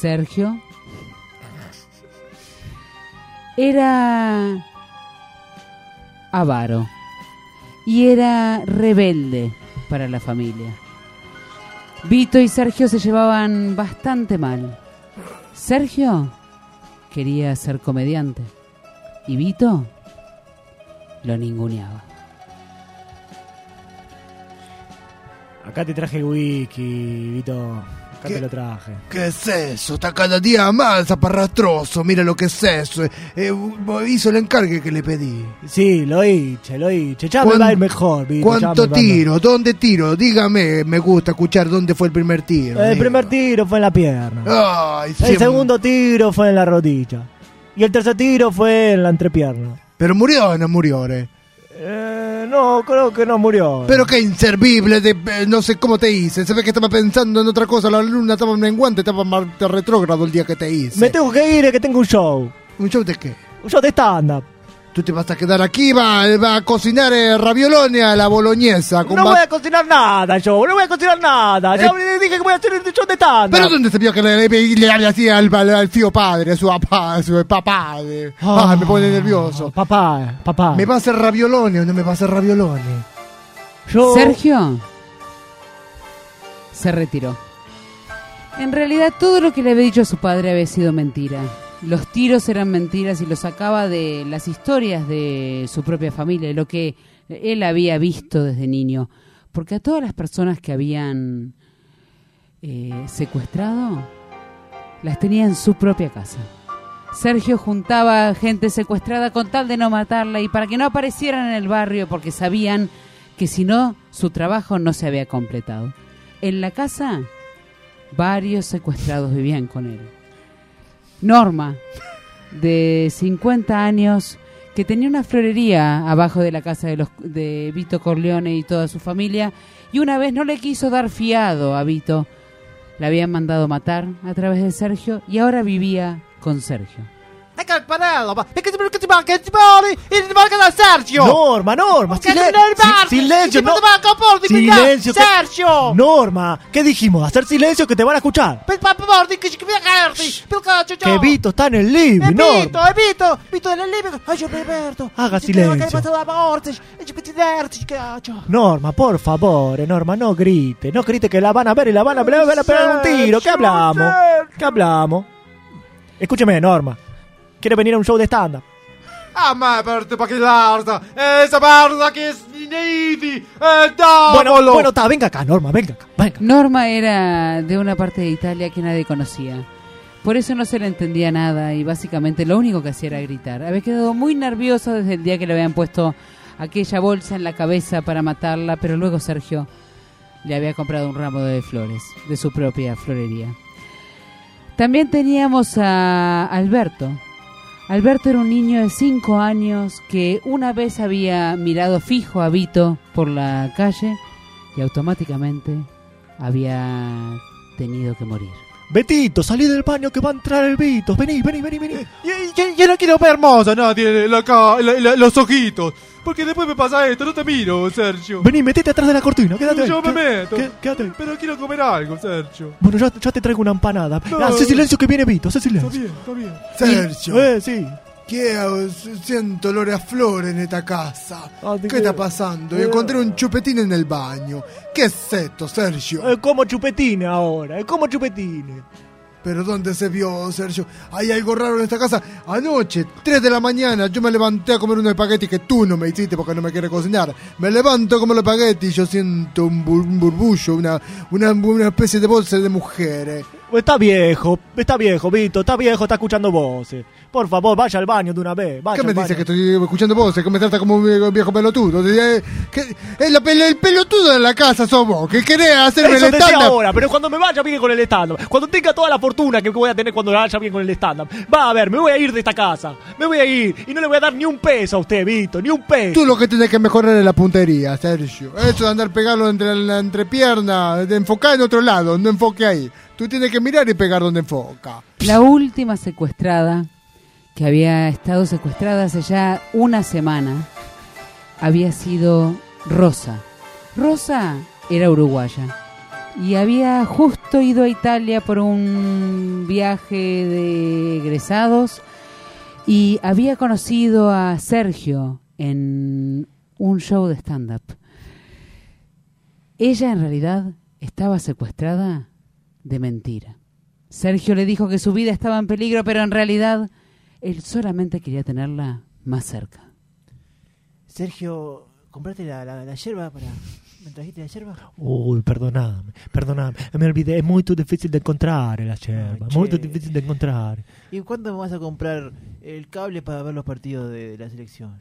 Sergio, era avaro y era rebelde para la familia. Vito y Sergio se llevaban bastante mal. Sergio quería ser comediante y Vito lo ninguneaba. Acá te traje el whisky, Vito. Acá ¿Qué? te lo traje. ¿Qué es eso? Está cada día más aparrastroso. Mira lo que es eso. Eh, eh, hizo el encargue que le pedí. Sí, lo hice, lo hice. Ya me ¿Cuán- va a ir mejor, Vito. ya ¿Cuánto me va a ir tiro? ¿Dónde tiro? Dígame, me gusta escuchar dónde fue el primer tiro. mejor. El diga. primer tiro fue en la pierna. Ay, el siempre- segundo tiro fue en la rodilla. Y el tercer tiro fue en la entrepierna. Pero murió o no murió, eh. Eh, no, creo que no murió. Pero qué inservible, de, eh, no sé cómo te hice. Se ve que estaba pensando en otra cosa. La luna estaba menguante, estaba en Marte retrógrado el día que te hice. Me tengo que ir, eh, que tengo un show. ¿Un show de qué? Un show de stand-up. Tú te vas a quedar aquí, va, va a cocinar eh, raviolones a la boloñesa. Con No va- Eh. voy a cocinar nada yo, no voy a cocinar nada. Ya le dije que voy a hacer el show de stand-up. ¿Pero dónde se vio que le, le, le hable así al, al, al tío padre, a su papá, a su papá? de- Ah, me pone nervioso. Papá, papá. ¿Me va a hacer raviolones o no me va a hacer raviolones? Sergio se retiró. En realidad todo lo que le había dicho a su padre había sido mentira. Los tiros eran mentiras y los sacaba de las historias de su propia familia, de lo que él había visto desde niño. Porque a todas las personas que habían eh, secuestrado, las tenía en su propia casa. Sergio juntaba gente secuestrada con tal de no matarla y para que no aparecieran en el barrio porque sabían que si no, su trabajo no se había completado. En la casa, varios secuestrados vivían con él. Norma, de 50 años, que tenía una florería abajo de la casa de, los, de Vito Corleone y toda su familia, y una vez no le quiso dar fiado a Vito. La habían mandado matar a través de Sergio y ahora vivía con Sergio. Hay que pararlo, va. Es que se me- que se va, que se va, y- y se va a quedar Sergio. Norma, Norma, Que se va al bar, silencio, y se va no. a tomar capor, de verdad, Silencio, que- Sergio. Norma, ¿qué dijimos? Hacer silencio que te van a escuchar. Pe- pa- pa- pa- di que- que voy a caerte, pero cacho, yo. Que Vito está en el living, Evito, Norma. evito, evito del libro. Ay, yo Roberto. Haga Yo tengo que silencio. pasar la morte, yo me tiré, cacho. Norma, por favor, eh, Norma, no grite. No grite que la van a ver y la van a, la van a pegar un tiro. ¿Qué hablamos? ¿Qué hablamos? Escúcheme, Norma. ¿Quiere venir a un show de stand-up? Ah, ma parte pa' che l'arda, esa barda che es nidi, eh, Bueno, bueno, está, venga acá, Norma, venga acá. Norma era de una parte de Italia que nadie conocía. Por eso no se le entendía nada y básicamente lo único que hacía era gritar. Había quedado muy nerviosa desde el día que le habían puesto aquella bolsa en la cabeza para matarla, pero luego Sergio le había comprado un ramo de flores de su propia florería. También teníamos a Alberto. Alberto era un niño de 5 años que una vez había mirado fijo a Vito por la calle y automáticamente había tenido que morir. Betito, salí del baño que va a entrar el Vito. Vení, vení, vení, vení. Yo, yo no quiero ver hermosa, no, tiene Eh, la ca- la- la- los ojitos. Porque después me pasa esto, no te miro, Sergio. Vení, metete atrás de la cortina, quédate. ahí. Yo me Qué- meto. qué- Quédate. ahí. Pero quiero comer algo, Sergio. Bueno, ya, ya te traigo una empanada. Ah, No. Hace silencio que viene Vito, hace silencio. Está bien, está bien. Sergio. Eh, sí. ¿Qué hago? S- Siento olor a flor en esta casa. ¿Qué que- está pasando? Y Encontré un chupetín en el baño. ¿Qué es esto, Sergio? Es como chupetines ahora, es como chupetines. ¿Pero dónde se vio, Sergio? Hay algo raro en esta casa. Anoche, 3 de la mañana, yo me levanté a comer unos espaguetis que tú no me hiciste porque no me quieres cocinar. Me levanto como los espaguetis y yo siento un, bur- un burbullo, una, una, una especie de bolsa de mujeres. Está viejo, está viejo, Vito, está viejo, está escuchando voces. Por favor, vaya al baño de una vez. Vaya ¿Qué me al dices que baño. estoy escuchando voces? ¿Que me trata como un vie- viejo pelotudo? Eh, ¿qué? Es la pel- el pelotudo de la casa sos vos. ¿Qué querés hacerme Eso el decía stand-up? ahora, pero cuando me vaya bien con el stand-up, cuando tenga toda la fortuna que voy a tener cuando vaya bien con el stand-up, va a ver, me voy a ir de esta casa, me voy a ir y no le voy a dar ni un peso a usted, Vito, ni un peso. Tú lo que tenés que mejorar es la puntería, Sergio. Eso de andar pegando entre la entrepierna, de enfocar en otro lado, no enfoque ahí. Tú tienes que mirar y pegar donde enfoca. La última secuestrada, que había estado secuestrada hace ya una semana, había sido Rosa. Rosa era uruguaya y había justo ido a Italia por un viaje de egresados y había conocido a Sergio en un show de stand-up. Ella en realidad estaba secuestrada de mentira. Sergio le dijo que su vida estaba en peligro, pero en realidad él solamente quería tenerla más cerca. Sergio, ¿compraste la, la, la yerba para... ¿Me trajiste la yerba? Uy, perdoname, perdoname. Me olvidé, es muy difícil de encontrar la yerba. Ay, Muy che. difícil de encontrar. ¿Y cuándo me vas a comprar el cable para ver los partidos de, de la selección?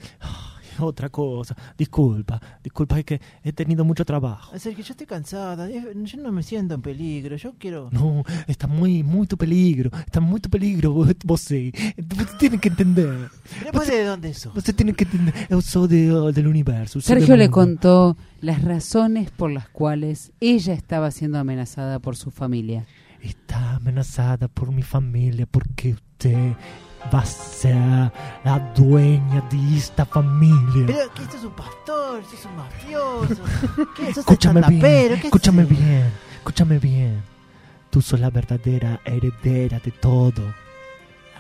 Otra cosa, disculpa, disculpa, es que he tenido mucho trabajo. Ah, Sergio, yo estoy cansada. eh, Yo no me siento en peligro. Yo quiero... No, está muy, muy tu peligro, está muy tu peligro, vos, vos sí. Vos tienen que entender. Pero vos de dónde sos. Vos tienen que entender, yo soy de, uh, del universo. soy Sergio del le mundo. contó las razones por las cuales ella estaba siendo amenazada por su familia. Está amenazada por mi familia porque usted va a ser la dueña de esta familia. Pero que sos un pastor, sos un mafioso. ¿Qué? ¿Sos Escúchame bien, estandapero, ¿Qué escúchame bien, escúchame bien. Tú sos la verdadera heredera de todo.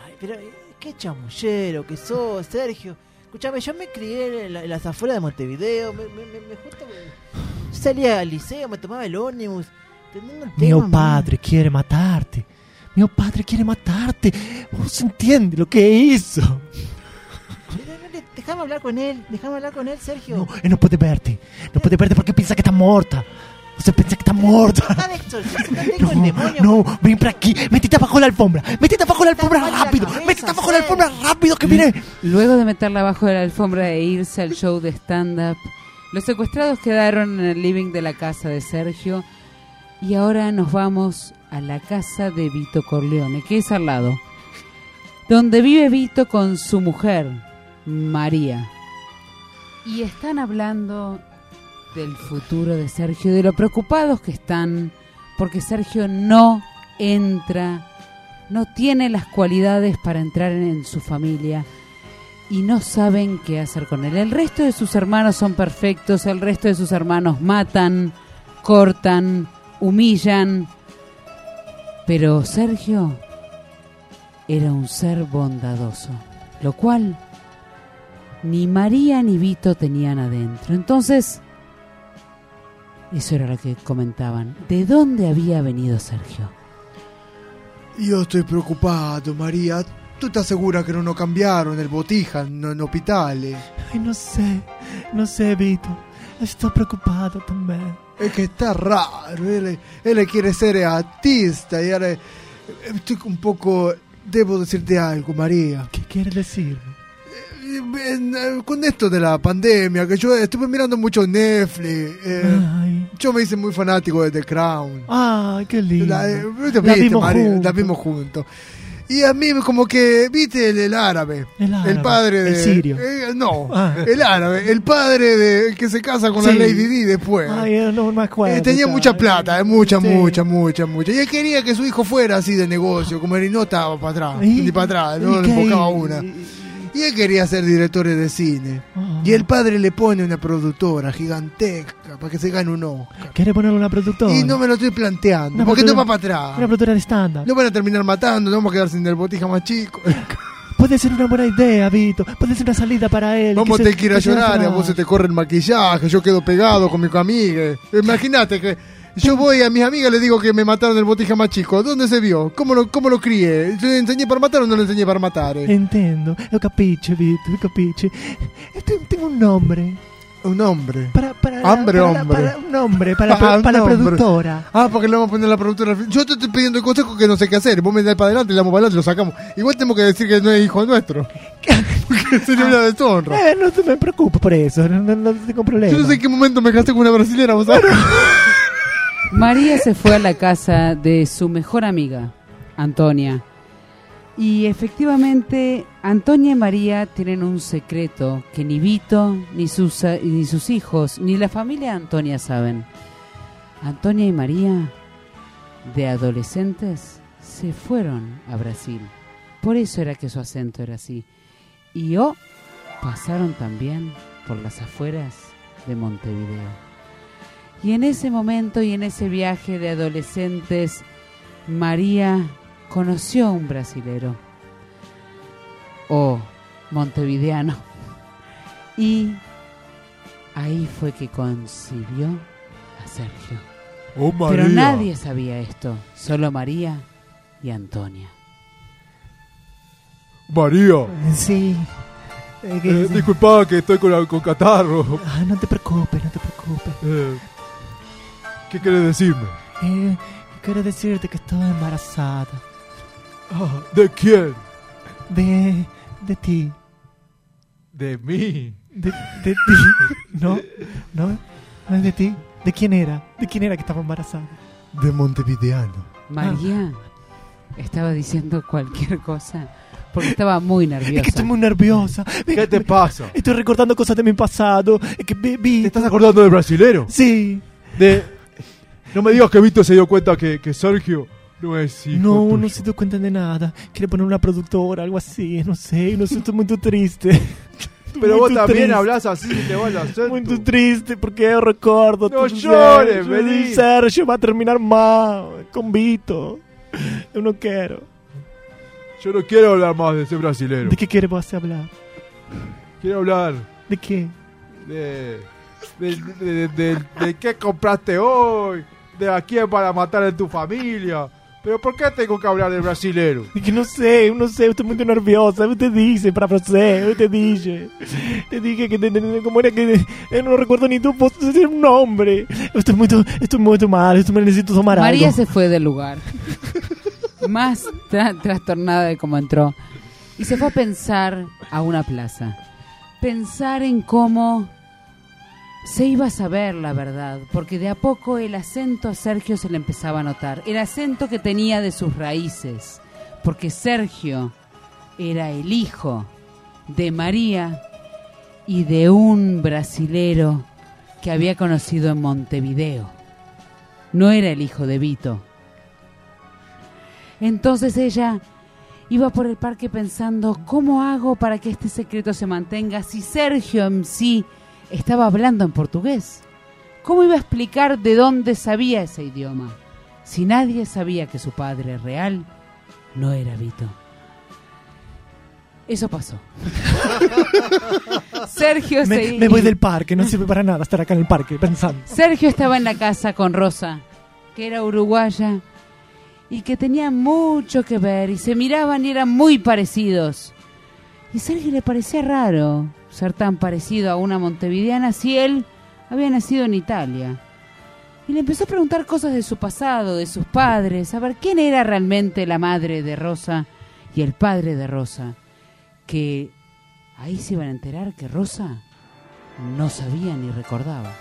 Ay, pero eh, qué chamullero que sos, Sergio. Escuchame, yo me crié en, la- en las afueras de Montevideo. Me, me, me, me justo me- Yo salía al liceo, me tomaba el ómnibus. Tenía un Mio tema, padre quiere matarte. Mio padre quiere matarte. ¿Vos entiendes lo que hizo? man. Dejame hablar con él, dejame hablar con él, Sergio. Él no puede verte. No puede verte porque piensa que está muerta. Usted piensa que está muerta. Está de exorcista, está con No, demonio. no, ven para aquí. Metete abajo la alfombra. Metete abajo la alfombra rápido. Metete abajo la alfombra rápido que viene. Luego de meterla bajo de la alfombra e irse al show de stand-up, los secuestrados quedaron en el living de la casa de Sergio y ahora nos vamos a la casa de Vito Corleone, que es al lado, donde vive Vito con su mujer, María. Y están hablando del futuro de Sergio, de lo preocupados que están, porque Sergio no entra, no tiene las cualidades para entrar en, en su familia y no saben qué hacer con él. El resto de sus hermanos son perfectos, el resto de sus hermanos matan, cortan, humillan, pero Sergio era un ser bondadoso, lo cual ni María ni Vito tenían adentro. Entonces, eso era lo que comentaban. ¿De dónde había venido Sergio? Yo estoy preocupado, María. ¿Tú estás segura que no nos cambiaron el botija no, en hospitales? Ay, no sé, no sé, Vito. Estoy preocupado también. Es que está raro. Él, él quiere ser artista y ahora eh, estoy un poco. Debo decirte algo, María. ¿Qué quieres decirme? En- eh, con esto de la pandemia, que yo estuve mirando mucho Netflix. eh, yo me hice muy fanático de The Crown. Ay, qué lindo. La, eh, ¿viste, La viste, vimos María? juntos. La vimos juntos. Y a mí como que, viste, el, el árabe. El árabe, padre de... el sirio. eh, no, Ah. el árabe. El padre de el que se casa con la Sí. Lady Di después. Ay, eh, no me acuerdo. Eh, tenía ya. mucha plata, eh, mucha, Sí. mucha, mucha, mucha. Y él quería que su hijo fuera así de negocio, como él y no estaba para atrás, ¿Y? ni para atrás, no ¿Y le qué? enfocaba una. Y él quería ser director de cine. Ah. Y el padre le pone una productora gigantesca para que se gane un ojo. ¿Quieres ponerle una productora? Y no me lo estoy planteando, Una porque no va productora- para atrás. Una productora de estándar. No van a terminar matando, no vamos a quedar sin el botija más chico. Puede ser una buena idea, Vito. Puede ser una salida para él. Vamos a que se- tener que ir a que se llorar, a atrás. vos se te corre el maquillaje, yo quedo pegado con mi amiga. Imagínate que yo voy a mis amigas y les digo que me mataron el botija más chico. ¿Dónde se vio? ¿Cómo lo, cómo lo crié? ¿Yo le enseñé para matar o no le enseñé para matar? eh? Entiendo, lo capiche, Vito, lo capiche. Eh, te- Tengo un nombre. Un nombre. Para, para, Hambre, para- hombre. para- un nombre, para, para, Ah, para la no, hombre. productora. Ah, porque le vamos a poner la productora. al fin. Yo te estoy pidiendo el consejo que no sé qué hacer. Vos me das para adelante, le damos para adelante, lo sacamos. Igual tenemos que decir que no es hijo nuestro. Porque sería una deshonra. Eh, no te me preocupes por eso, no, no, no tengo problema. Yo no sé en qué momento me casé con una brasilera, vos sabés. María se fue a la casa de su mejor amiga, Antonia. Y efectivamente, Antonia y María tienen un secreto que ni Vito, ni sus, ni sus hijos, ni la familia de Antonia saben. Antonia y María, de adolescentes, se fueron a Brasil. Por eso era que su acento era así. Y oh, pasaron también por las afueras de Montevideo. Y en ese momento y en ese viaje de adolescentes, María conoció a un brasilero. O montevideano. Y ahí fue que concibió a Sergio. Oh, Pero María. nadie sabía esto, solo María y Antonia. María. Sí. Eh, disculpa que estoy con, con catarro. Ah, no te preocupes, no te preocupes. Eh, ¿Qué quieres decirme? Eh, quiero decirte que estoy embarazada. ¿De quién? De. de ti. De mí. De, de ti. No, no, no es de ti. ¿De quién era? ¿De quién era que estaba embarazada? De Montevideano. Ah. Ah. María estaba diciendo cualquier cosa porque estaba muy nerviosa. Es que estoy muy nerviosa. Eh, ¿Qué te pasa? Estoy recordando cosas de mi pasado. Es que vi- vi- ¿Te estás acordando del brasilero? Sí. De. No me digas que Vito se dio cuenta que, que Sergio no es hijo No, tuyo. no se dio cuenta de nada. Quiere poner una productora, algo así. No sé, no sé, estoy muy triste. Pero Muy vos tu también triste. hablas así, te vas a hacer. Muy triste porque yo recuerdo. No tu llores, Sergio. vení. Sergio va a terminar mal con Vito. Yo no quiero. Yo no quiero hablar más de ese brasilero. ¿De qué quieres vos hablar? Quiero hablar ¿De qué? de. de, de- de- de- de qué compraste hoy, de a quién para matar en tu familia. Pero ¿por qué tengo que hablar del brasilero? De que no sé, no sé, estoy muy nerviosa. Yo te dije, para você, yo te dije. Te dije que, te- te- como era que, eh, no recuerdo ni tu voz, es un nombre. Yo Estoy muy, estoy muy mal, estoy muy necesito tomar algo. María se fue del lugar. Más tra- trastornada de cómo entró. Y se fue a pensar a una plaza. Pensar en cómo se iba a saber la verdad. Porque de a poco el acento a Sergio se le empezaba a notar. El acento que tenía de sus raíces. Porque Sergio era el hijo de María y de un brasilero que había conocido en Montevideo. No era el hijo de Vito. Entonces ella iba por el parque pensando, ¿cómo hago para que este secreto se mantenga si Sergio en sí estaba hablando en portugués? ¿Cómo iba a explicar de dónde sabía ese idioma? Si nadie sabía que su padre real no era Vito. Eso pasó. Sergio me, se- me voy del parque, no sirve para nada estar acá en el parque pensando. Sergio estaba en la casa con Rosa, que era uruguaya y que tenía mucho que ver y se miraban y eran muy parecidos. Y Sergio le parecía raro ser tan parecido a una montevideana si él había nacido en Italia. Y le empezó a preguntar cosas de su pasado, de sus padres, a ver quién era realmente la madre de Rosa y el padre de Rosa. Que ahí se iban a enterar que Rosa no sabía ni recordaba.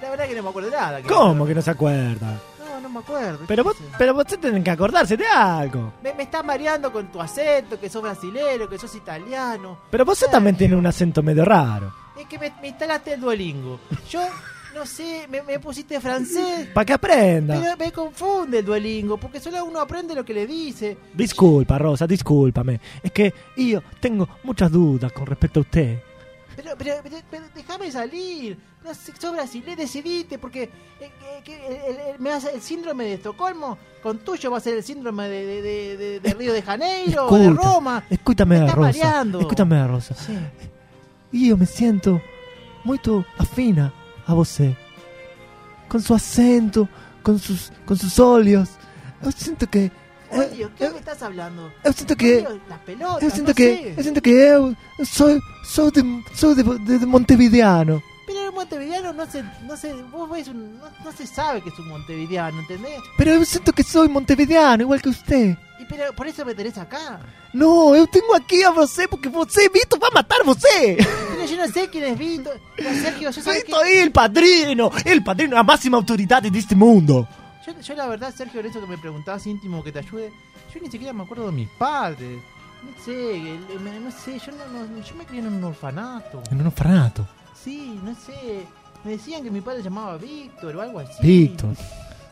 La verdad que no me acuerdo de nada. que- ¿Cómo que no se acuerda? No, no me acuerdo. Pero vos, pero vos te tenés que acordarse de algo. Me, me estás mareando con tu acento, que sos brasilero, que sos italiano. Pero vos también tenés un acento medio raro. Es que me, me instalaste el Duolingo. Yo, no sé, me, me pusiste francés. Para que aprenda. Pero me confunde el Duolingo, porque solo uno aprende lo que le dice. Disculpa, Rosa, discúlpame. Es que yo tengo muchas dudas con respecto a usted. Pero, pero, pero- pero déjame salir. No sé, sos brasilero, decidiste, porque eh, que- que el, el- el- me vas a- el síndrome de Estocolmo con tuyo va a ser el síndrome de, de- de- de- de Río de Janeiro, o de Escuta, Roma. Escúchame, Me estás Rosa. mareando. Escúchame, Rosa. Yo me siento muy afina a você. Con su acento, con sus, con sus óleos. Yo siento que. eh, Por Dios, ¿qué me estás hablando? Yo siento que. Por Dios, las pelotas, Yo siento no que. sé. Yo siento que yo soy, soy, de, soy de, de- de Montevideano. Pero el montevideano no se, no se, vos ves un- no, no se sabe que es un montevideano, ¿entendés? Pero yo siento que soy montevideano, igual que usted. Y pero por eso me tenés acá. No, yo tengo aquí a você porque você, Vito, va a matar você. Pero yo no sé quién es Vito. Mira, Sergio, yo sabés que- Vito es el padrino, el padrino, la máxima autoridad de este mundo. Yo, yo la verdad, Sergio, en eso que me preguntabas íntimo que te ayude, yo ni siquiera me acuerdo de mis padres. No sé, el- me- no sé, yo, no, no- yo me crié en un orfanato. En un orfanato. Sí, no sé. Me decían que mi padre se llamaba Víctor o algo así. Víctor.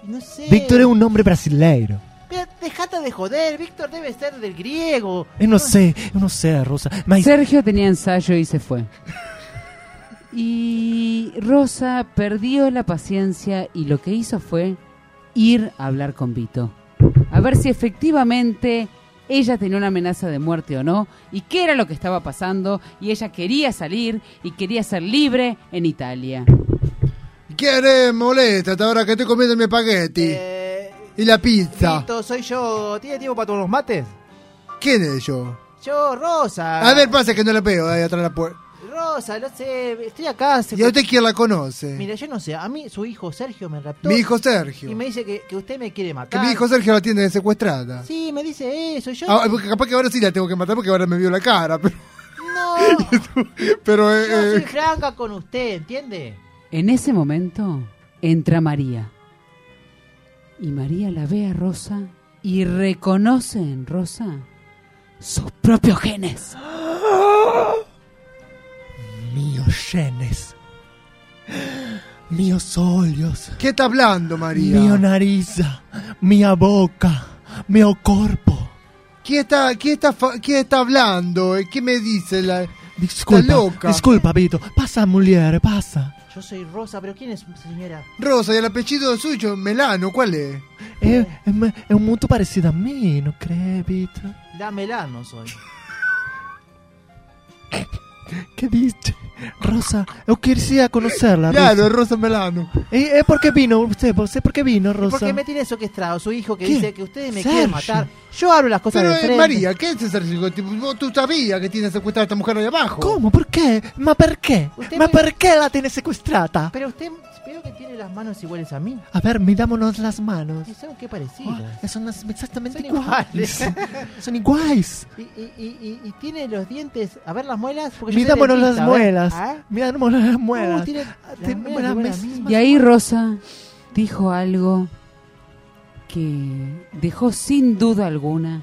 Y No sé. Víctor es un nombre brasileiro. Pero dejate de joder, Víctor debe ser del griego. Yo no sé, yo no sé, Rosa. Mas Sergio tenía ensayo y se fue. Y Rosa perdió la paciencia y lo que hizo fue ir a hablar con Vito. A ver si efectivamente ella tenía una amenaza de muerte o no, y qué era lo que estaba pasando, y ella quería salir y quería ser libre en Italia. ¿Qué molesta hasta ahora que estoy comiendo mi espagueti? y la pizza. Esto Eh, soy yo. ¿Tiene tiempo para tomar unos mates? Ah. ¿Quién es yo? Yo, Rosa. A ver, pasa que no la veo ahí atrás de la puerta. Rosa, no sé. Estoy acá. se- ¿Y a usted quién la conoce? Mira, yo no sé. A mí su hijo Sergio me raptó. Mi hijo Sergio. Y me dice que, que usted me quiere matar. Que mi hijo Sergio la tiene de secuestrada. Sí, me dice eso. Yo. Ah, porque capaz que ahora sí la tengo que matar porque ahora me vio la cara. Pero, no, pero eh, yo eh, soy franca con usted, ¿entiende? En ese momento entra María. Y María la ve a Rosa y reconoce en Rosa sus propios genes. Míos genes. Míos olhos. ¿Qué está hablando, María? Mio nariza. Mia boca. Mio corpo. ¿Quién está, quién está, fa- quién está hablando? Eh, ¿Qué me dice la. Disculpa, Está loca. disculpa, Vito. Pasa, mujer, pasa. Yo soy Rosa, pero ¿quién es señora? Rosa, ¿y el apellido suyo? Melano, ¿cuál es? Es, Eh, es, es muito parecido a mí, ¿no crees, Vito? Dámela, no soy. ¿Qué dice? Rosa, yo quería conocerla. Eh, Claro, es Rosa Melano. ¿Es por qué vino usted? ¿Sé por qué vino, Rosa? Porque me tiene secuestrado su hijo que ¿Quién? dice que ustedes me Sergio. quieren matar. Yo hablo las cosas Pero, de eh, frente. María, ¿qué es ese Sergio? Tipo, vos- Tú sabías que tiene secuestrada a esta mujer ahí abajo. ¿Cómo? ¿Por qué? ¿Ma per qué? Usted ¿Ma me- per qué la tiene secuestrada? Pero usted veo que tiene las manos iguales a mí. A ver, mirámonos las manos. Y son qué parecidas. Son las- exactamente Son iguales. iguales. Son iguales. Y, y, y, y- y tiene los dientes. A ver las muelas. Porque yo soy Mirámonos las dentista, a ver. muelas. ¿Ah? Mirámonos las muelas. Uh, tiene Ah, las tenemos muelas las igual a mes- mí. Y ahí Rosa dijo algo que dejó sin duda alguna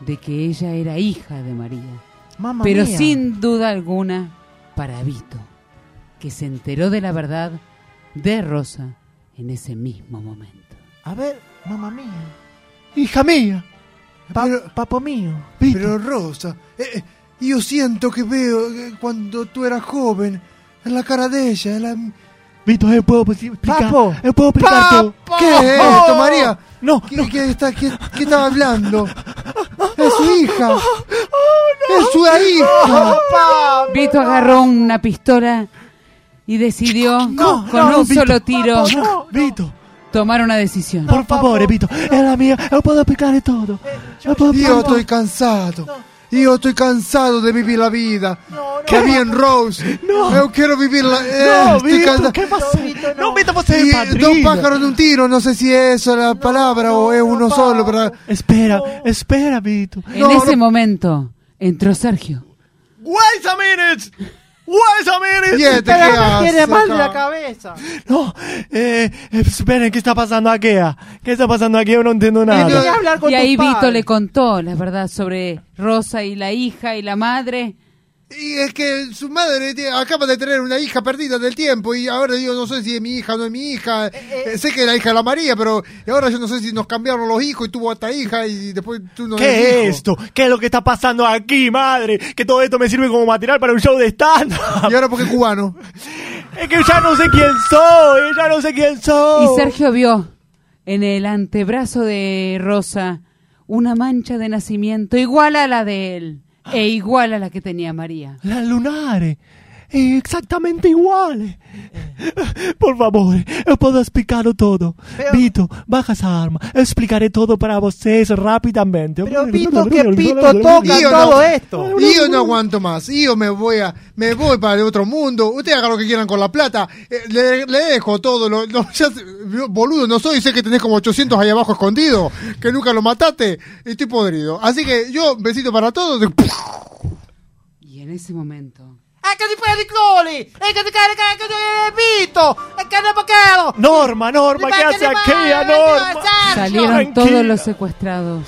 de que ella era hija de María. Mamma pero mía. sin duda alguna para Vito, que se enteró de la verdad de Rosa en ese mismo momento. A ver, mamá mía. Hija mía. papo mío. Pero Rosa, eh, eh, yo siento que veo eh, cuando tú eras joven en la cara de ella. en La... Vito, yo puedo explicar. Papo. Yo pues, Eh, puedo explicar todo. ¿Qué es esto, María? No, ¿Qué, qué está, qué- qué estaba hablando? Es su hija. Oh, Es su hija. Vito agarró una pistola y decidió No, con no, un Vito. solo tiro No, no. Vito. tomar una decisión. Por favor, Vito. Es la mía. Yo puedo explicar todo. Eh, Yo puedo Yo explicar todo. estoy cansado. Yo estoy cansado de vivir la vida. que bien, Rose. Yo quiero vivir la eh, vida. No, Vito, ¿qué pasa? No, Vito, vos eres padrino. Dos pájaros de un tiro. No sé si es eso la palabra o es uno solo. Pero... Espera, espera, Vito. En ese momento entró Sergio. Wait a minute. Wait a minute. Siete, ¿qué Pero me tiene hace mal de la acá? cabeza. No, eh, esperen, ¿qué está pasando aquí? ah? ¿Qué está pasando aquí? Yo no entiendo nada. y ahí Vito le contó la verdad sobre Rosa y la hija y la madre. Y es que su madre te- acaba de tener una hija perdida del tiempo y ahora yo no sé si es mi hija o no es mi hija. Eh, sé que era hija de la María, pero ahora yo no sé si nos cambiaron los hijos y tuvo esta hija y después tú no eres ¿Qué hijo. es esto? ¿Qué es lo que está pasando aquí, madre? Que todo esto me sirve como material para un show de stand ¿Y ahora por qué cubano? Es que ya no sé quién soy, ya no sé quién soy. Y Sergio vio en el antebrazo de Rosa una mancha de nacimiento igual a la de él e igual a la que tenía María. Las lunares. eh, Exactamente iguales. Por favor, yo puedo explicarlo todo. Vito, baja esa arma. Yo Explicaré todo para vocês rápidamente. Pero Vito, que Pito toca Yo todo no- esto. Yo no aguanto más. Yo me voy a, me voy para el otro mundo. Ustedes hagan lo que quieran con la plata. Eh, le, le dejo todo. Lo, lo- ya sé- yo, boludo, no soy. Sé que tenés como 800 ahí abajo escondido. Que nunca lo mataste. Estoy podrido. Así que yo, besito para todos. Y en ese momento ¡Ah, ¡Ay, que dispara de Crowley! ¡Ay, que te cae, que te Vito! ¡Ay, que no bocado! Norma, Norma, ¿qué hace aquí a Norma? salieron Tranquila. Ah. todos los secuestrados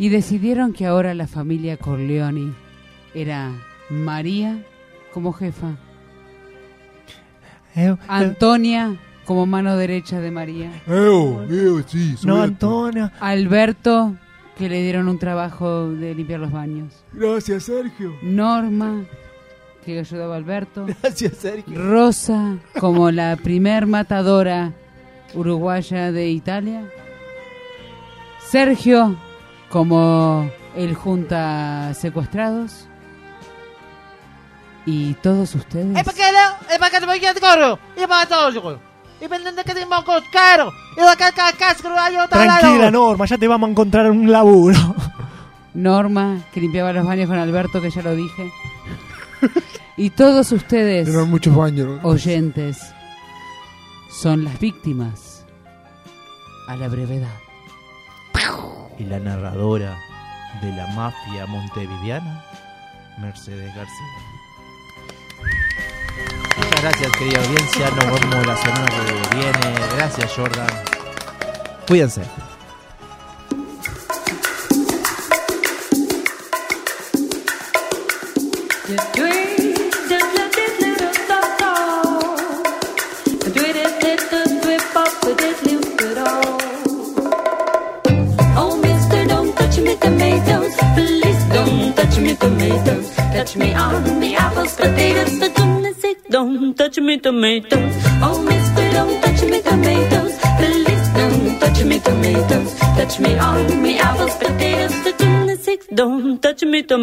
y decidieron que ahora la familia Corleone era María como jefa, Eu- Ah, Antonia como mano derecha de María. No, Antonia. Alberto, que le dieron un trabajo de limpiar los baños. Gracias, Sergio. Norma, que ayudaba a Alberto. Gracias, Sergio. Rosa, como la primer matadora uruguaya de Italia. Sergio, como el Junta Secuestrados y todos ustedes. Es porque le, es porque le voy a corro, y para todos yo. Y me entiende que tengo cos caro, y la caca casco hay otro Tranquila, lado. Norma, ya te vamos a encontrar un laburo. Norma, que limpiaba los baños con Alberto, que ya lo dije. Y todos ustedes, muchos baños. oyentes, son las víctimas a la brevedad. Y la narradora de la mafia montevideana, Mercedes García. Muchas gracias, querida audiencia. Nos vemos la semana que viene. Gracias, Jordan. Cuídense. Oh, mister, don't touch me tomatoes. Please don't touch me tomatoes. Touch me on the apples, potatoes. For goodness sake, don't touch me tomatoes. Oh, mister, don't touch me tomatoes. Please don't touch me tomatoes. Touch me on the apples, potatoes. For goodness sake, don't touch me tomatoes.